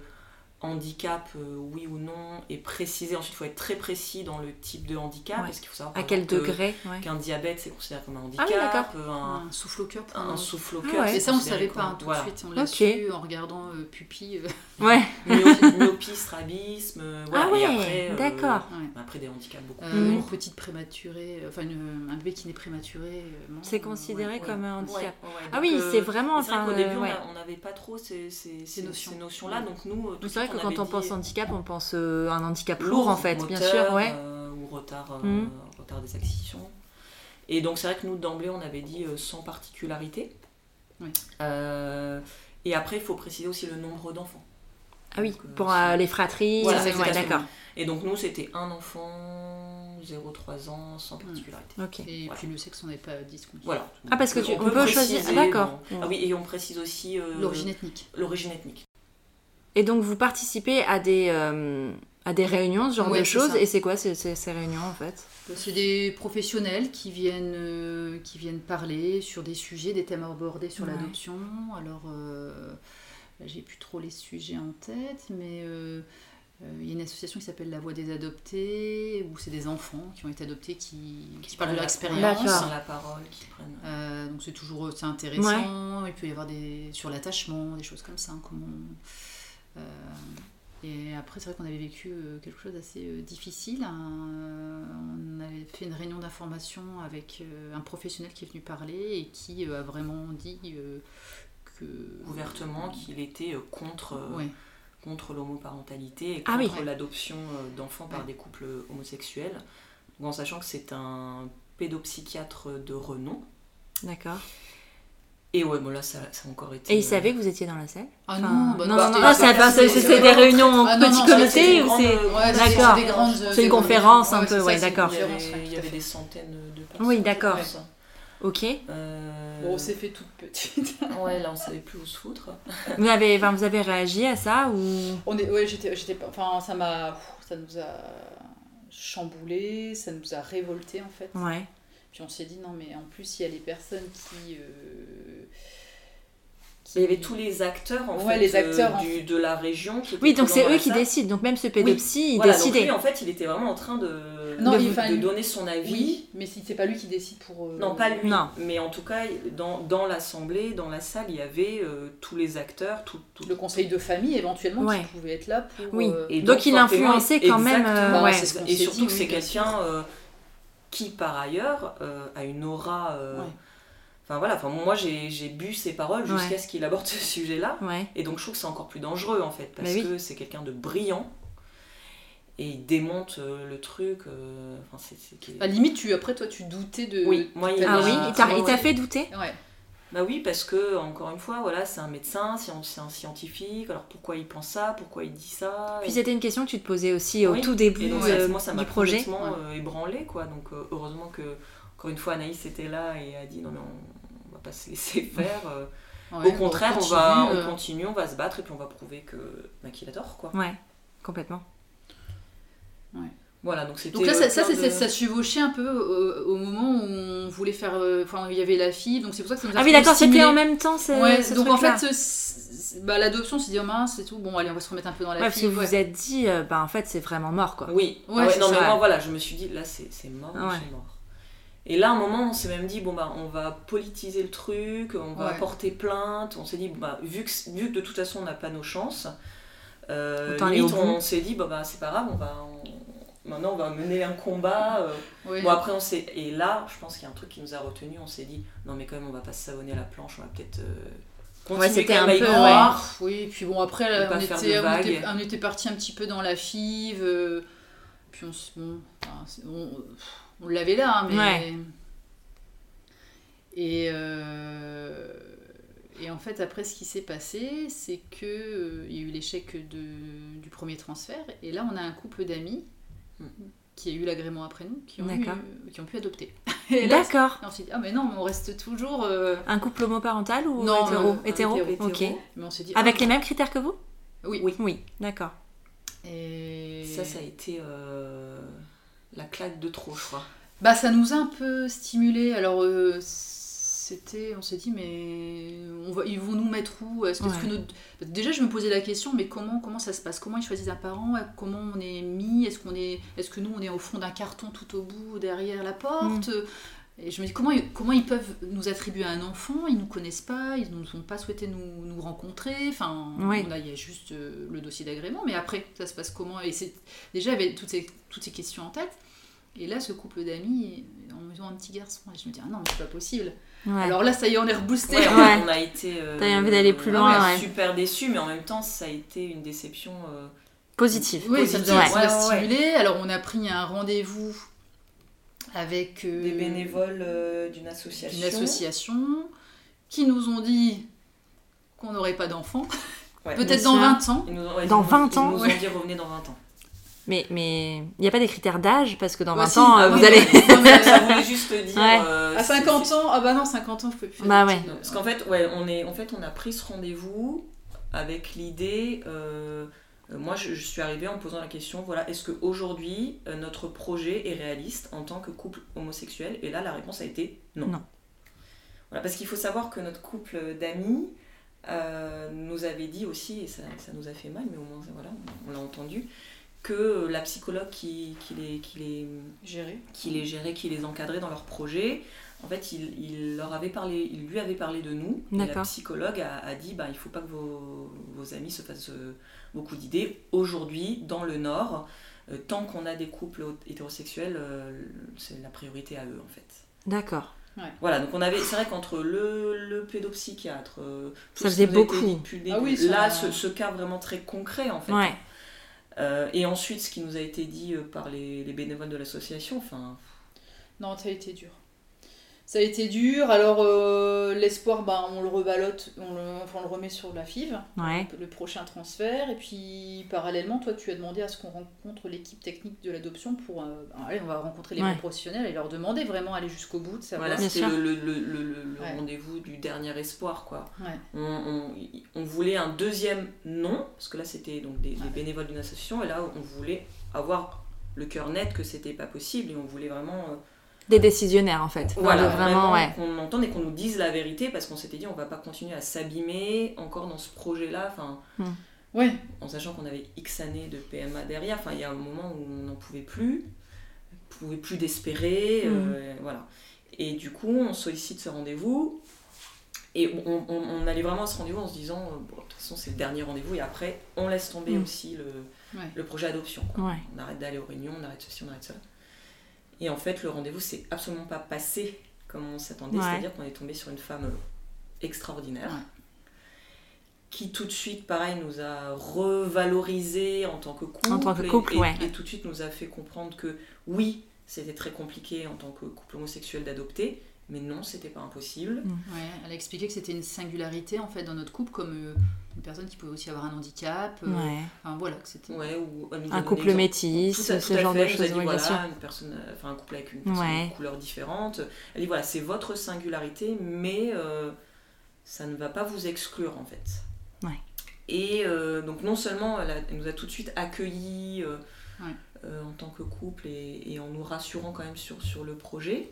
[SPEAKER 3] handicap, euh, oui ou non, et préciser, ensuite, il faut être très précis dans le type de handicap,
[SPEAKER 2] Ouais.
[SPEAKER 3] parce qu'il faut savoir
[SPEAKER 2] À
[SPEAKER 3] par
[SPEAKER 2] quel
[SPEAKER 3] exemple, que-
[SPEAKER 2] degré ouais.
[SPEAKER 3] qu'un diabète, c'est considéré comme un
[SPEAKER 2] Ah
[SPEAKER 3] handicap,
[SPEAKER 2] oui,
[SPEAKER 3] un
[SPEAKER 4] un souffle au cœur pour
[SPEAKER 3] un
[SPEAKER 4] un
[SPEAKER 3] souffle au
[SPEAKER 2] Ah
[SPEAKER 3] cœur.
[SPEAKER 2] ouais.
[SPEAKER 3] c'est
[SPEAKER 4] Et ça, on ne
[SPEAKER 3] considéré
[SPEAKER 4] savait pas
[SPEAKER 3] comme-
[SPEAKER 4] hein, tout
[SPEAKER 3] voilà.
[SPEAKER 4] de suite. On l'a
[SPEAKER 2] Ok.
[SPEAKER 4] su en regardant euh, pupille.
[SPEAKER 2] [laughs]
[SPEAKER 4] euh,
[SPEAKER 2] Ouais.
[SPEAKER 3] Myopie, myopie, strabisme, euh, voilà.
[SPEAKER 2] Ah ouais,
[SPEAKER 3] Et après, euh,
[SPEAKER 2] d'accord.
[SPEAKER 4] ouais.
[SPEAKER 3] Après des handicaps beaucoup
[SPEAKER 4] Euh,
[SPEAKER 3] plus
[SPEAKER 2] Mhm.
[SPEAKER 4] Une
[SPEAKER 3] lourds.
[SPEAKER 4] petite prématurée, euh, enfin une- un bébé qui n'est prématuré. euh, non,
[SPEAKER 2] C'est
[SPEAKER 4] euh,
[SPEAKER 2] considéré
[SPEAKER 4] ouais.
[SPEAKER 2] comme un handicap.
[SPEAKER 3] Ouais, ouais, ouais.
[SPEAKER 2] Ah
[SPEAKER 3] Donc,
[SPEAKER 2] oui,
[SPEAKER 3] euh,
[SPEAKER 2] c'est vraiment.
[SPEAKER 3] c'est vrai
[SPEAKER 2] Enfin,
[SPEAKER 3] qu'au
[SPEAKER 2] euh,
[SPEAKER 3] début, on
[SPEAKER 2] ouais.
[SPEAKER 3] a- on n'avait pas trop ces, ces, ces-
[SPEAKER 4] notions.
[SPEAKER 3] ces notions-là. Donc, nous, euh, tout
[SPEAKER 2] C'est vrai
[SPEAKER 3] de
[SPEAKER 2] que
[SPEAKER 3] suite,
[SPEAKER 2] quand on
[SPEAKER 3] avait
[SPEAKER 2] pense
[SPEAKER 3] dit,
[SPEAKER 2] handicap, on pense euh, à un handicap
[SPEAKER 3] euh,
[SPEAKER 2] lourd, en fait, bien
[SPEAKER 3] moteur,
[SPEAKER 2] sûr, ouais.
[SPEAKER 3] euh, ou retard, euh,
[SPEAKER 2] Mhm.
[SPEAKER 3] retard des acquisitions. Et donc, c'est vrai que nous, d'emblée, on avait dit euh, sans particularité.
[SPEAKER 4] Oui.
[SPEAKER 3] Euh, et après, il faut préciser aussi le nombre d'enfants.
[SPEAKER 2] Ah oui,
[SPEAKER 3] Donc, euh,
[SPEAKER 2] pour
[SPEAKER 3] c'est-
[SPEAKER 2] euh, les fratries,
[SPEAKER 3] Voilà,
[SPEAKER 2] euh,
[SPEAKER 3] c'est
[SPEAKER 2] ouais,
[SPEAKER 3] ça.
[SPEAKER 2] d'accord.
[SPEAKER 3] Et donc, nous, c'était un enfant, 0,3 ans, sans particularité.
[SPEAKER 2] Ok.
[SPEAKER 4] Et
[SPEAKER 3] Voilà.
[SPEAKER 4] puis le sexe, on n'est pas discuté.
[SPEAKER 3] Voilà.
[SPEAKER 2] Ah, parce que tu-
[SPEAKER 3] Donc,
[SPEAKER 2] on peut choisir-
[SPEAKER 3] préciser,
[SPEAKER 2] ah, d'accord.
[SPEAKER 3] bon. Ah oui, et on précise aussi euh,
[SPEAKER 4] L'origine ethnique.
[SPEAKER 3] l'origine ethnique.
[SPEAKER 2] Et donc, vous participez à des, euh, à des réunions, ce genre
[SPEAKER 4] Ouais,
[SPEAKER 2] de
[SPEAKER 4] c'est
[SPEAKER 2] choses.
[SPEAKER 4] ça.
[SPEAKER 2] Et c'est quoi ces, ces- ces réunions, en fait
[SPEAKER 4] Euh, C'est des professionnels qui viennent, euh, qui viennent parler sur des sujets, des thèmes abordés sur
[SPEAKER 2] Ouais.
[SPEAKER 4] l'adoption. Alors, euh, là, j'ai plus trop les sujets en tête, mais euh, euh, il y a une association qui s'appelle La Voix des Adoptés, où c'est des enfants qui ont été adoptés qui, qui parlent de leur
[SPEAKER 3] Qui
[SPEAKER 4] expérience.
[SPEAKER 3] prennent la parole, qui prennent.
[SPEAKER 4] Euh, donc c'est toujours c'est intéressant. Il peut y avoir des sur l'attachement, des choses comme ça. hein, comment on- euh, et après c'est vrai qu'on avait vécu euh, quelque chose d'assez euh, difficile. hein. Euh, On avait fait une réunion d'information avec euh, un professionnel qui est venu parler et qui euh, a vraiment dit euh, que
[SPEAKER 3] ouvertement qu'il était euh, contre, euh,
[SPEAKER 4] Ouais.
[SPEAKER 3] contre l'homoparentalité et
[SPEAKER 2] Ah oui.
[SPEAKER 3] contre l'adoption euh, d'enfants par
[SPEAKER 4] Ouais.
[SPEAKER 3] des couples homosexuels. Donc, en sachant que c'est un pédopsychiatre de renom.
[SPEAKER 2] D'accord.
[SPEAKER 3] Et ouais, bon là, ça, ça a encore été.
[SPEAKER 2] Et ils
[SPEAKER 3] euh,
[SPEAKER 2] savaient que vous étiez dans la salle
[SPEAKER 4] Ah
[SPEAKER 2] Enfin,
[SPEAKER 4] non, bah
[SPEAKER 2] non,
[SPEAKER 4] non,
[SPEAKER 2] non,
[SPEAKER 4] c'était-
[SPEAKER 2] non, c'est- enfin, c'est
[SPEAKER 3] c'est-
[SPEAKER 2] c'est des
[SPEAKER 3] c'est-
[SPEAKER 2] réunions
[SPEAKER 4] Ah non,
[SPEAKER 2] petit
[SPEAKER 4] non, ça,
[SPEAKER 3] c'était
[SPEAKER 2] comité
[SPEAKER 3] une
[SPEAKER 2] ou
[SPEAKER 3] grande-
[SPEAKER 2] c'est.
[SPEAKER 3] euh,
[SPEAKER 4] Ouais,
[SPEAKER 3] grande-
[SPEAKER 4] c'est-
[SPEAKER 2] D'accord.
[SPEAKER 4] c'est des grandes-
[SPEAKER 2] C'est euh,
[SPEAKER 4] des
[SPEAKER 2] une
[SPEAKER 4] grandes-
[SPEAKER 2] conférence un
[SPEAKER 4] ouais,
[SPEAKER 2] peu,
[SPEAKER 4] c'est
[SPEAKER 2] ouais,
[SPEAKER 4] ça, c'est une
[SPEAKER 2] d'accord.
[SPEAKER 3] Il y avait,
[SPEAKER 4] conférence, ouais,
[SPEAKER 3] il y
[SPEAKER 4] tout à
[SPEAKER 3] avait
[SPEAKER 4] fait.
[SPEAKER 3] des centaines de personnes.
[SPEAKER 2] Oui, d'accord.
[SPEAKER 3] Ouais, ça.
[SPEAKER 2] Ok.
[SPEAKER 3] Euh,
[SPEAKER 6] Bon, on s'est fait toute petite.
[SPEAKER 3] ouais, là, on savait plus où se foutre.
[SPEAKER 2] Vous avez, enfin, vous avez réagi à ça ou
[SPEAKER 6] On est, ouais, j'étais, j'étais pas- enfin, ça m'a, pff, ça nous a chamboulé, ça nous a révolté en fait.
[SPEAKER 2] Ouais.
[SPEAKER 6] Puis on s'est dit non, mais en plus il y a les personnes qui, euh, qui-
[SPEAKER 3] Il y avait tous les acteurs en
[SPEAKER 6] Ouais,
[SPEAKER 3] fait,
[SPEAKER 6] les
[SPEAKER 3] euh,
[SPEAKER 6] acteurs, en
[SPEAKER 3] du- de la région. qui étaient
[SPEAKER 2] Oui, donc
[SPEAKER 3] présents
[SPEAKER 2] c'est
[SPEAKER 3] dans
[SPEAKER 2] eux
[SPEAKER 3] la
[SPEAKER 2] qui
[SPEAKER 3] salle.
[SPEAKER 2] décident. Donc même ce pédopsie, il
[SPEAKER 3] Voilà, donc
[SPEAKER 2] décidait.
[SPEAKER 3] lui, en fait, il était vraiment en train de.
[SPEAKER 6] Non,
[SPEAKER 3] de,
[SPEAKER 6] il va-
[SPEAKER 3] de donner son avis.
[SPEAKER 6] Oui, mais si c'est pas lui qui décide pour. euh,
[SPEAKER 3] Non, pas lui.
[SPEAKER 2] Non.
[SPEAKER 3] Mais en tout cas, dans, dans l'assemblée, dans la salle, il y avait euh, tous les acteurs, tout, tout-
[SPEAKER 6] Le conseil de famille éventuellement
[SPEAKER 2] Ouais.
[SPEAKER 6] qui pouvait être là pour.
[SPEAKER 2] Oui.
[SPEAKER 6] euh,
[SPEAKER 3] Et
[SPEAKER 2] Donc, il
[SPEAKER 3] forcément,
[SPEAKER 2] influençait quand même,
[SPEAKER 3] exactement,
[SPEAKER 2] euh, ouais.
[SPEAKER 3] c'est ce qu'on Et
[SPEAKER 6] s'est
[SPEAKER 3] surtout
[SPEAKER 6] dit,
[SPEAKER 3] que
[SPEAKER 6] oui,
[SPEAKER 3] c'est
[SPEAKER 6] bien sûr.
[SPEAKER 3] quelqu'un euh, qui, par ailleurs, euh, a une aura. euh,
[SPEAKER 6] Ouais.
[SPEAKER 3] Enfin voilà, enfin, moi j'ai j'ai bu ses paroles jusqu'à
[SPEAKER 2] Ouais.
[SPEAKER 3] ce qu'il aborde ce sujet-là.
[SPEAKER 2] Ouais.
[SPEAKER 3] Et donc je trouve que c'est encore plus dangereux en fait, parce
[SPEAKER 2] Bah oui.
[SPEAKER 3] que c'est quelqu'un de brillant. Et il démonte euh, le truc. euh, enfin, c'est- c'est qu'il-
[SPEAKER 6] Bah, limite, tu, après toi, tu doutais de.
[SPEAKER 3] Oui, moi, il
[SPEAKER 6] Ah
[SPEAKER 2] Ah
[SPEAKER 3] m'a-
[SPEAKER 2] oui, il t'a- il
[SPEAKER 3] Ouais,
[SPEAKER 2] t'a
[SPEAKER 3] ouais.
[SPEAKER 2] fait douter
[SPEAKER 6] Ouais.
[SPEAKER 3] Bah oui, parce que, encore une fois, voilà, c'est un médecin, c'est un, c'est un scientifique, alors pourquoi il pense ça, pourquoi il dit ça
[SPEAKER 2] Puis
[SPEAKER 3] et-
[SPEAKER 2] c'était une question que tu te posais aussi au
[SPEAKER 3] Oui.
[SPEAKER 2] tout début
[SPEAKER 3] Et donc,
[SPEAKER 2] euh,
[SPEAKER 3] ça- moi, ça m'a
[SPEAKER 2] du projet.
[SPEAKER 3] complètement
[SPEAKER 6] Ouais.
[SPEAKER 3] euh, ébranlée, quoi. Donc, euh, heureusement que, encore une fois, Anaïs était là et a dit non, mais on, on va pas se
[SPEAKER 4] [laughs]
[SPEAKER 3] laisser faire. euh.
[SPEAKER 4] Ouais,
[SPEAKER 3] Au contraire, on,
[SPEAKER 4] continue,
[SPEAKER 3] va
[SPEAKER 4] euh,
[SPEAKER 3] on continue, on va se battre et puis on va prouver que bah, qu'il a tort, quoi.
[SPEAKER 2] euh, Ouais, complètement.
[SPEAKER 3] Voilà, donc c'était.
[SPEAKER 4] Donc là,
[SPEAKER 3] euh,
[SPEAKER 4] ça, ça,
[SPEAKER 3] plein
[SPEAKER 4] c'est-
[SPEAKER 3] de-
[SPEAKER 4] ça chevauchait un peu euh, au, moment où on voulait faire. euh, Enfin, il y avait la fille, donc c'est pour ça que ça nous a
[SPEAKER 2] Ah oui, d'accord, c'était
[SPEAKER 4] stimulé.
[SPEAKER 2] en même temps. ce-
[SPEAKER 4] Ouais,
[SPEAKER 2] ce
[SPEAKER 4] donc en
[SPEAKER 2] truc-là.
[SPEAKER 4] fait, ce- ce- bah, l'adoption, c'est dit, oh mince, c'est tout, bon, allez, on va se remettre un peu dans la
[SPEAKER 2] Ouais, parce que
[SPEAKER 4] fille.
[SPEAKER 2] vous vous êtes dit, euh, bah en fait, c'est vraiment mort quoi.
[SPEAKER 3] Oui,
[SPEAKER 4] Ouais,
[SPEAKER 3] Ah ouais,
[SPEAKER 4] c'est
[SPEAKER 3] non,
[SPEAKER 4] ça,
[SPEAKER 3] mais
[SPEAKER 4] ouais.
[SPEAKER 3] moi, voilà, je me suis dit là, c'est c'est mort,
[SPEAKER 2] Ouais.
[SPEAKER 3] c'est mort. Et là, à un moment, on s'est même dit, bon, bah, on va politiser le truc, on va
[SPEAKER 4] Ouais.
[SPEAKER 3] porter plainte. On s'est dit, bon, bah, vu que, vu que de toute façon, on n'a pas nos chances, euh,
[SPEAKER 2] Autant aller
[SPEAKER 3] limite,
[SPEAKER 2] au bout.
[SPEAKER 3] on, s'est dit, bah, bah, c'est pas grave, on va, on- maintenant, on va mener un combat. euh.
[SPEAKER 4] Ouais.
[SPEAKER 3] Bon, après, on s'est. Et là, je pense qu'il y a un truc qui nous a retenu, on s'est dit, non, mais quand même, on va pas se savonner à la planche, on va peut-être. euh, continuer
[SPEAKER 2] c'était
[SPEAKER 3] quand même
[SPEAKER 2] un
[SPEAKER 3] à y
[SPEAKER 2] peu,
[SPEAKER 3] croire.
[SPEAKER 4] Oui, puis bon, après,
[SPEAKER 3] Faut
[SPEAKER 4] on
[SPEAKER 3] pas faire
[SPEAKER 4] était,
[SPEAKER 3] de
[SPEAKER 4] on, était,
[SPEAKER 3] vagues.
[SPEAKER 4] on était parti un petit peu dans la five, euh, puis on, se- bon, enfin, c'est- on, on l'avait là, hein, mais.
[SPEAKER 2] Ouais.
[SPEAKER 4] Et, euh, et en fait, après, ce qui s'est passé, c'est que euh, il y a eu l'échec de- du premier transfert, et là, on a un couple d'amis
[SPEAKER 3] Mm.
[SPEAKER 4] qui a eu l'agrément après nous, qui ont, eu- euh,
[SPEAKER 2] D'accord.
[SPEAKER 4] qui ont pu adopter. [laughs] Et là,
[SPEAKER 2] D'accord.
[SPEAKER 4] on s'est dit, ah, mais non, mais on reste toujours. euh,
[SPEAKER 2] Un couple homoparental ou
[SPEAKER 4] Non,
[SPEAKER 2] hétéro,
[SPEAKER 4] euh,
[SPEAKER 2] hétéro
[SPEAKER 4] hétéro,
[SPEAKER 2] Ok.
[SPEAKER 3] hétéro.
[SPEAKER 4] mais on s'est dit.
[SPEAKER 2] Avec les mêmes critères que vous
[SPEAKER 4] ah, oui.
[SPEAKER 2] Oui. Oui, d'accord.
[SPEAKER 4] Et...
[SPEAKER 3] Ça, ça a été euh, la claque de trop, je crois.
[SPEAKER 4] Bah, ça nous a un peu stimulé. Alors, euh, c'était, on s'est dit, mais on va, ils vont nous mettre où Est-ce que- est-ce que
[SPEAKER 2] Ouais.
[SPEAKER 4] notre- déjà, je me posais la question, mais comment, comment ça se passe Comment ils choisissent un parent Comment on est mis Est-ce qu'on est, est-ce que nous, on est au fond d'un carton tout au bout, derrière la porte Et je me dis, comment, ils- comment ils peuvent nous attribuer un enfant Ils nous connaissent pas, ils nous ont pas souhaité nous, nous rencontrer. Enfin,
[SPEAKER 2] Oui.
[SPEAKER 4] on a, il y a juste euh, le dossier d'agrément, mais après, ça se passe comment Et c'est déjà, j'avais toutes ces, toutes ces questions en tête. Et là, ce couple d'amis, en ont un petit garçon. Et je me dis, ah non, c'est pas possible.
[SPEAKER 2] Ouais.
[SPEAKER 4] Alors là, ça y est, on est reboosté.
[SPEAKER 3] Ouais, on,
[SPEAKER 2] Ouais.
[SPEAKER 3] on a été. euh,
[SPEAKER 2] T'avais envie d'aller plus
[SPEAKER 3] ah
[SPEAKER 2] loin, ouais.
[SPEAKER 3] Super déçu, mais en même temps, ça a été une déception. euh,
[SPEAKER 2] Positif.
[SPEAKER 4] [laughs] Oui, ça
[SPEAKER 3] Positif,
[SPEAKER 4] nous a
[SPEAKER 3] ouais,
[SPEAKER 4] ça nous a
[SPEAKER 3] ouais, ouais.
[SPEAKER 4] stimulé. Alors, on a pris un rendez-vous avec euh,
[SPEAKER 3] des bénévoles euh, d'une association.
[SPEAKER 4] d'une association qui nous ont dit qu'on n'aurait pas d'enfants,
[SPEAKER 3] Ouais.
[SPEAKER 4] peut-être
[SPEAKER 2] Bien
[SPEAKER 4] dans
[SPEAKER 2] sûr.
[SPEAKER 4] 20 ans.
[SPEAKER 3] Ils nous ont, ils
[SPEAKER 2] Dans
[SPEAKER 3] nous ont-
[SPEAKER 2] 20
[SPEAKER 3] ils
[SPEAKER 2] ans,
[SPEAKER 3] nous ont
[SPEAKER 4] ouais.
[SPEAKER 3] dit revenez
[SPEAKER 2] [laughs]
[SPEAKER 3] dans 20 ans.
[SPEAKER 2] Mais il mais, n'y a pas des critères d'âge parce que dans
[SPEAKER 4] Bah,
[SPEAKER 2] 20
[SPEAKER 4] si,
[SPEAKER 2] ans,
[SPEAKER 6] Ah
[SPEAKER 2] euh,
[SPEAKER 4] bah
[SPEAKER 6] [laughs]
[SPEAKER 4] oui,
[SPEAKER 2] vous allez.
[SPEAKER 4] mais- non, mais,
[SPEAKER 3] Ça
[SPEAKER 4] euh,
[SPEAKER 3] voulait juste dire.
[SPEAKER 2] Ouais. [laughs]
[SPEAKER 3] euh,
[SPEAKER 4] à
[SPEAKER 3] c'est-
[SPEAKER 4] 50 ans, ah bah non, 50 ans, je peux plus.
[SPEAKER 2] Bah
[SPEAKER 4] adopter.
[SPEAKER 6] euh,
[SPEAKER 3] Parce qu'en fait, ouais, on est, en fait, on a pris ce rendez-vous avec l'idée. euh, euh, moi, je, je suis arrivée en me posant la question voilà, est-ce qu'aujourd'hui, euh, notre projet est réaliste en tant que couple homosexuel Et là, la réponse a été non.
[SPEAKER 2] Non.
[SPEAKER 3] Voilà, parce qu'il faut savoir que notre couple d'amis euh, nous avait dit aussi, et ça, ça nous a fait mal, mais au moins, voilà, on, on l'a entendu, que la psychologue qui, qui les- qui les
[SPEAKER 6] Gérer.
[SPEAKER 3] qui les gérait, qui les encadrait dans leur projet. En fait, il, il leur avait parlé, il lui avait parlé de nous. Et la
[SPEAKER 2] D'accord.
[SPEAKER 3] psychologue a, a dit, bah, il faut pas que vos, vos amis se fassent euh, beaucoup d'idées. Aujourd'hui, dans le Nord, euh, tant qu'on a des couples hétérosexuels, euh, c'est la priorité à eux, en fait.
[SPEAKER 2] D'accord.
[SPEAKER 3] Voilà, donc on avait, c'est vrai qu'entre le, le pédopsychiatre, euh, tout
[SPEAKER 2] Ça
[SPEAKER 3] ce
[SPEAKER 2] faisait
[SPEAKER 3] qui nous a été
[SPEAKER 2] beaucoup.
[SPEAKER 3] dit depuis le
[SPEAKER 6] Ah
[SPEAKER 3] début,
[SPEAKER 6] oui, ça-
[SPEAKER 3] là, ce, ce cas vraiment très concret, en fait.
[SPEAKER 2] Ouais.
[SPEAKER 3] Euh, et ensuite, ce qui nous a été dit euh, par les, les bénévoles de l'association, enfin,
[SPEAKER 6] Non, ça a été dur. Ça a été dur. Alors, euh, l'espoir, bah, on le rebalote, on le, enfin, on le remet sur la FIV,
[SPEAKER 2] Ouais.
[SPEAKER 6] le prochain transfert. Et puis, parallèlement, toi, tu as demandé à ce qu'on rencontre l'équipe technique de l'adoption pour. euh, bah, allez, on va rencontrer les
[SPEAKER 2] Ouais.
[SPEAKER 6] bons professionnels et leur demander vraiment à aller jusqu'au bout de savoir.
[SPEAKER 3] Voilà,
[SPEAKER 2] Bien
[SPEAKER 3] c'était
[SPEAKER 2] sûr.
[SPEAKER 3] le, le- le- le- le- le
[SPEAKER 6] Ouais.
[SPEAKER 3] rendez-vous du dernier espoir, quoi.
[SPEAKER 6] Ouais.
[SPEAKER 3] On, on- y- on voulait un deuxième non, parce que là, c'était donc des, des
[SPEAKER 6] Ouais.
[SPEAKER 3] bénévoles d'une association, et là, on voulait avoir le cœur net que c'était pas possible, et on voulait vraiment, euh,
[SPEAKER 2] Des décisionnaires en fait. Enfin,
[SPEAKER 3] voilà,
[SPEAKER 2] de vraiment,
[SPEAKER 3] vraiment
[SPEAKER 2] ouais.
[SPEAKER 3] qu'on entende et qu'on nous dise la vérité, parce qu'on s'était dit, on va pas continuer à s'abîmer encore dans ce projet-là, enfin,
[SPEAKER 6] Ouais.
[SPEAKER 3] en sachant qu'on avait X années de PMA derrière, enfin, il y a un moment où on n'en pouvait plus. pouvait plus d'espérer, euh, voilà. Et du coup, on sollicite ce rendez-vous. Et on, on- on allait vraiment à ce rendez-vous en se disant, euh, bon, de toute façon, c'est le dernier rendez-vous. Et après, on laisse tomber
[SPEAKER 2] Mm.
[SPEAKER 3] aussi le,
[SPEAKER 4] Ouais.
[SPEAKER 3] le projet adoption. quoi.
[SPEAKER 2] Ouais.
[SPEAKER 3] On arrête d'aller aux réunions, on arrête ceci, on arrête ça. Et en fait, le rendez-vous s'est absolument pas passé comme on s'attendait.
[SPEAKER 2] Ouais.
[SPEAKER 3] C'est-à-dire qu'on est tombé sur une femme extraordinaire.
[SPEAKER 4] Ouais.
[SPEAKER 3] Qui tout de suite, pareil, nous a revalorisé en tant que couple.
[SPEAKER 2] En tant que
[SPEAKER 3] et-
[SPEAKER 2] couple,
[SPEAKER 3] et,
[SPEAKER 2] ouais.
[SPEAKER 3] et tout de suite nous a fait comprendre que oui, c'était très compliqué en tant que couple homosexuel d'adopter, mais non, c'était pas impossible.
[SPEAKER 4] Ouais, elle a expliqué que c'était une singularité en fait dans notre couple, comme euh, une personne qui pouvait aussi avoir un handicap. euh,
[SPEAKER 2] Ouais.
[SPEAKER 4] Enfin voilà, que c'était.
[SPEAKER 3] Ouais, ou elle nous a
[SPEAKER 2] Un
[SPEAKER 3] donné
[SPEAKER 2] couple
[SPEAKER 3] l'exemple.
[SPEAKER 2] métis,
[SPEAKER 3] Tout à- tout
[SPEAKER 2] ce
[SPEAKER 3] à
[SPEAKER 2] genre
[SPEAKER 3] fait,
[SPEAKER 2] de
[SPEAKER 3] elle nous
[SPEAKER 2] choses,
[SPEAKER 3] a dit,
[SPEAKER 2] oui, bien
[SPEAKER 3] voilà,
[SPEAKER 2] sûr.
[SPEAKER 3] une personne, euh, enfin, un couple avec une personne
[SPEAKER 2] Ouais.
[SPEAKER 3] de couleur différente. Elle dit voilà, c'est votre singularité, mais euh, ça ne va pas vous exclure en fait.
[SPEAKER 2] Ouais.
[SPEAKER 3] Et euh, donc non seulement elle, a- elle nous a tout de suite accueillis euh,
[SPEAKER 4] Ouais.
[SPEAKER 3] euh, en tant que couple et, et en nous rassurant quand même sur, sur le projet,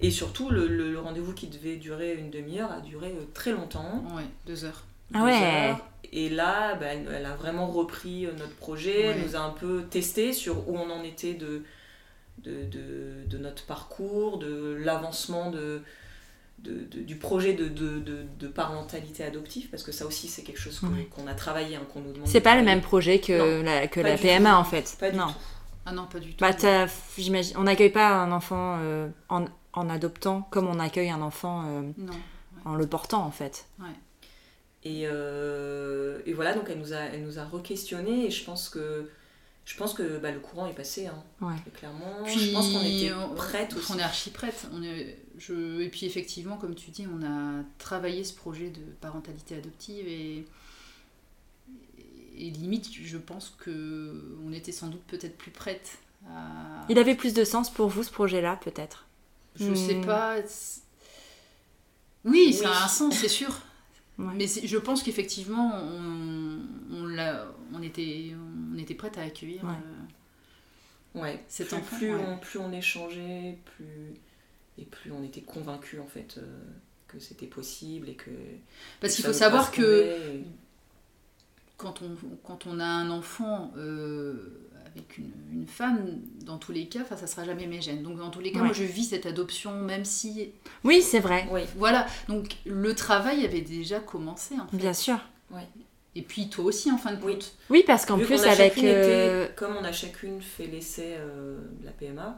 [SPEAKER 3] et surtout le, le- le rendez-vous qui devait durer une demi-heure a duré euh, très longtemps.
[SPEAKER 4] Ouais, deux heures.
[SPEAKER 2] Ah
[SPEAKER 3] deux
[SPEAKER 2] ouais.
[SPEAKER 3] heures. Et là, bah, elle, elle a vraiment repris euh, notre projet, elle
[SPEAKER 4] Ouais.
[SPEAKER 3] nous a un peu testé sur où on en était de, de, de- de notre parcours, de l'avancement de, de- de- du projet de, de- de- de parentalité adoptive, parce que ça aussi c'est quelque chose que-
[SPEAKER 2] Ouais.
[SPEAKER 3] qu'on a travaillé, hein, qu'on nous demande.
[SPEAKER 2] C'est
[SPEAKER 3] de
[SPEAKER 2] pas le
[SPEAKER 3] travailler.
[SPEAKER 2] même projet que
[SPEAKER 3] Non,
[SPEAKER 2] la, que
[SPEAKER 3] pas
[SPEAKER 2] la
[SPEAKER 3] du
[SPEAKER 2] PMA
[SPEAKER 3] tout.
[SPEAKER 2] en fait.
[SPEAKER 3] Pas du
[SPEAKER 2] non.
[SPEAKER 3] tout.
[SPEAKER 4] Ah non, pas du tout.
[SPEAKER 2] Bah, t'as- j'imagine, on n'accueille pas un enfant euh, en, en adoptant comme on accueille un enfant euh,
[SPEAKER 4] Non.
[SPEAKER 2] en le portant en fait.
[SPEAKER 3] Et, euh, et voilà, donc elle nous a, elle nous a re-questionné et je pense que, je pense que bah, le courant est passé, hein,
[SPEAKER 2] Ouais.
[SPEAKER 3] très clairement. je pense qu'on était prêtes aussi.
[SPEAKER 4] On est archi prête. On est, je, et puis effectivement, comme tu dis, on a travaillé ce projet de parentalité adoptive et, et limite, je pense que on était sans doute peut-être plus prête. À...
[SPEAKER 2] Il avait plus de sens pour vous ce projet-là peut-être.
[SPEAKER 4] Je sais
[SPEAKER 2] Hmm.
[SPEAKER 4] pas. c'est- Oui,
[SPEAKER 3] Oui.
[SPEAKER 4] ça a un sens, c'est sûr.
[SPEAKER 2] Ouais.
[SPEAKER 4] Mais c'est- je pense qu'effectivement, on, on, l'a- on était, on était prête à accueillir.
[SPEAKER 2] Ouais.
[SPEAKER 4] euh,
[SPEAKER 3] Ouais,
[SPEAKER 4] Cet
[SPEAKER 3] plus,
[SPEAKER 4] enfant,
[SPEAKER 3] plus
[SPEAKER 4] ouais.
[SPEAKER 3] on, plus on échangeait, plus et plus on était convaincus en fait euh, que c'était possible et que
[SPEAKER 4] Parce
[SPEAKER 3] que
[SPEAKER 4] qu'il
[SPEAKER 3] ça
[SPEAKER 4] faut
[SPEAKER 3] nous
[SPEAKER 4] savoir que
[SPEAKER 3] correspondait et-
[SPEAKER 4] quand on, quand on a un enfant euh, avec une, une femme, dans tous les cas, enfin, ça sera jamais mes gènes. Donc, dans tous les cas,
[SPEAKER 2] Ouais.
[SPEAKER 4] moi, je vis cette adoption, même si.
[SPEAKER 2] Oui, c'est vrai,
[SPEAKER 3] Oui,
[SPEAKER 4] Voilà. Donc, le travail avait déjà commencé. en fait.
[SPEAKER 2] bien sûr.
[SPEAKER 4] Et puis, toi aussi, en fin de
[SPEAKER 3] Oui.
[SPEAKER 4] compte.
[SPEAKER 2] Oui, parce qu'en
[SPEAKER 3] Vu
[SPEAKER 2] plus
[SPEAKER 3] qu'on a
[SPEAKER 2] avec
[SPEAKER 3] chacune été-
[SPEAKER 2] euh,
[SPEAKER 3] comme on a chacune fait l'essai euh, de la PMA,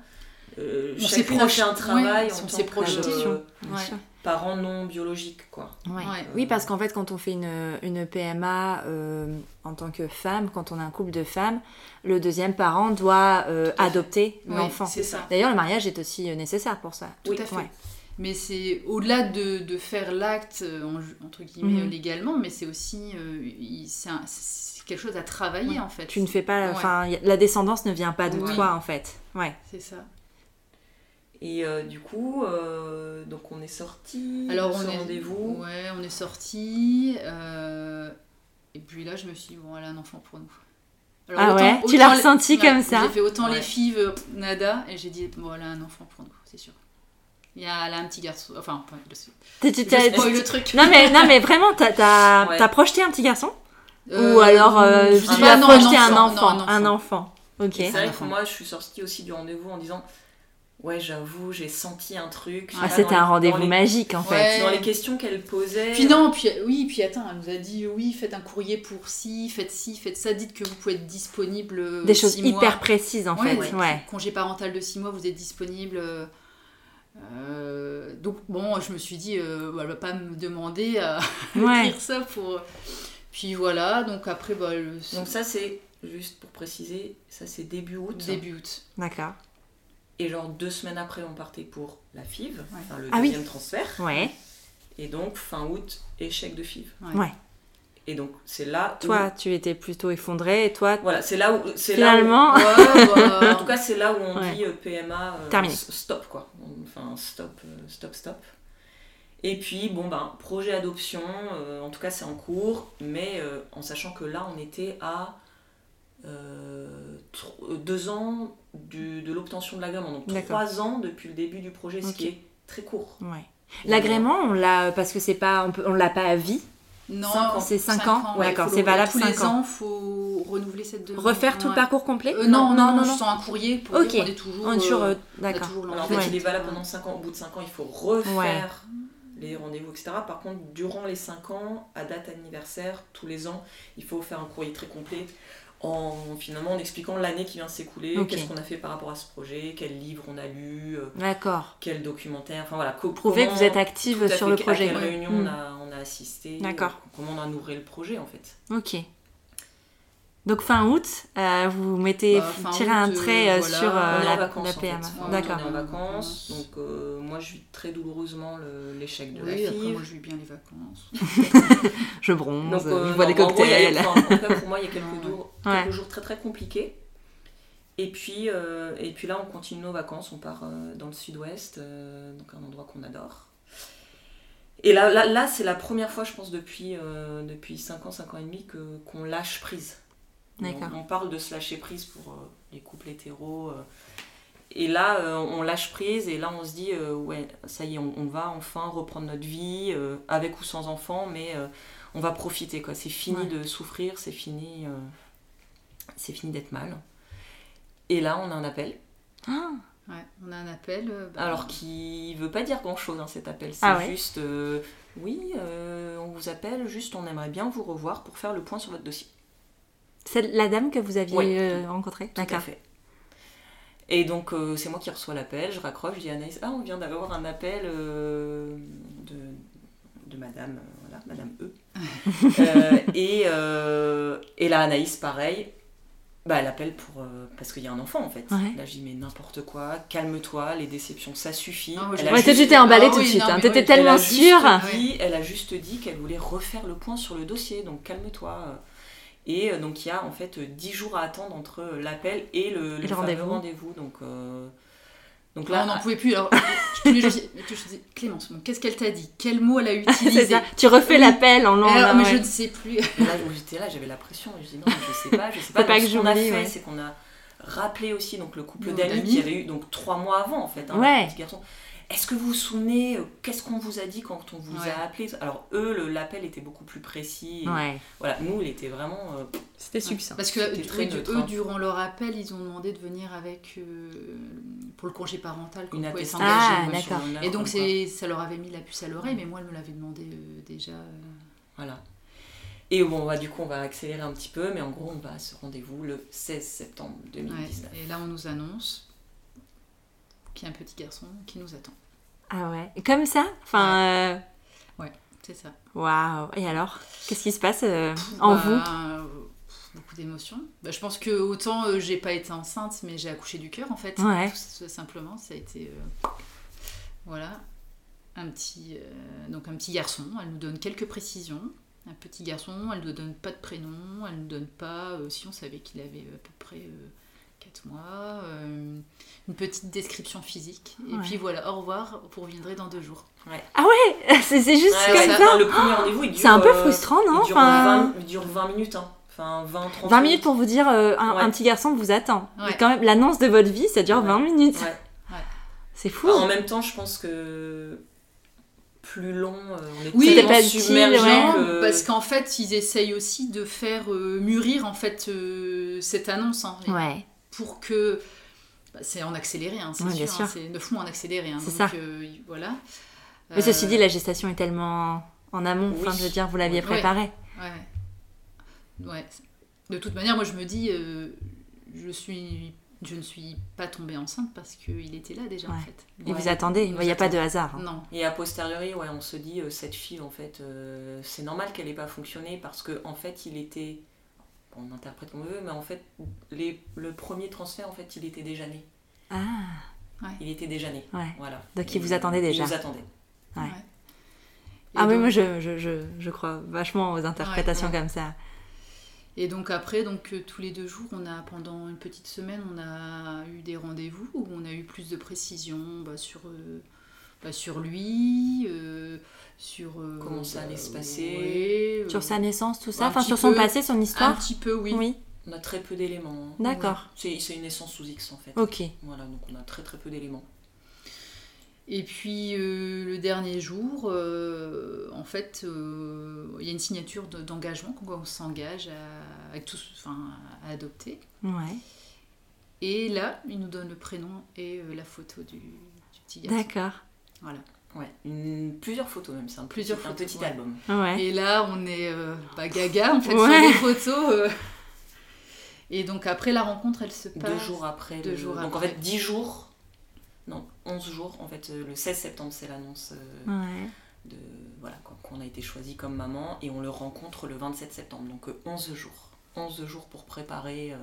[SPEAKER 3] euh,
[SPEAKER 4] On s'est
[SPEAKER 3] chacune a
[SPEAKER 4] proche-
[SPEAKER 3] fait un travail
[SPEAKER 4] ouais,
[SPEAKER 3] en
[SPEAKER 4] on
[SPEAKER 3] tant
[SPEAKER 4] s'est
[SPEAKER 3] que
[SPEAKER 4] projeté.
[SPEAKER 3] euh,
[SPEAKER 2] bien
[SPEAKER 4] Ouais.
[SPEAKER 2] sûr.
[SPEAKER 3] parent non biologique quoi. Euh,
[SPEAKER 2] Ouais.
[SPEAKER 4] Ouais.
[SPEAKER 2] Oui, parce qu'en fait, quand on fait une, une PMA euh, en tant que femme, quand on a un couple de femmes, le deuxième parent doit euh,
[SPEAKER 3] Tout à fait.
[SPEAKER 2] adopter
[SPEAKER 4] Oui,
[SPEAKER 2] l'enfant.
[SPEAKER 4] C'est ça.
[SPEAKER 2] D'ailleurs, le mariage est aussi euh, nécessaire pour ça.
[SPEAKER 4] Tout à fait.
[SPEAKER 2] Ouais.
[SPEAKER 4] Mais c'est au-delà de, de faire l'acte, euh, en ju- entre guillemets,
[SPEAKER 2] Mhm.
[SPEAKER 4] euh, légalement, mais c'est aussi. euh, il- c'est un- c'est quelque chose à
[SPEAKER 2] Ouais.
[SPEAKER 4] travailler, en fait.
[SPEAKER 2] Tu ne fais pas,
[SPEAKER 4] Ouais.
[SPEAKER 2] enfin, y a- la descendance ne vient pas de
[SPEAKER 3] Oui.
[SPEAKER 2] toi en fait. Ouais.
[SPEAKER 4] C'est ça.
[SPEAKER 3] Et euh, du coup, euh, donc on est sorti.
[SPEAKER 4] Alors
[SPEAKER 3] de ce
[SPEAKER 4] on est
[SPEAKER 3] rendez-vous.
[SPEAKER 4] Ouais, on est sorti. euh, et puis là, je me suis dit, bon, elle a un enfant pour nous.
[SPEAKER 2] Ah
[SPEAKER 4] Alors,
[SPEAKER 2] ouais Tu l'as
[SPEAKER 4] les-
[SPEAKER 2] ressenti comme ça
[SPEAKER 4] J'ai fait autant
[SPEAKER 3] Ouais.
[SPEAKER 4] les filles, euh, pff, nada, et j'ai dit, bon, elle a un enfant pour nous, c'est sûr. Il y a, elle a un petit garçon. Enfin, pas- je,
[SPEAKER 2] T'es- tu
[SPEAKER 4] je
[SPEAKER 2] t'as-
[SPEAKER 4] spoil le truc.
[SPEAKER 2] non mais non mais vraiment, t'as t'as-
[SPEAKER 3] Ouais.
[SPEAKER 2] t'as projeté un petit garçon
[SPEAKER 4] Euh,
[SPEAKER 2] ou alors euh,
[SPEAKER 4] je
[SPEAKER 2] tu
[SPEAKER 4] sais
[SPEAKER 2] as
[SPEAKER 4] pas, non,
[SPEAKER 2] projeté un enfant,
[SPEAKER 4] non,
[SPEAKER 2] un enfant. Ok.
[SPEAKER 3] C'est vrai que
[SPEAKER 4] enfant.
[SPEAKER 3] moi, je suis sortie aussi du rendez-vous en disant Ouais, j'avoue, j'ai senti un truc. je sais
[SPEAKER 2] Ah,
[SPEAKER 3] pas,
[SPEAKER 2] c'était un
[SPEAKER 3] dans les-
[SPEAKER 2] rendez-vous
[SPEAKER 3] dans les-
[SPEAKER 2] magique en fait.
[SPEAKER 4] Ouais.
[SPEAKER 3] Dans les questions qu'elle posait.
[SPEAKER 4] Puis non, puis oui, puis attends, elle nous a dit oui, faites un courrier pour ci, faites ci, faites ça, dites que vous pouvez être disponible. euh,
[SPEAKER 2] Des choses
[SPEAKER 4] six mois.
[SPEAKER 2] hyper précises en
[SPEAKER 4] Ouais,
[SPEAKER 2] fait.
[SPEAKER 4] ouais.
[SPEAKER 2] Ouais.
[SPEAKER 4] Congé parental de 6 mois, vous êtes disponible. euh, euh, donc bon, je me suis dit, euh, bah, elle va pas me demander à [laughs]
[SPEAKER 2] Ouais.
[SPEAKER 4] dire ça pour. Puis voilà, donc après, bah, le
[SPEAKER 3] Donc, ça, c'est juste pour préciser, ça c'est début août.
[SPEAKER 4] début
[SPEAKER 2] [laughs]
[SPEAKER 4] août.
[SPEAKER 2] D'accord.
[SPEAKER 3] Et genre deux semaines après, on partait pour la FIV,
[SPEAKER 4] Ouais.
[SPEAKER 3] enfin, le
[SPEAKER 2] Ah oui.
[SPEAKER 3] deuxième transfert.
[SPEAKER 2] Ouais.
[SPEAKER 3] Et donc, fin août, échec de FIV.
[SPEAKER 4] Ouais.
[SPEAKER 2] Ouais.
[SPEAKER 3] Et donc, c'est là. où-
[SPEAKER 2] Toi, tu étais plutôt effondrée et toi,
[SPEAKER 3] Voilà, c'est là où. c'est là où-
[SPEAKER 2] finalement.
[SPEAKER 4] Ouais,
[SPEAKER 3] en tout
[SPEAKER 4] bah,
[SPEAKER 3] cas, c'est là où on
[SPEAKER 2] Ah. Ouais.
[SPEAKER 3] dit euh, PMA euh,
[SPEAKER 2] Terminé.
[SPEAKER 3] s- stop quoi. Enfin stop, euh, stop, stop. Et puis bon ben projet adoption, euh, en tout cas c'est en cours, mais euh, en sachant que là on était à euh, tro- euh, deux ans du- de l'obtention de l'agrément, donc
[SPEAKER 2] D'accord.
[SPEAKER 3] trois ans depuis le début du projet, ce
[SPEAKER 2] Ok. [laughs]
[SPEAKER 3] qui est très court.
[SPEAKER 2] Ouais. L'agrément, on l'a parce que c'est pas, on, peut- on l'a pas à vie.
[SPEAKER 4] Non,
[SPEAKER 2] Cinq ans. C'est cinq
[SPEAKER 4] cinq
[SPEAKER 2] ans Ouais,
[SPEAKER 4] il
[SPEAKER 2] d'accord,
[SPEAKER 4] faut
[SPEAKER 2] c'est
[SPEAKER 4] le-
[SPEAKER 2] valable
[SPEAKER 4] tous
[SPEAKER 2] cinq
[SPEAKER 4] les
[SPEAKER 2] ans.
[SPEAKER 4] ans, faut renouveler cette demande.
[SPEAKER 2] Refaire tout le
[SPEAKER 4] Ouais.
[SPEAKER 2] parcours complet
[SPEAKER 4] Euh, non, non, non, je sens un courrier pour
[SPEAKER 2] Ok.
[SPEAKER 4] dire qu'on est toujours.
[SPEAKER 2] On est toujours, euh,
[SPEAKER 4] euh, on a
[SPEAKER 2] d'accord.
[SPEAKER 4] toujours
[SPEAKER 3] Alors, en fait,
[SPEAKER 4] l'envie.
[SPEAKER 3] il est valable pendant 5 ans. Au bout de 5 ans, il faut refaire
[SPEAKER 2] Ouais.
[SPEAKER 3] les rendez-vous, etc. Par contre, durant les 5 ans, à date anniversaire, tous les ans, il faut faire un courrier très complet en finalement en expliquant l'année qui vient de s'écouler,
[SPEAKER 2] Ok.
[SPEAKER 3] qu'est-ce qu'on a fait par rapport à ce projet, quel livre on a lu, euh,
[SPEAKER 2] D'accord.
[SPEAKER 3] quel documentaire, enfin voilà, co-
[SPEAKER 2] Prouver que
[SPEAKER 3] comment-
[SPEAKER 2] vous êtes
[SPEAKER 3] tout à
[SPEAKER 2] active
[SPEAKER 3] fait,
[SPEAKER 2] sur le
[SPEAKER 3] à
[SPEAKER 2] projet.
[SPEAKER 3] quelle
[SPEAKER 2] Ouais.
[SPEAKER 3] réunion
[SPEAKER 2] Mm.
[SPEAKER 3] on, a, on a assisté,
[SPEAKER 2] D'accord.
[SPEAKER 3] euh, comment on a nourri le projet en fait.
[SPEAKER 2] Ok. Donc fin août, euh, vous mettez,
[SPEAKER 4] Bah, fin
[SPEAKER 2] vous tirez
[SPEAKER 4] août,
[SPEAKER 2] un
[SPEAKER 4] euh,
[SPEAKER 2] trait euh,
[SPEAKER 4] voilà,
[SPEAKER 2] sur euh,
[SPEAKER 3] on est
[SPEAKER 2] la,
[SPEAKER 3] en vacances,
[SPEAKER 2] la
[SPEAKER 3] en
[SPEAKER 2] PMA.
[SPEAKER 3] fait. On
[SPEAKER 2] D'accord.
[SPEAKER 3] est en vacances, donc euh, moi je vis très douloureusement le- l'échec de la
[SPEAKER 4] Oui,
[SPEAKER 3] fille.
[SPEAKER 4] après, moi, je vis bien les vacances.
[SPEAKER 2] Je bronze,
[SPEAKER 3] Donc, euh,
[SPEAKER 2] je bois des
[SPEAKER 3] non, mais en gros, il y a eu-
[SPEAKER 2] cocktails.
[SPEAKER 3] enfin, en tout cas, pour moi, il y a quelques
[SPEAKER 4] Ouais.
[SPEAKER 3] jours,
[SPEAKER 2] Ouais.
[SPEAKER 3] quelques jours très très compliqués. Et puis, euh, et puis là, on continue nos vacances, on part euh, dans le sud-ouest, euh, donc un endroit qu'on adore. Et là, là, là c'est la première fois, je pense, depuis, euh, depuis 5 ans, 5 ans et demi, que, qu'on lâche prise.
[SPEAKER 2] D'accord.
[SPEAKER 3] On, on parle de se lâcher prise pour euh, les couples hétéros. euh, et là, euh, on lâche prise, et là, on se dit, euh, ouais, ça y est, on, on va enfin reprendre notre vie, euh, avec ou sans enfant, mais euh, on va profiter, quoi. C'est fini
[SPEAKER 2] Ouais.
[SPEAKER 3] de souffrir, c'est fini, euh, c'est fini d'être mal. Et là, on a un appel,
[SPEAKER 2] Ah,
[SPEAKER 4] Ouais, on a un appel. euh, bah,
[SPEAKER 3] alors qui veut pas dire grand-chose, hein, cet appel. C'est
[SPEAKER 2] Ah ouais
[SPEAKER 3] juste, euh, oui, euh, on vous appelle, juste, on aimerait bien vous revoir pour faire le point sur votre dossier.
[SPEAKER 2] c'est la dame que vous aviez
[SPEAKER 3] Ouais.
[SPEAKER 2] euh, rencontrée
[SPEAKER 3] Tout à
[SPEAKER 2] D'accord.
[SPEAKER 3] fait. Et donc, euh, c'est moi qui reçois l'appel, je raccroche, je dis à Anaïs, ah, on vient d'avoir un appel euh, de, de madame, euh, voilà, madame
[SPEAKER 2] [laughs]
[SPEAKER 3] E. Euh, et, euh, et là, Anaïs, pareil, bah, elle appelle pour, euh, parce qu'il y a un enfant, en fait.
[SPEAKER 2] Ouais.
[SPEAKER 3] Là, je dis, mais n'importe quoi, calme-toi, les déceptions, ça suffit.
[SPEAKER 4] Ah, moi, je-
[SPEAKER 3] Elle a
[SPEAKER 2] Ouais,
[SPEAKER 4] juste-
[SPEAKER 2] toi, tu t'es emballée
[SPEAKER 4] Ah
[SPEAKER 2] tout de
[SPEAKER 4] oui,
[SPEAKER 2] suite.
[SPEAKER 4] non,
[SPEAKER 2] hein.
[SPEAKER 4] mais
[SPEAKER 2] T'étais
[SPEAKER 4] oui,
[SPEAKER 3] elle
[SPEAKER 2] tellement
[SPEAKER 3] a juste euh,
[SPEAKER 2] sûre.
[SPEAKER 3] dit- elle a juste dit qu'elle voulait refaire le point sur le dossier, donc calme-toi. Et euh, donc il y a en fait euh, 10 jours à attendre entre euh, l'appel et le, le fameux
[SPEAKER 2] rendez-vous.
[SPEAKER 3] rendez-vous, donc, euh, donc
[SPEAKER 4] Là,
[SPEAKER 3] là, ah.
[SPEAKER 4] on n'en pouvait plus. Alors, je- tous les jours, je dis- je dis, Clémence, bon, qu'est-ce qu'elle t'a dit Quel
[SPEAKER 3] [laughs]
[SPEAKER 4] mot elle a utilisé
[SPEAKER 2] [laughs] C'est ça. Tu refais
[SPEAKER 4] Oui.
[SPEAKER 2] l'appel en long.
[SPEAKER 4] Alors,
[SPEAKER 2] là,
[SPEAKER 4] mais
[SPEAKER 2] ouais.
[SPEAKER 4] je ne sais plus.
[SPEAKER 3] [laughs] Et là, où j'étais là, j'avais la pression. Et je dis non, mais je sais pas, je sais pas.
[SPEAKER 2] Faut pas
[SPEAKER 3] Donc,
[SPEAKER 2] que
[SPEAKER 3] ce qu'on a
[SPEAKER 2] j'oublie,
[SPEAKER 3] fait,
[SPEAKER 2] ouais.
[SPEAKER 3] c'est qu'on a rappelé aussi donc le couple
[SPEAKER 4] Nos
[SPEAKER 3] d'amis
[SPEAKER 4] amis.
[SPEAKER 3] qui avait eu donc trois mois avant en fait, hein,
[SPEAKER 2] Ouais.
[SPEAKER 3] le petit garçon. Est-ce que vous vous souvenez euh, qu'est-ce qu'on vous a dit quand on vous
[SPEAKER 4] Ouais.
[SPEAKER 3] a appelé Alors eux, le- l'appel était beaucoup plus précis. et
[SPEAKER 2] Ouais.
[SPEAKER 3] Voilà, nous, il était vraiment. euh,
[SPEAKER 1] C'était succinct.
[SPEAKER 4] Parce que
[SPEAKER 3] C'était
[SPEAKER 4] oui,
[SPEAKER 3] très
[SPEAKER 4] du-
[SPEAKER 3] neutre,
[SPEAKER 4] eux,
[SPEAKER 3] hein.
[SPEAKER 4] durant leur appel, ils ont demandé de venir avec euh, pour le congé parental qu'on
[SPEAKER 3] une
[SPEAKER 4] pouvait
[SPEAKER 3] attestation.
[SPEAKER 4] s'engager.
[SPEAKER 2] Ah,
[SPEAKER 3] ouais, sur
[SPEAKER 2] d'accord.
[SPEAKER 3] l'honneur,
[SPEAKER 4] Et donc
[SPEAKER 3] comme quoi.
[SPEAKER 4] c'est, ça leur avait mis la puce à l'oreille, mais moi elle me l'avait demandé euh, déjà. euh.
[SPEAKER 3] Voilà. Et bon, bah, du coup, on va accélérer un petit peu, mais en gros, on va à ce rendez-vous le 16 septembre
[SPEAKER 4] Ouais.
[SPEAKER 3] 2019.
[SPEAKER 4] Et là on nous annonce qu'il y a un petit garçon qui nous attend.
[SPEAKER 2] Ah ouais. Comme ça Enfin. euh,
[SPEAKER 4] C'est ça.
[SPEAKER 2] Waouh. Et alors Qu'est-ce qui se passe euh, en
[SPEAKER 4] Bah,
[SPEAKER 2] vous [laughs]
[SPEAKER 4] euh, Beaucoup d'émotions. Bah, je pense que autant euh, j'ai pas été enceinte, mais j'ai accouché du cœur en fait.
[SPEAKER 2] Ouais.
[SPEAKER 4] Tout s- simplement, ça a été euh, voilà un petit euh, donc un petit garçon. Elle nous donne quelques précisions. Un petit garçon. Elle nous donne pas de prénom. Elle nous donne pas euh, si on savait qu'il avait euh, à peu près. 4 mois, euh, une petite description physique, et
[SPEAKER 2] Ouais.
[SPEAKER 4] puis voilà, au revoir, vous reviendrez dans deux jours.
[SPEAKER 2] C'est c'est juste
[SPEAKER 3] Ouais,
[SPEAKER 2] comme
[SPEAKER 3] ouais,
[SPEAKER 2] ça.
[SPEAKER 3] enfin, le premier rendez-vous, il dure.
[SPEAKER 2] C'est un peu
[SPEAKER 3] euh,
[SPEAKER 2] frustrant, non
[SPEAKER 3] il, dure
[SPEAKER 2] Enfin,
[SPEAKER 3] 20, il dure 20 minutes, hein. Enfin, 20, 30
[SPEAKER 2] 20 minutes pour vous dire euh, un,
[SPEAKER 3] Ouais.
[SPEAKER 2] un petit garçon vous attend.
[SPEAKER 4] Ouais.
[SPEAKER 2] Mais quand même, l'annonce de votre vie, ça dure
[SPEAKER 3] Ouais.
[SPEAKER 2] 20 minutes.
[SPEAKER 3] Ouais. Ah,
[SPEAKER 2] C'est fou.
[SPEAKER 3] Enfin, en même temps, je pense que plus long, euh, on est
[SPEAKER 4] Oui,
[SPEAKER 3] tellement
[SPEAKER 2] c'était pas utile,
[SPEAKER 3] submergé
[SPEAKER 2] ouais.
[SPEAKER 3] que...
[SPEAKER 4] Parce qu'en fait, ils essayent aussi de faire euh, mûrir en fait euh, cette annonce hein, et
[SPEAKER 2] Ouais.
[SPEAKER 4] pour que bah, c'est en accéléré, hein, c'est
[SPEAKER 2] Ouais, bien
[SPEAKER 4] sûr, hein,
[SPEAKER 2] sûr.
[SPEAKER 4] c'est neuf mois en accéléré, hein,
[SPEAKER 2] C'est
[SPEAKER 4] donc,
[SPEAKER 2] ça.
[SPEAKER 4] euh, voilà.
[SPEAKER 2] Mais ceci
[SPEAKER 4] Euh,
[SPEAKER 2] dit, la gestation est tellement en amont. Enfin,
[SPEAKER 3] Oui.
[SPEAKER 2] je veux dire, vous l'aviez
[SPEAKER 4] Oui.
[SPEAKER 2] préparée.
[SPEAKER 4] Euh, ouais. Ouais. De toute manière, moi je me dis, euh, je suis, je ne suis pas tombée enceinte parce qu'il était là déjà en
[SPEAKER 2] Ouais.
[SPEAKER 4] fait.
[SPEAKER 2] Et
[SPEAKER 3] Ouais.
[SPEAKER 2] vous attendez. Il
[SPEAKER 4] Nous
[SPEAKER 2] n'y a pas de
[SPEAKER 4] attendons.
[SPEAKER 2] hasard. hein.
[SPEAKER 4] Non.
[SPEAKER 3] Et a posteriori, ouais, on se dit, euh, cette fille, en fait, euh, c'est normal qu'elle n'ait pas fonctionné parce que en fait, il était. bon, on interprète comme on veut, mais en fait, les- le premier transfert, en fait, il était déjà né.
[SPEAKER 2] Ah,
[SPEAKER 3] Il était déjà né.
[SPEAKER 2] ouais.
[SPEAKER 3] Voilà.
[SPEAKER 2] Donc,
[SPEAKER 3] Et,
[SPEAKER 2] il vous attendait
[SPEAKER 3] euh,
[SPEAKER 2] déjà.
[SPEAKER 3] Il vous attendait.
[SPEAKER 2] Ouais.
[SPEAKER 4] Et
[SPEAKER 2] Ah oui,
[SPEAKER 4] donc-
[SPEAKER 2] moi, je, je, je, je crois vachement aux interprétations
[SPEAKER 4] ouais.
[SPEAKER 2] comme ça.
[SPEAKER 4] Et donc après, donc euh, tous les deux jours, on a pendant une petite semaine, on a eu des rendez-vous où on a eu plus de précisions bah, sur euh, bah, sur lui, euh, sur euh,
[SPEAKER 3] Comment ça allait se
[SPEAKER 4] euh,
[SPEAKER 3] passer.
[SPEAKER 4] ouais, euh,
[SPEAKER 2] Sur sa naissance, tout ça.
[SPEAKER 4] un
[SPEAKER 2] Enfin,
[SPEAKER 4] petit
[SPEAKER 2] sur son
[SPEAKER 4] peu.
[SPEAKER 2] passé, son
[SPEAKER 4] un
[SPEAKER 2] histoire.
[SPEAKER 4] petit peu, oui.
[SPEAKER 2] Oui.
[SPEAKER 3] On a très peu d'éléments.
[SPEAKER 2] D'accord.
[SPEAKER 3] C'est c'est une naissance sous X, en fait.
[SPEAKER 2] Ok.
[SPEAKER 3] Voilà, donc on a très très peu d'éléments.
[SPEAKER 4] Et puis euh, le dernier jour, euh, en fait, euh, il y a une signature de- d'engagement qu'on s'engage à, à tous, enfin, à adopter.
[SPEAKER 2] Ouais.
[SPEAKER 4] Et là, il nous donne le prénom et euh, la photo du, du petit garçon.
[SPEAKER 2] D'accord.
[SPEAKER 4] Voilà.
[SPEAKER 3] Ouais, une- plusieurs photos même, c'est un,
[SPEAKER 4] Plusieurs
[SPEAKER 3] petit, un
[SPEAKER 4] photos,
[SPEAKER 3] petit
[SPEAKER 4] ouais.
[SPEAKER 3] album.
[SPEAKER 2] Ouais.
[SPEAKER 4] [laughs] Et là, on est euh, bah, gaga en fait
[SPEAKER 2] Ouais.
[SPEAKER 4] sur les photos. euh. Et donc après la rencontre, elle se passe.
[SPEAKER 3] Deux jours après.
[SPEAKER 4] deux
[SPEAKER 3] le-
[SPEAKER 4] jours
[SPEAKER 3] Donc en
[SPEAKER 4] après.
[SPEAKER 3] fait, 10 jours. Non, 11 jours. En fait, euh, le 16 septembre, c'est l'annonce euh,
[SPEAKER 2] Ouais.
[SPEAKER 3] de voilà quoi, qu'on a été choisi comme maman et on le rencontre le 27 septembre. Donc euh, 11 jours. 11 jours pour préparer. euh,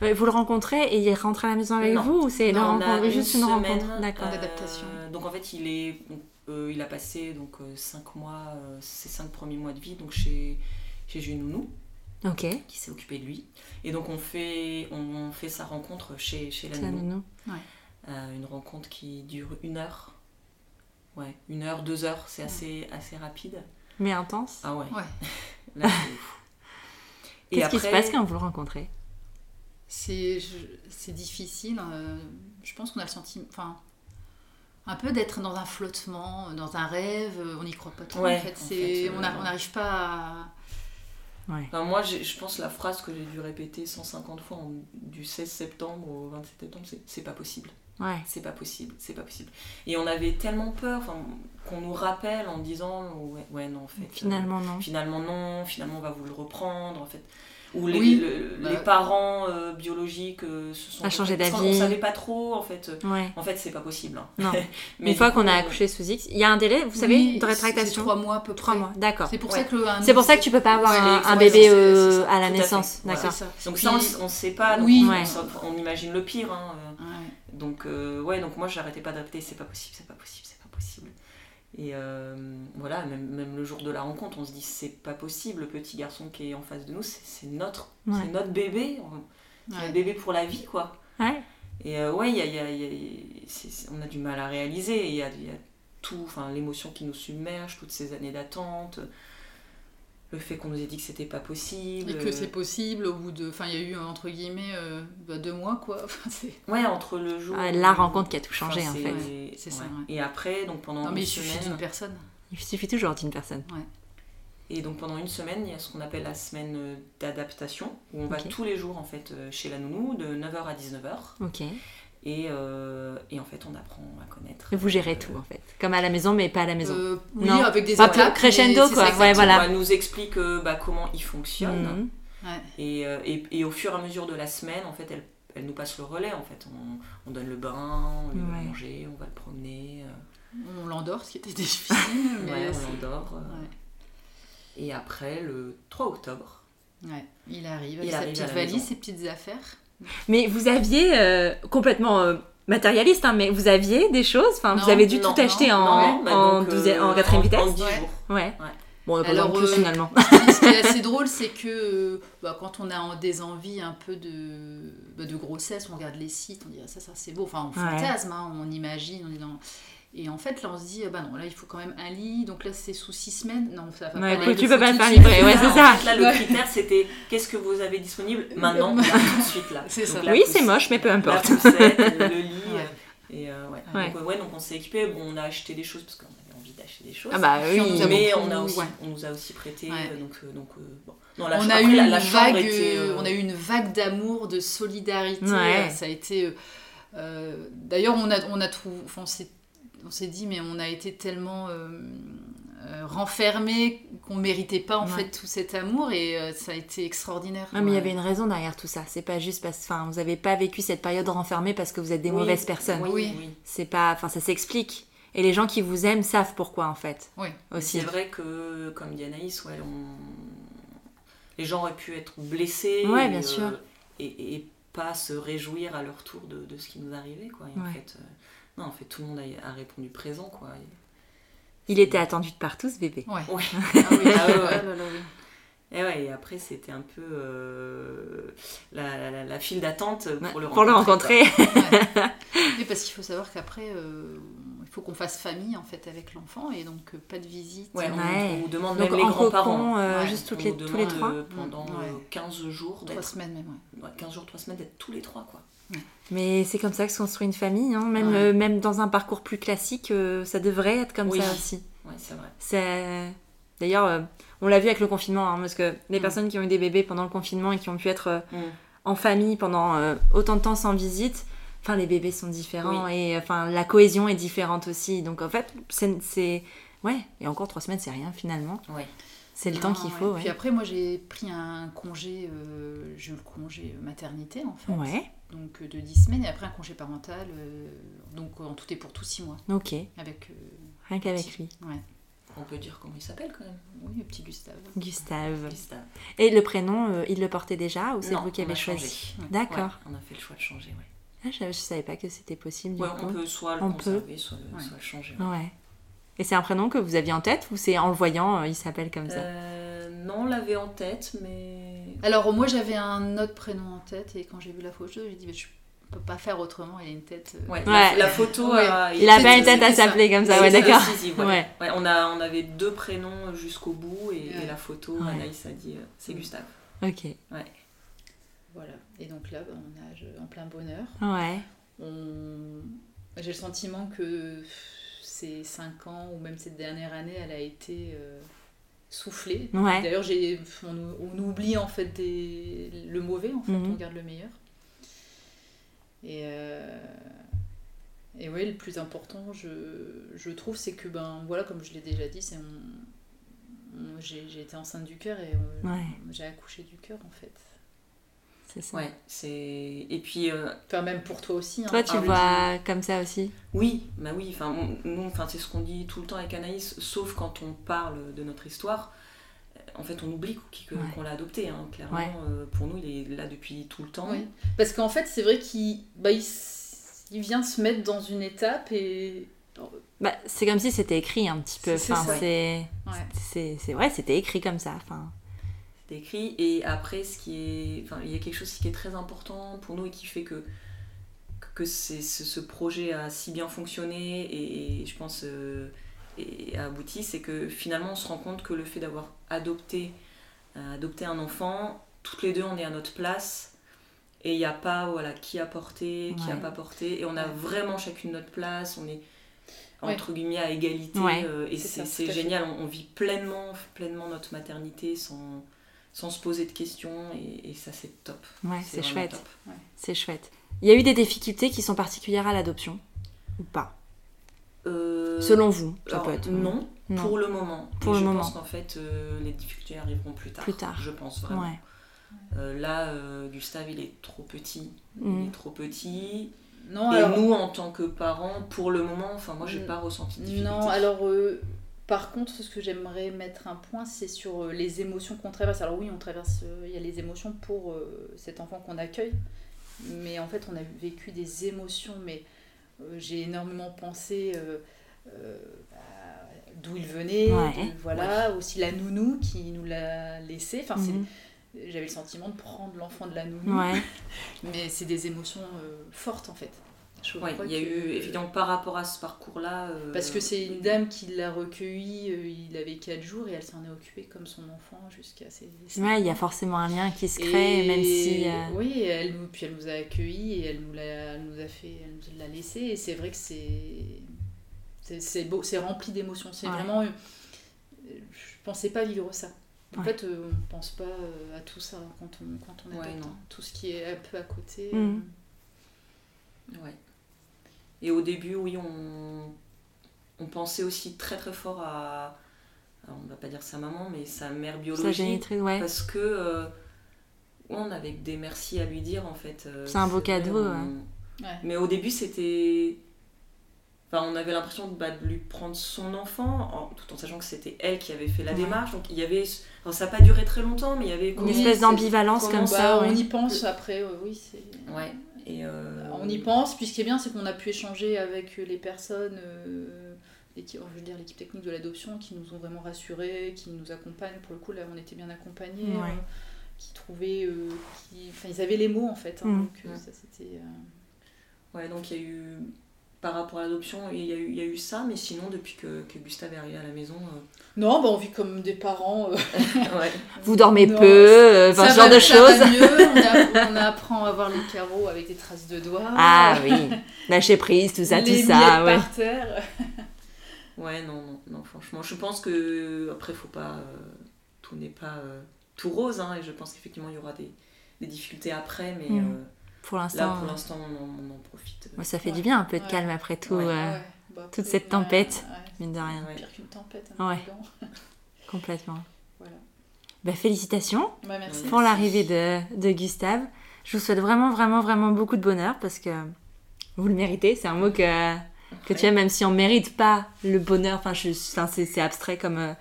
[SPEAKER 2] Ouais, Vous le rencontrez et il rentre à la maison avec
[SPEAKER 3] Non.
[SPEAKER 2] vous ou c'est la
[SPEAKER 3] on a
[SPEAKER 2] rencontre
[SPEAKER 3] une
[SPEAKER 2] juste une rencontre
[SPEAKER 3] semaine,
[SPEAKER 2] D'accord.
[SPEAKER 3] euh,
[SPEAKER 4] D'adaptation.
[SPEAKER 3] donc en fait, il est, donc, euh, il a passé donc 5 mois, euh, ses 5 premiers mois de vie donc chez chez Junounou
[SPEAKER 2] Ok.
[SPEAKER 3] qui s'est occupé de lui. Et donc on fait on fait sa rencontre chez chez la
[SPEAKER 2] C'est la
[SPEAKER 3] nounou.
[SPEAKER 2] nounou.
[SPEAKER 3] Euh, une rencontre qui dure une heure. Ouais, une heure, deux heures, c'est assez, assez rapide.
[SPEAKER 2] Mais intense.
[SPEAKER 3] Ah ouais.
[SPEAKER 4] Ouais.
[SPEAKER 3] [laughs] Là, c'est ouf. Et
[SPEAKER 2] Qu'est-ce qui se
[SPEAKER 3] après-
[SPEAKER 2] passe quand vous le rencontrez
[SPEAKER 4] C'est je- c'est difficile. euh, je pense qu'on a le sentiment, enfin, un peu d'être dans un flottement, dans un rêve. euh, On n'y croit pas trop.
[SPEAKER 3] Ouais,
[SPEAKER 4] en fait,
[SPEAKER 3] en
[SPEAKER 4] c'est
[SPEAKER 3] fait, euh,
[SPEAKER 4] on a- on n'arrive pas.
[SPEAKER 2] Ouais.
[SPEAKER 3] Enfin, moi, j'ai- je pense la phrase que j'ai dû répéter 150 fois en- du 16 septembre au 27 septembre, c'est c'est pas possible.
[SPEAKER 2] Ouais.
[SPEAKER 3] C'est pas possible, c'est pas possible. Et on avait tellement peur enfin, qu'on nous rappelle en disant ouais, ouais, non, en fait. euh,
[SPEAKER 2] Finalement non.
[SPEAKER 3] finalement non, finalement on va vous le reprendre en fait. Ou les,
[SPEAKER 4] Oui,
[SPEAKER 3] le-
[SPEAKER 4] bah-
[SPEAKER 3] les parents euh, biologiques euh, se sont
[SPEAKER 2] A changé
[SPEAKER 3] parce qu'on-
[SPEAKER 2] d'avis.
[SPEAKER 3] On savait pas trop en fait. euh,
[SPEAKER 2] Ouais.
[SPEAKER 3] En fait, c'est pas possible. hein. [laughs]
[SPEAKER 2] Non.
[SPEAKER 3] Mais
[SPEAKER 2] une fois
[SPEAKER 3] du
[SPEAKER 2] qu'on
[SPEAKER 3] coup,
[SPEAKER 2] a
[SPEAKER 3] euh,
[SPEAKER 2] accouché sous X, il y a un délai, vous savez, de rétractation.
[SPEAKER 4] Trois mois à peu près.
[SPEAKER 2] Trois mois. D'accord.
[SPEAKER 4] C'est pour
[SPEAKER 3] Ouais.
[SPEAKER 4] ça que le- un-
[SPEAKER 2] C'est pour ça que tu peux pas avoir
[SPEAKER 4] Ouais,
[SPEAKER 2] un, un
[SPEAKER 4] exactement,
[SPEAKER 2] bébé
[SPEAKER 4] c'est-
[SPEAKER 2] euh,
[SPEAKER 4] c'est ça,
[SPEAKER 2] à la
[SPEAKER 3] tout à
[SPEAKER 2] naissance.
[SPEAKER 3] fait. Voilà.
[SPEAKER 2] D'accord.
[SPEAKER 4] C'est ça.
[SPEAKER 3] Donc
[SPEAKER 4] Puis-
[SPEAKER 3] ça, on, s- on sait pas. Donc
[SPEAKER 4] Oui.
[SPEAKER 3] on,
[SPEAKER 2] Ouais.
[SPEAKER 3] on- on imagine le pire. hein, euh.
[SPEAKER 4] Ouais.
[SPEAKER 3] Donc euh, ouais, donc moi j'arrêtais pas d'appeler. C'est pas possible, c'est pas possible, c'est pas possible. Et euh, voilà, même, même le jour de la rencontre, on se dit c'est pas possible. Le petit garçon qui est en face de nous, c'est c'est notre,
[SPEAKER 2] Ouais.
[SPEAKER 3] c'est notre bébé. on- C'est
[SPEAKER 4] Ouais.
[SPEAKER 3] un bébé pour la vie quoi.
[SPEAKER 2] Ouais.
[SPEAKER 3] Et euh, ouais, il y a- il y a- il y a- c'est- c'est- on a du mal à réaliser. Il y a, il y a tout, enfin l'émotion qui nous submerge, toutes ces années d'attente, le fait qu'on nous ait dit que c'était pas possible.
[SPEAKER 4] Et que c'est possible au bout de. Enfin, il y a eu, entre guillemets, euh, bah, deux mois, quoi. [laughs] Enfin, c'est-
[SPEAKER 3] Ouais, entre le jour.
[SPEAKER 2] Ouais, Ah, la rencontre qui a tout
[SPEAKER 3] Enfin,
[SPEAKER 2] changé en
[SPEAKER 3] c'est-
[SPEAKER 2] fait.
[SPEAKER 4] c'est ça, ouais.
[SPEAKER 3] Et après, donc pendant
[SPEAKER 4] Non, mais
[SPEAKER 3] une
[SPEAKER 4] il suffit d'une
[SPEAKER 3] semaine,
[SPEAKER 4] personne.
[SPEAKER 2] Il suffit toujours d'une personne.
[SPEAKER 3] et donc pendant une semaine, il y a ce qu'on appelle la semaine euh, d'adaptation où on
[SPEAKER 2] Ok.
[SPEAKER 3] va tous les jours en fait euh, chez la nounou de 9h à 19h
[SPEAKER 2] Ok.
[SPEAKER 3] et, euh, et en fait, on apprend à connaître.
[SPEAKER 2] Vous gérez
[SPEAKER 3] euh,
[SPEAKER 2] tout hein. en fait. Comme à la maison, mais pas à la maison.
[SPEAKER 4] Euh, oui,
[SPEAKER 2] Non.
[SPEAKER 4] avec des
[SPEAKER 2] Pas
[SPEAKER 4] étapes,
[SPEAKER 2] plus- crescendo,
[SPEAKER 4] mais
[SPEAKER 2] quoi.
[SPEAKER 4] c'est ça,
[SPEAKER 2] Ouais,
[SPEAKER 4] exactement.
[SPEAKER 2] voilà.
[SPEAKER 3] Elle nous explique euh, bah, comment il fonctionne.
[SPEAKER 2] Mhm.
[SPEAKER 4] Ouais.
[SPEAKER 3] Et, euh, et- et au fur et à mesure de la semaine, en fait, elle, elle nous passe le relais. En fait, on, on donne le bain, on lui donne à
[SPEAKER 2] Ouais.
[SPEAKER 3] manger, on va le promener, euh,
[SPEAKER 4] On l'endort, ce qui était [laughs] difficile. mais
[SPEAKER 3] ouais, on
[SPEAKER 4] c'est-
[SPEAKER 3] l'endort. euh.
[SPEAKER 4] Ouais.
[SPEAKER 3] Et après, le 3 octobre,
[SPEAKER 4] Ouais. Il arrive avec
[SPEAKER 3] Il
[SPEAKER 4] sa
[SPEAKER 3] arrive à
[SPEAKER 4] petite
[SPEAKER 3] la
[SPEAKER 4] valise,
[SPEAKER 3] maison.
[SPEAKER 4] ses petites affaires.
[SPEAKER 2] Mais vous aviez euh, complètement euh, matérialiste, hein, mais vous aviez des choses. Enfin, vous
[SPEAKER 4] Non,
[SPEAKER 2] avez dû
[SPEAKER 3] non,
[SPEAKER 2] tout acheter
[SPEAKER 3] non,
[SPEAKER 2] en,
[SPEAKER 3] bah
[SPEAKER 2] en,
[SPEAKER 3] donc, euh,
[SPEAKER 2] douzième- en quatrième
[SPEAKER 3] en-
[SPEAKER 2] vitesse.
[SPEAKER 3] en dix
[SPEAKER 4] Ouais.
[SPEAKER 3] jours.
[SPEAKER 2] Ouais. Bon, pas
[SPEAKER 4] Alors,
[SPEAKER 2] non plus
[SPEAKER 4] euh,
[SPEAKER 2] finalement.
[SPEAKER 4] ce qui est assez drôle, c'est que euh, bah, quand on a en- des envies un peu de, bah, de grossesse, on regarde les sites, on dit ah, ça, ça c'est beau, enfin on
[SPEAKER 2] Ouais.
[SPEAKER 4] fantasme, hein, on imagine, on est dans... Et en fait, là, on se dit, ah bah non, là, il faut quand même un lit, donc là, c'est sous six semaines. Non, ça va
[SPEAKER 2] Ouais,
[SPEAKER 4] pas.
[SPEAKER 2] écoute, tu peux pas le faire
[SPEAKER 4] livrer,
[SPEAKER 2] livrer, ouais, c'est ça.
[SPEAKER 3] Là, le
[SPEAKER 4] Ouais.
[SPEAKER 3] critère, c'était qu'est-ce que vous avez disponible
[SPEAKER 4] [laughs]
[SPEAKER 3] maintenant, là, tout de suite là.
[SPEAKER 4] C'est
[SPEAKER 3] Donc,
[SPEAKER 4] ça.
[SPEAKER 3] la
[SPEAKER 2] Oui, c'est
[SPEAKER 3] pousse-
[SPEAKER 2] moche, mais peu
[SPEAKER 3] La
[SPEAKER 2] importe.
[SPEAKER 3] poussette,
[SPEAKER 2] [laughs]
[SPEAKER 3] le lit.
[SPEAKER 4] Ouais.
[SPEAKER 3] Et euh, ouais.
[SPEAKER 2] Ouais.
[SPEAKER 3] Donc, euh, ouais, donc on s'est équipé. Bon, on a acheté des choses parce qu'on avait envie d'acheter des choses.
[SPEAKER 2] Ah bah
[SPEAKER 4] Puis
[SPEAKER 2] oui.
[SPEAKER 4] on nous a-
[SPEAKER 3] mais
[SPEAKER 4] beaucoup-
[SPEAKER 3] on, a aussi,
[SPEAKER 4] ouais.
[SPEAKER 3] on nous a aussi prêté.
[SPEAKER 4] Ouais.
[SPEAKER 3] euh, Donc, euh, donc euh, bon. Non, la
[SPEAKER 4] On
[SPEAKER 3] chambre-
[SPEAKER 4] a, eu
[SPEAKER 3] après, la-
[SPEAKER 4] une
[SPEAKER 3] la chambre
[SPEAKER 4] vague,
[SPEAKER 3] était,
[SPEAKER 4] euh,
[SPEAKER 3] euh,
[SPEAKER 4] on a eu une vague d'amour, de solidarité.
[SPEAKER 2] Ouais.
[SPEAKER 4] euh, Ça a été. euh, euh, D'ailleurs, on a, on a trouvé. Enfin, on s'est- on s'est dit, mais on a été tellement euh, euh, renfermés qu'on méritait pas en
[SPEAKER 2] Ouais.
[SPEAKER 4] fait tout cet amour et euh, ça a été extraordinaire.
[SPEAKER 3] Ah,
[SPEAKER 2] Ouais, Ah, mais il y
[SPEAKER 4] Ouais.
[SPEAKER 2] avait une raison derrière tout ça. C'est pas juste parce, enfin, vous n'avez pas vécu cette période renfermée parce que vous êtes des
[SPEAKER 3] Oui,
[SPEAKER 2] mauvaises personnes.
[SPEAKER 3] Oui,
[SPEAKER 4] Oui.
[SPEAKER 3] oui.
[SPEAKER 2] C'est pas, enfin, ça s'explique. Et les gens qui vous aiment savent pourquoi en fait.
[SPEAKER 4] Oui.
[SPEAKER 2] Aussi.
[SPEAKER 3] C'est vrai que, comme dit Anaïs, ouais, on- les gens auraient pu être blessés.
[SPEAKER 2] Ouais,
[SPEAKER 3] et,
[SPEAKER 2] bien
[SPEAKER 3] euh,
[SPEAKER 2] sûr.
[SPEAKER 3] et, et pas se réjouir à leur tour de, de ce qui nous arrivait. Quoi. Et en
[SPEAKER 2] Ouais.
[SPEAKER 3] fait, euh, non, en fait, tout le monde a, a répondu présent. Quoi. Et-
[SPEAKER 2] Il était attendu de partout ce bébé.
[SPEAKER 4] Ouais.
[SPEAKER 3] Ouais.
[SPEAKER 4] Ah oui,
[SPEAKER 3] [laughs] Ah ouais, ouais.
[SPEAKER 4] oh là là, oui.
[SPEAKER 3] Et ouais, et après, c'était un peu euh, la, la- la- la file d'attente pour, le,
[SPEAKER 2] pour le rencontrer.
[SPEAKER 4] Oui, parce qu'il faut savoir qu'après, euh, il faut qu'on fasse famille en fait avec l'enfant et donc euh, pas de visite.
[SPEAKER 3] quoi. Ouais, on,
[SPEAKER 2] Ouais.
[SPEAKER 3] on nous demande
[SPEAKER 2] Donc
[SPEAKER 3] même les
[SPEAKER 2] en
[SPEAKER 3] grands-parents.
[SPEAKER 2] cocon, euh,
[SPEAKER 4] Ouais,
[SPEAKER 2] juste
[SPEAKER 3] On
[SPEAKER 2] toutes les,
[SPEAKER 3] nous
[SPEAKER 2] tous les
[SPEAKER 3] demande,
[SPEAKER 2] trois. Mm,
[SPEAKER 3] euh, pendant
[SPEAKER 4] Ouais.
[SPEAKER 3] euh, 15 jours,
[SPEAKER 4] Trois
[SPEAKER 3] d'être,
[SPEAKER 4] semaines même, ouais.
[SPEAKER 3] ouais, 15 jours, 3 semaines, d'être tous les trois, quoi.
[SPEAKER 2] Mais c'est comme ça que se construit une famille, hein. même,
[SPEAKER 4] Ouais.
[SPEAKER 2] euh, même dans un parcours plus classique, euh, ça devrait être comme
[SPEAKER 3] Oui.
[SPEAKER 2] ça aussi.
[SPEAKER 3] Ouais, c'est vrai.
[SPEAKER 2] C'est- D'ailleurs, euh, on l'a vu avec le confinement, hein, parce que les
[SPEAKER 4] Mm.
[SPEAKER 2] personnes qui ont eu des bébés pendant le confinement et qui ont pu être euh,
[SPEAKER 3] Mm.
[SPEAKER 2] en famille pendant euh, autant de temps sans visite, enfin les bébés sont différents et euh, enfin la cohésion est différente aussi. Donc en fait, c'est- c'est ouais, et encore trois semaines, c'est rien finalement.
[SPEAKER 3] Ouais.
[SPEAKER 2] C'est le temps
[SPEAKER 4] Non,
[SPEAKER 2] qu'il
[SPEAKER 4] Ah, ouais.
[SPEAKER 2] faut.
[SPEAKER 4] Puis
[SPEAKER 2] Ouais.
[SPEAKER 4] après, moi, j'ai pris un congé, euh, j'ai eu le congé maternité en fait,
[SPEAKER 2] Ouais,
[SPEAKER 4] donc euh, de 10 semaines et après un congé parental, euh, donc euh, en tout et pour tout 6 mois
[SPEAKER 2] ok,
[SPEAKER 4] avec, euh,
[SPEAKER 2] rien qu'avec lui,
[SPEAKER 4] ouais,
[SPEAKER 3] On peut dire comment il s'appelle, quand même.
[SPEAKER 4] oui, le petit Gustave.
[SPEAKER 2] Gustave.
[SPEAKER 3] Gustave.
[SPEAKER 2] Et le prénom, euh, il le portait déjà ou c'est
[SPEAKER 3] Non,
[SPEAKER 2] vous qui
[SPEAKER 3] on
[SPEAKER 2] avez
[SPEAKER 3] a
[SPEAKER 2] choisi
[SPEAKER 4] changé.
[SPEAKER 2] D'accord.
[SPEAKER 3] Ouais, on a fait le choix de changer, ouais.
[SPEAKER 2] Ah, je, je savais pas que c'était possible du
[SPEAKER 3] Ouais,
[SPEAKER 2] coup.
[SPEAKER 3] on peut soit le
[SPEAKER 2] On
[SPEAKER 3] conserver, soit, le,
[SPEAKER 4] Ouais.
[SPEAKER 3] soit le changer. ouais.
[SPEAKER 2] Ouais. Et c'est un prénom que vous aviez en tête ou c'est en le voyant, euh, il s'appelle comme ça
[SPEAKER 3] Euh, non, on l'avait en tête, mais...
[SPEAKER 4] Alors moi, j'avais un autre prénom en tête et quand j'ai vu la photo, j'ai dit bah, je peux pas faire autrement, il a une tête. euh,
[SPEAKER 3] Ouais,
[SPEAKER 2] Ouais.
[SPEAKER 3] La, la photo...
[SPEAKER 4] Ouais.
[SPEAKER 3] euh,
[SPEAKER 2] Il a
[SPEAKER 4] c'est-
[SPEAKER 2] pas une tête à
[SPEAKER 4] c'était ça.
[SPEAKER 2] s'appeler comme ça,
[SPEAKER 3] c'est
[SPEAKER 2] ouais, d'accord.
[SPEAKER 3] décisif, ouais.
[SPEAKER 2] Ouais.
[SPEAKER 3] Ouais, on, a, on avait deux prénoms jusqu'au bout, et, et
[SPEAKER 4] Ouais.
[SPEAKER 3] la photo,
[SPEAKER 2] Ouais.
[SPEAKER 3] Anaïs a dit, euh, c'est
[SPEAKER 4] Mm.
[SPEAKER 3] Gustave.
[SPEAKER 2] Ok.
[SPEAKER 4] Voilà. Et donc là, bah, on nage en plein bonheur.
[SPEAKER 2] Ouais.
[SPEAKER 4] On- J'ai le sentiment que ces cinq ans ou même cette dernière année, elle a été euh, soufflée.
[SPEAKER 2] Ouais.
[SPEAKER 4] D'ailleurs, j'ai- on, on oublie en fait des- le mauvais, en fait,
[SPEAKER 2] Mhm.
[SPEAKER 4] on garde le meilleur. Et, euh, et oui, le plus important, je, je trouve, c'est que, ben voilà, comme je l'ai déjà dit, c'est on- on- j'ai j'ai été enceinte du cœur et on-
[SPEAKER 2] Ouais.
[SPEAKER 4] j'ai accouché du cœur en fait.
[SPEAKER 2] C'est ça.
[SPEAKER 3] Ouais, c'est... Et puis, euh,
[SPEAKER 4] Enfin, même pour toi aussi. hein.
[SPEAKER 2] Toi, tu
[SPEAKER 4] Ah,
[SPEAKER 2] le
[SPEAKER 4] le-
[SPEAKER 2] vois comme ça aussi
[SPEAKER 3] Oui, bah oui, enfin on- nous, enfin c'est ce qu'on dit tout le temps avec Anaïs, sauf quand on parle de notre histoire. Euh, En fait, on oublie qu- que-
[SPEAKER 2] Ouais.
[SPEAKER 3] qu'on l'a adopté, hein, clairement.
[SPEAKER 2] Ouais.
[SPEAKER 3] euh, pour nous, il est là depuis tout le temps.
[SPEAKER 4] Oui. Parce qu'en fait, c'est vrai qu'il bah, il, s- il vient se mettre dans une étape et.
[SPEAKER 2] bah, C'est comme si c'était écrit un petit peu.
[SPEAKER 4] C'est- c'est
[SPEAKER 2] Enfin,
[SPEAKER 4] ça.
[SPEAKER 2] c'est
[SPEAKER 4] Ouais.
[SPEAKER 2] c'est c'est vrai, c'était écrit comme ça. Enfin,
[SPEAKER 3] C'est écrit. Et après, ce qui est, enfin, il y a quelque chose qui est très important pour nous et qui fait que que c'est- ce, ce projet a si bien fonctionné et, et je pense euh, et a abouti, c'est que finalement, on se rend compte que le fait d'avoir adopté euh, adopté un enfant, toutes les deux, on est à notre place. Et il n'y a pas voilà, qui a porté, qui n'a
[SPEAKER 2] Ouais.
[SPEAKER 3] pas porté. Et on a
[SPEAKER 4] Ouais.
[SPEAKER 3] vraiment chacune notre place. On est,
[SPEAKER 4] Ouais.
[SPEAKER 3] entre guillemets, à égalité.
[SPEAKER 2] Ouais.
[SPEAKER 3] euh, et
[SPEAKER 4] C'est
[SPEAKER 3] c'est
[SPEAKER 4] ça,
[SPEAKER 3] c'est
[SPEAKER 4] tout à fait.
[SPEAKER 3] génial. On, on vit pleinement, pleinement notre maternité sans, sans se poser de questions. Et, et ça, c'est top.
[SPEAKER 2] ouais, c'est
[SPEAKER 3] vraiment
[SPEAKER 2] chouette.
[SPEAKER 3] top.
[SPEAKER 2] C'est chouette. Il y a eu des difficultés qui sont particulières à l'adoption ou pas
[SPEAKER 3] Euh,
[SPEAKER 2] Selon vous, ça
[SPEAKER 3] alors,
[SPEAKER 2] peut être.
[SPEAKER 3] non,
[SPEAKER 2] Non.
[SPEAKER 3] pour le moment.
[SPEAKER 2] Pour
[SPEAKER 3] Mais
[SPEAKER 2] le
[SPEAKER 3] je
[SPEAKER 2] moment.
[SPEAKER 3] pense qu'en fait, euh, les difficultés arriveront plus tard.
[SPEAKER 2] Plus tard.
[SPEAKER 3] Je pense vraiment.
[SPEAKER 2] Ouais.
[SPEAKER 3] Euh, là, euh, Gustave, il est trop petit. Il
[SPEAKER 2] Mhm.
[SPEAKER 3] est trop petit.
[SPEAKER 4] Non,
[SPEAKER 3] Et
[SPEAKER 4] alors.
[SPEAKER 3] nous, en tant que parents, pour le moment, enfin moi, j'ai
[SPEAKER 4] Mm.
[SPEAKER 3] pas ressenti de difficulté.
[SPEAKER 4] Non, alors. euh, Par contre, ce que j'aimerais mettre un point, c'est sur euh, les émotions qu'on traverse. Alors oui, on traverse, euh, il y a les émotions pour euh, cet enfant qu'on accueille, mais en fait, on a vécu des émotions. Mais euh, j'ai énormément pensé euh, euh, à d'où il venait,
[SPEAKER 2] Ouais.
[SPEAKER 4] de- voilà, aussi la nounou qui nous l'a laissé. Enfin, c'est-
[SPEAKER 2] Mhm.
[SPEAKER 4] j'avais le sentiment de prendre l'enfant de la nounou.
[SPEAKER 2] Mmh. Ouais.
[SPEAKER 4] Mais c'est des émotions euh, fortes en fait. Je
[SPEAKER 3] Ouais,
[SPEAKER 4] crois
[SPEAKER 3] il y a
[SPEAKER 4] que-
[SPEAKER 3] eu, évidemment, par rapport à ce parcours-là. euh,
[SPEAKER 4] Parce que c'est une dame qui l'a recueilli, euh, il avait 4 jours et elle s'en est occupée comme son enfant jusqu'à ses. ses-
[SPEAKER 2] Ouais, il y a forcément un lien qui se
[SPEAKER 4] Et-
[SPEAKER 2] crée, même si. euh,
[SPEAKER 4] Oui, et elle nous, puis elle nous a accueillis et elle nous l'a, elle nous a fait, elle nous l'a laissé. Et c'est vrai que c'est, c'est, c'est beau, c'est rempli d'émotions. C'est
[SPEAKER 2] Ouais.
[SPEAKER 4] vraiment. euh, Je pensais pas vivre ça. En
[SPEAKER 2] Ouais.
[SPEAKER 4] fait, euh, on pense pas euh, à tout ça quand on, quand on
[SPEAKER 3] Ouais,
[SPEAKER 4] adopte,
[SPEAKER 3] non.
[SPEAKER 4] hein. Tout ce qui est un peu à côté. euh,
[SPEAKER 2] Mhm.
[SPEAKER 3] Ouais. Et au début, oui, on, on pensait aussi très très fort à. alors, on va pas dire sa maman, mais sa mère
[SPEAKER 2] Sa
[SPEAKER 3] biologique.
[SPEAKER 2] génitrice, ouais.
[SPEAKER 3] Parce que. euh, on avait que des merci à lui dire en fait. euh,
[SPEAKER 2] C'est un beau cadeau,
[SPEAKER 3] on-
[SPEAKER 2] ouais.
[SPEAKER 4] euh, ouais.
[SPEAKER 3] Mais au début, c'était. Enfin, on avait l'impression de, bah, de lui prendre son enfant, en- tout en sachant que c'était elle qui avait fait la
[SPEAKER 2] Ouais.
[SPEAKER 3] démarche. Donc, il y avait. ce- enfin, ça n'a pas duré très longtemps, mais il y avait.
[SPEAKER 2] Une
[SPEAKER 4] Oui,
[SPEAKER 2] espèce
[SPEAKER 4] c'est-
[SPEAKER 2] d'ambivalence
[SPEAKER 3] comment
[SPEAKER 2] comme
[SPEAKER 4] Bah,
[SPEAKER 2] ça.
[SPEAKER 4] on
[SPEAKER 2] ouais.
[SPEAKER 4] y pense après, euh, oui, c'est.
[SPEAKER 3] Ouais. Et, euh,
[SPEAKER 4] On y pense, puis ce qui est bien, c'est qu'on a pu échanger avec les personnes, euh, l'équipe, je veux dire l'équipe technique de l'adoption qui nous ont vraiment rassurés, qui nous accompagnent. Pour le coup, là, on était bien accompagnés,
[SPEAKER 2] Ouais.
[SPEAKER 4] euh, qui trouvaient, euh, qui, enfin, ils avaient les mots en fait. hein,
[SPEAKER 2] Mm.
[SPEAKER 4] donc euh,
[SPEAKER 3] Ouais.
[SPEAKER 4] ça, c'était. euh,
[SPEAKER 3] Ouais, donc il y a eu, par rapport à l'adoption, il y, a eu- il y a eu ça, mais sinon, depuis que, que Gustave est arrivé à la maison.
[SPEAKER 4] Non, bah, on vit comme des parents. euh,
[SPEAKER 3] euh, ouais.
[SPEAKER 2] [laughs] Vous dormez
[SPEAKER 4] Non,
[SPEAKER 2] peu, euh, enfin,
[SPEAKER 4] ça
[SPEAKER 2] ce genre
[SPEAKER 4] va-
[SPEAKER 2] de
[SPEAKER 4] ça
[SPEAKER 2] choses.
[SPEAKER 4] va mieux, on,
[SPEAKER 2] [laughs]
[SPEAKER 4] a- on apprend à voir les carreaux avec des traces de doigts.
[SPEAKER 2] Ah
[SPEAKER 4] [laughs]
[SPEAKER 2] oui, lâcher prise, tout ça,
[SPEAKER 4] les
[SPEAKER 2] tout ça,
[SPEAKER 4] miettes
[SPEAKER 2] ouais.
[SPEAKER 4] par terre.
[SPEAKER 3] Ouais, non, non, non, franchement. Je pense que, après, faut pas. euh, tout n'est pas euh, tout rose, hein, et je pense qu'effectivement, il y aura des, des difficultés après, mais
[SPEAKER 2] Mm.
[SPEAKER 3] euh,
[SPEAKER 2] Pour
[SPEAKER 3] là,
[SPEAKER 2] l'instant,
[SPEAKER 3] pour l'instant, on, en- on en profite.
[SPEAKER 2] ouais, ça fait du
[SPEAKER 4] Ouais.
[SPEAKER 2] bien un peu de
[SPEAKER 4] Ouais.
[SPEAKER 2] calme après tout,
[SPEAKER 3] Ouais.
[SPEAKER 2] euh,
[SPEAKER 4] Ouais, bah,
[SPEAKER 2] toute
[SPEAKER 4] après,
[SPEAKER 2] cette
[SPEAKER 4] ouais,
[SPEAKER 2] tempête.
[SPEAKER 4] ouais,
[SPEAKER 2] mine de rien,
[SPEAKER 3] Ouais.
[SPEAKER 4] Pire qu'une tempête. hein, un
[SPEAKER 2] Ouais.
[SPEAKER 4] ouragan.
[SPEAKER 2] complètement.
[SPEAKER 4] Voilà.
[SPEAKER 2] Bah, félicitations
[SPEAKER 4] Ouais, Bah, merci.
[SPEAKER 2] pour l'arrivée de, de Gustave. Je vous souhaite vraiment, vraiment, vraiment beaucoup de bonheur parce que vous le méritez. C'est un mot que, que tu
[SPEAKER 3] Ouais.
[SPEAKER 2] aimes, même si on mérite pas le bonheur. Enfin, je- enfin, c'est c'est abstrait comme, euh,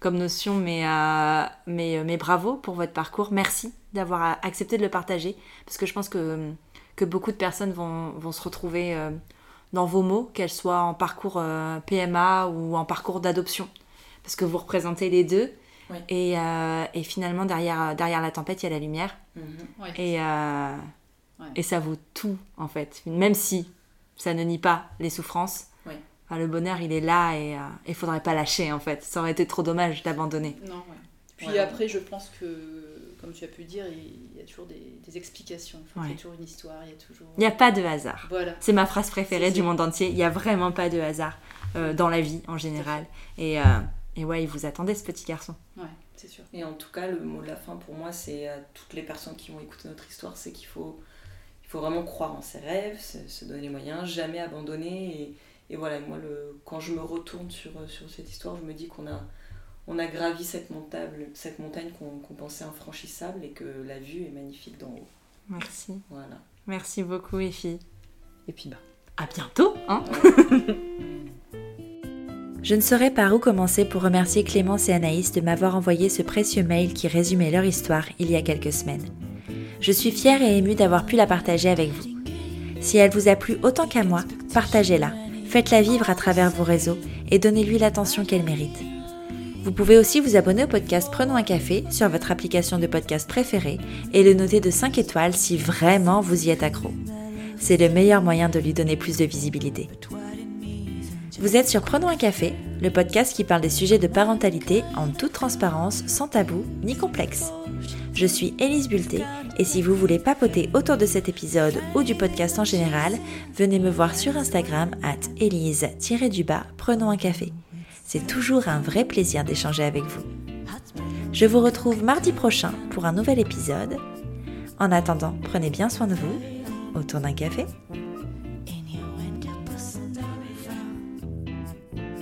[SPEAKER 2] comme notion, mais, euh, mais, euh, mais bravo pour votre parcours. Merci d'avoir a- accepté de le partager parce que je pense que, que beaucoup de personnes vont, vont se retrouver euh, dans vos mots, qu'elles soient en parcours euh, PMA ou en parcours d'adoption parce que vous représentez les deux.
[SPEAKER 3] Oui.
[SPEAKER 2] Et, euh, et finalement, derrière, euh, derrière la tempête, il y a la lumière.
[SPEAKER 3] Mhm.
[SPEAKER 4] Ouais.
[SPEAKER 2] Et, euh,
[SPEAKER 4] Ouais.
[SPEAKER 2] et ça vaut tout, en fait. Même si ça ne nie pas les souffrances,
[SPEAKER 3] Oui.
[SPEAKER 2] enfin, le bonheur, il est là et euh, il faudrait pas lâcher, en fait. Ça aurait été trop dommage d'abandonner.
[SPEAKER 4] Non, ouais. Puis
[SPEAKER 3] Ouais.
[SPEAKER 4] après, je pense que, comme tu as pu le dire, il y a toujours des, des explications. Enfin, Il y
[SPEAKER 2] Ouais.
[SPEAKER 4] a toujours une histoire, il y a toujours.
[SPEAKER 2] Il n'y a pas de hasard.
[SPEAKER 4] Voilà.
[SPEAKER 2] C'est ma phrase préférée
[SPEAKER 4] C'est
[SPEAKER 2] du
[SPEAKER 4] sûr.
[SPEAKER 2] monde entier. Il n'y a vraiment pas de hasard euh, dans la vie, en général. Et, euh, et ouais, il vous attendait, ce petit garçon.
[SPEAKER 4] Ouais, c'est sûr.
[SPEAKER 3] Et en tout cas, le mot de la fin pour moi, c'est à toutes les personnes qui vont écouter notre histoire, c'est qu'il faut, il faut vraiment croire en ses rêves, se, se donner les moyens, jamais abandonner. Et, et voilà, moi, le, quand je me retourne sur, euh, sur cette histoire, je me dis qu'on a, on a gravi cette montagne, cette montagne qu'on qu'on pensait infranchissable et que la vue est magnifique d'en haut.
[SPEAKER 2] Merci.
[SPEAKER 3] Voilà.
[SPEAKER 2] Merci beaucoup, Effie.
[SPEAKER 3] Et puis, bah.
[SPEAKER 2] À bientôt, hein
[SPEAKER 7] [laughs] Je ne saurais par où commencer pour remercier Clémence et Anaïs de m'avoir envoyé ce précieux mail qui résumait leur histoire il y a quelques semaines. Je suis fière et émue d'avoir pu la partager avec vous. Si elle vous a plu autant qu'à moi, partagez-la, faites-la vivre à travers vos réseaux et donnez-lui l'attention qu'elle mérite. Vous pouvez aussi vous abonner au podcast Prenons un café sur votre application de podcast préférée et le noter de 5 étoiles si vraiment vous y êtes accro. C'est le meilleur moyen de lui donner plus de visibilité. Vous êtes sur Prenons un café, le podcast qui parle des sujets de parentalité en toute transparence, sans tabou ni complexe. Je suis Élise Bulté et si vous voulez papoter autour de cet épisode ou du podcast en général, venez me voir sur Instagram at élise-du-bas Prenons un café. C'est toujours un vrai plaisir d'échanger avec vous. Je vous retrouve mardi prochain pour un nouvel épisode. En attendant, prenez bien soin de vous autour d'un café.
[SPEAKER 8] in you and your person that we found.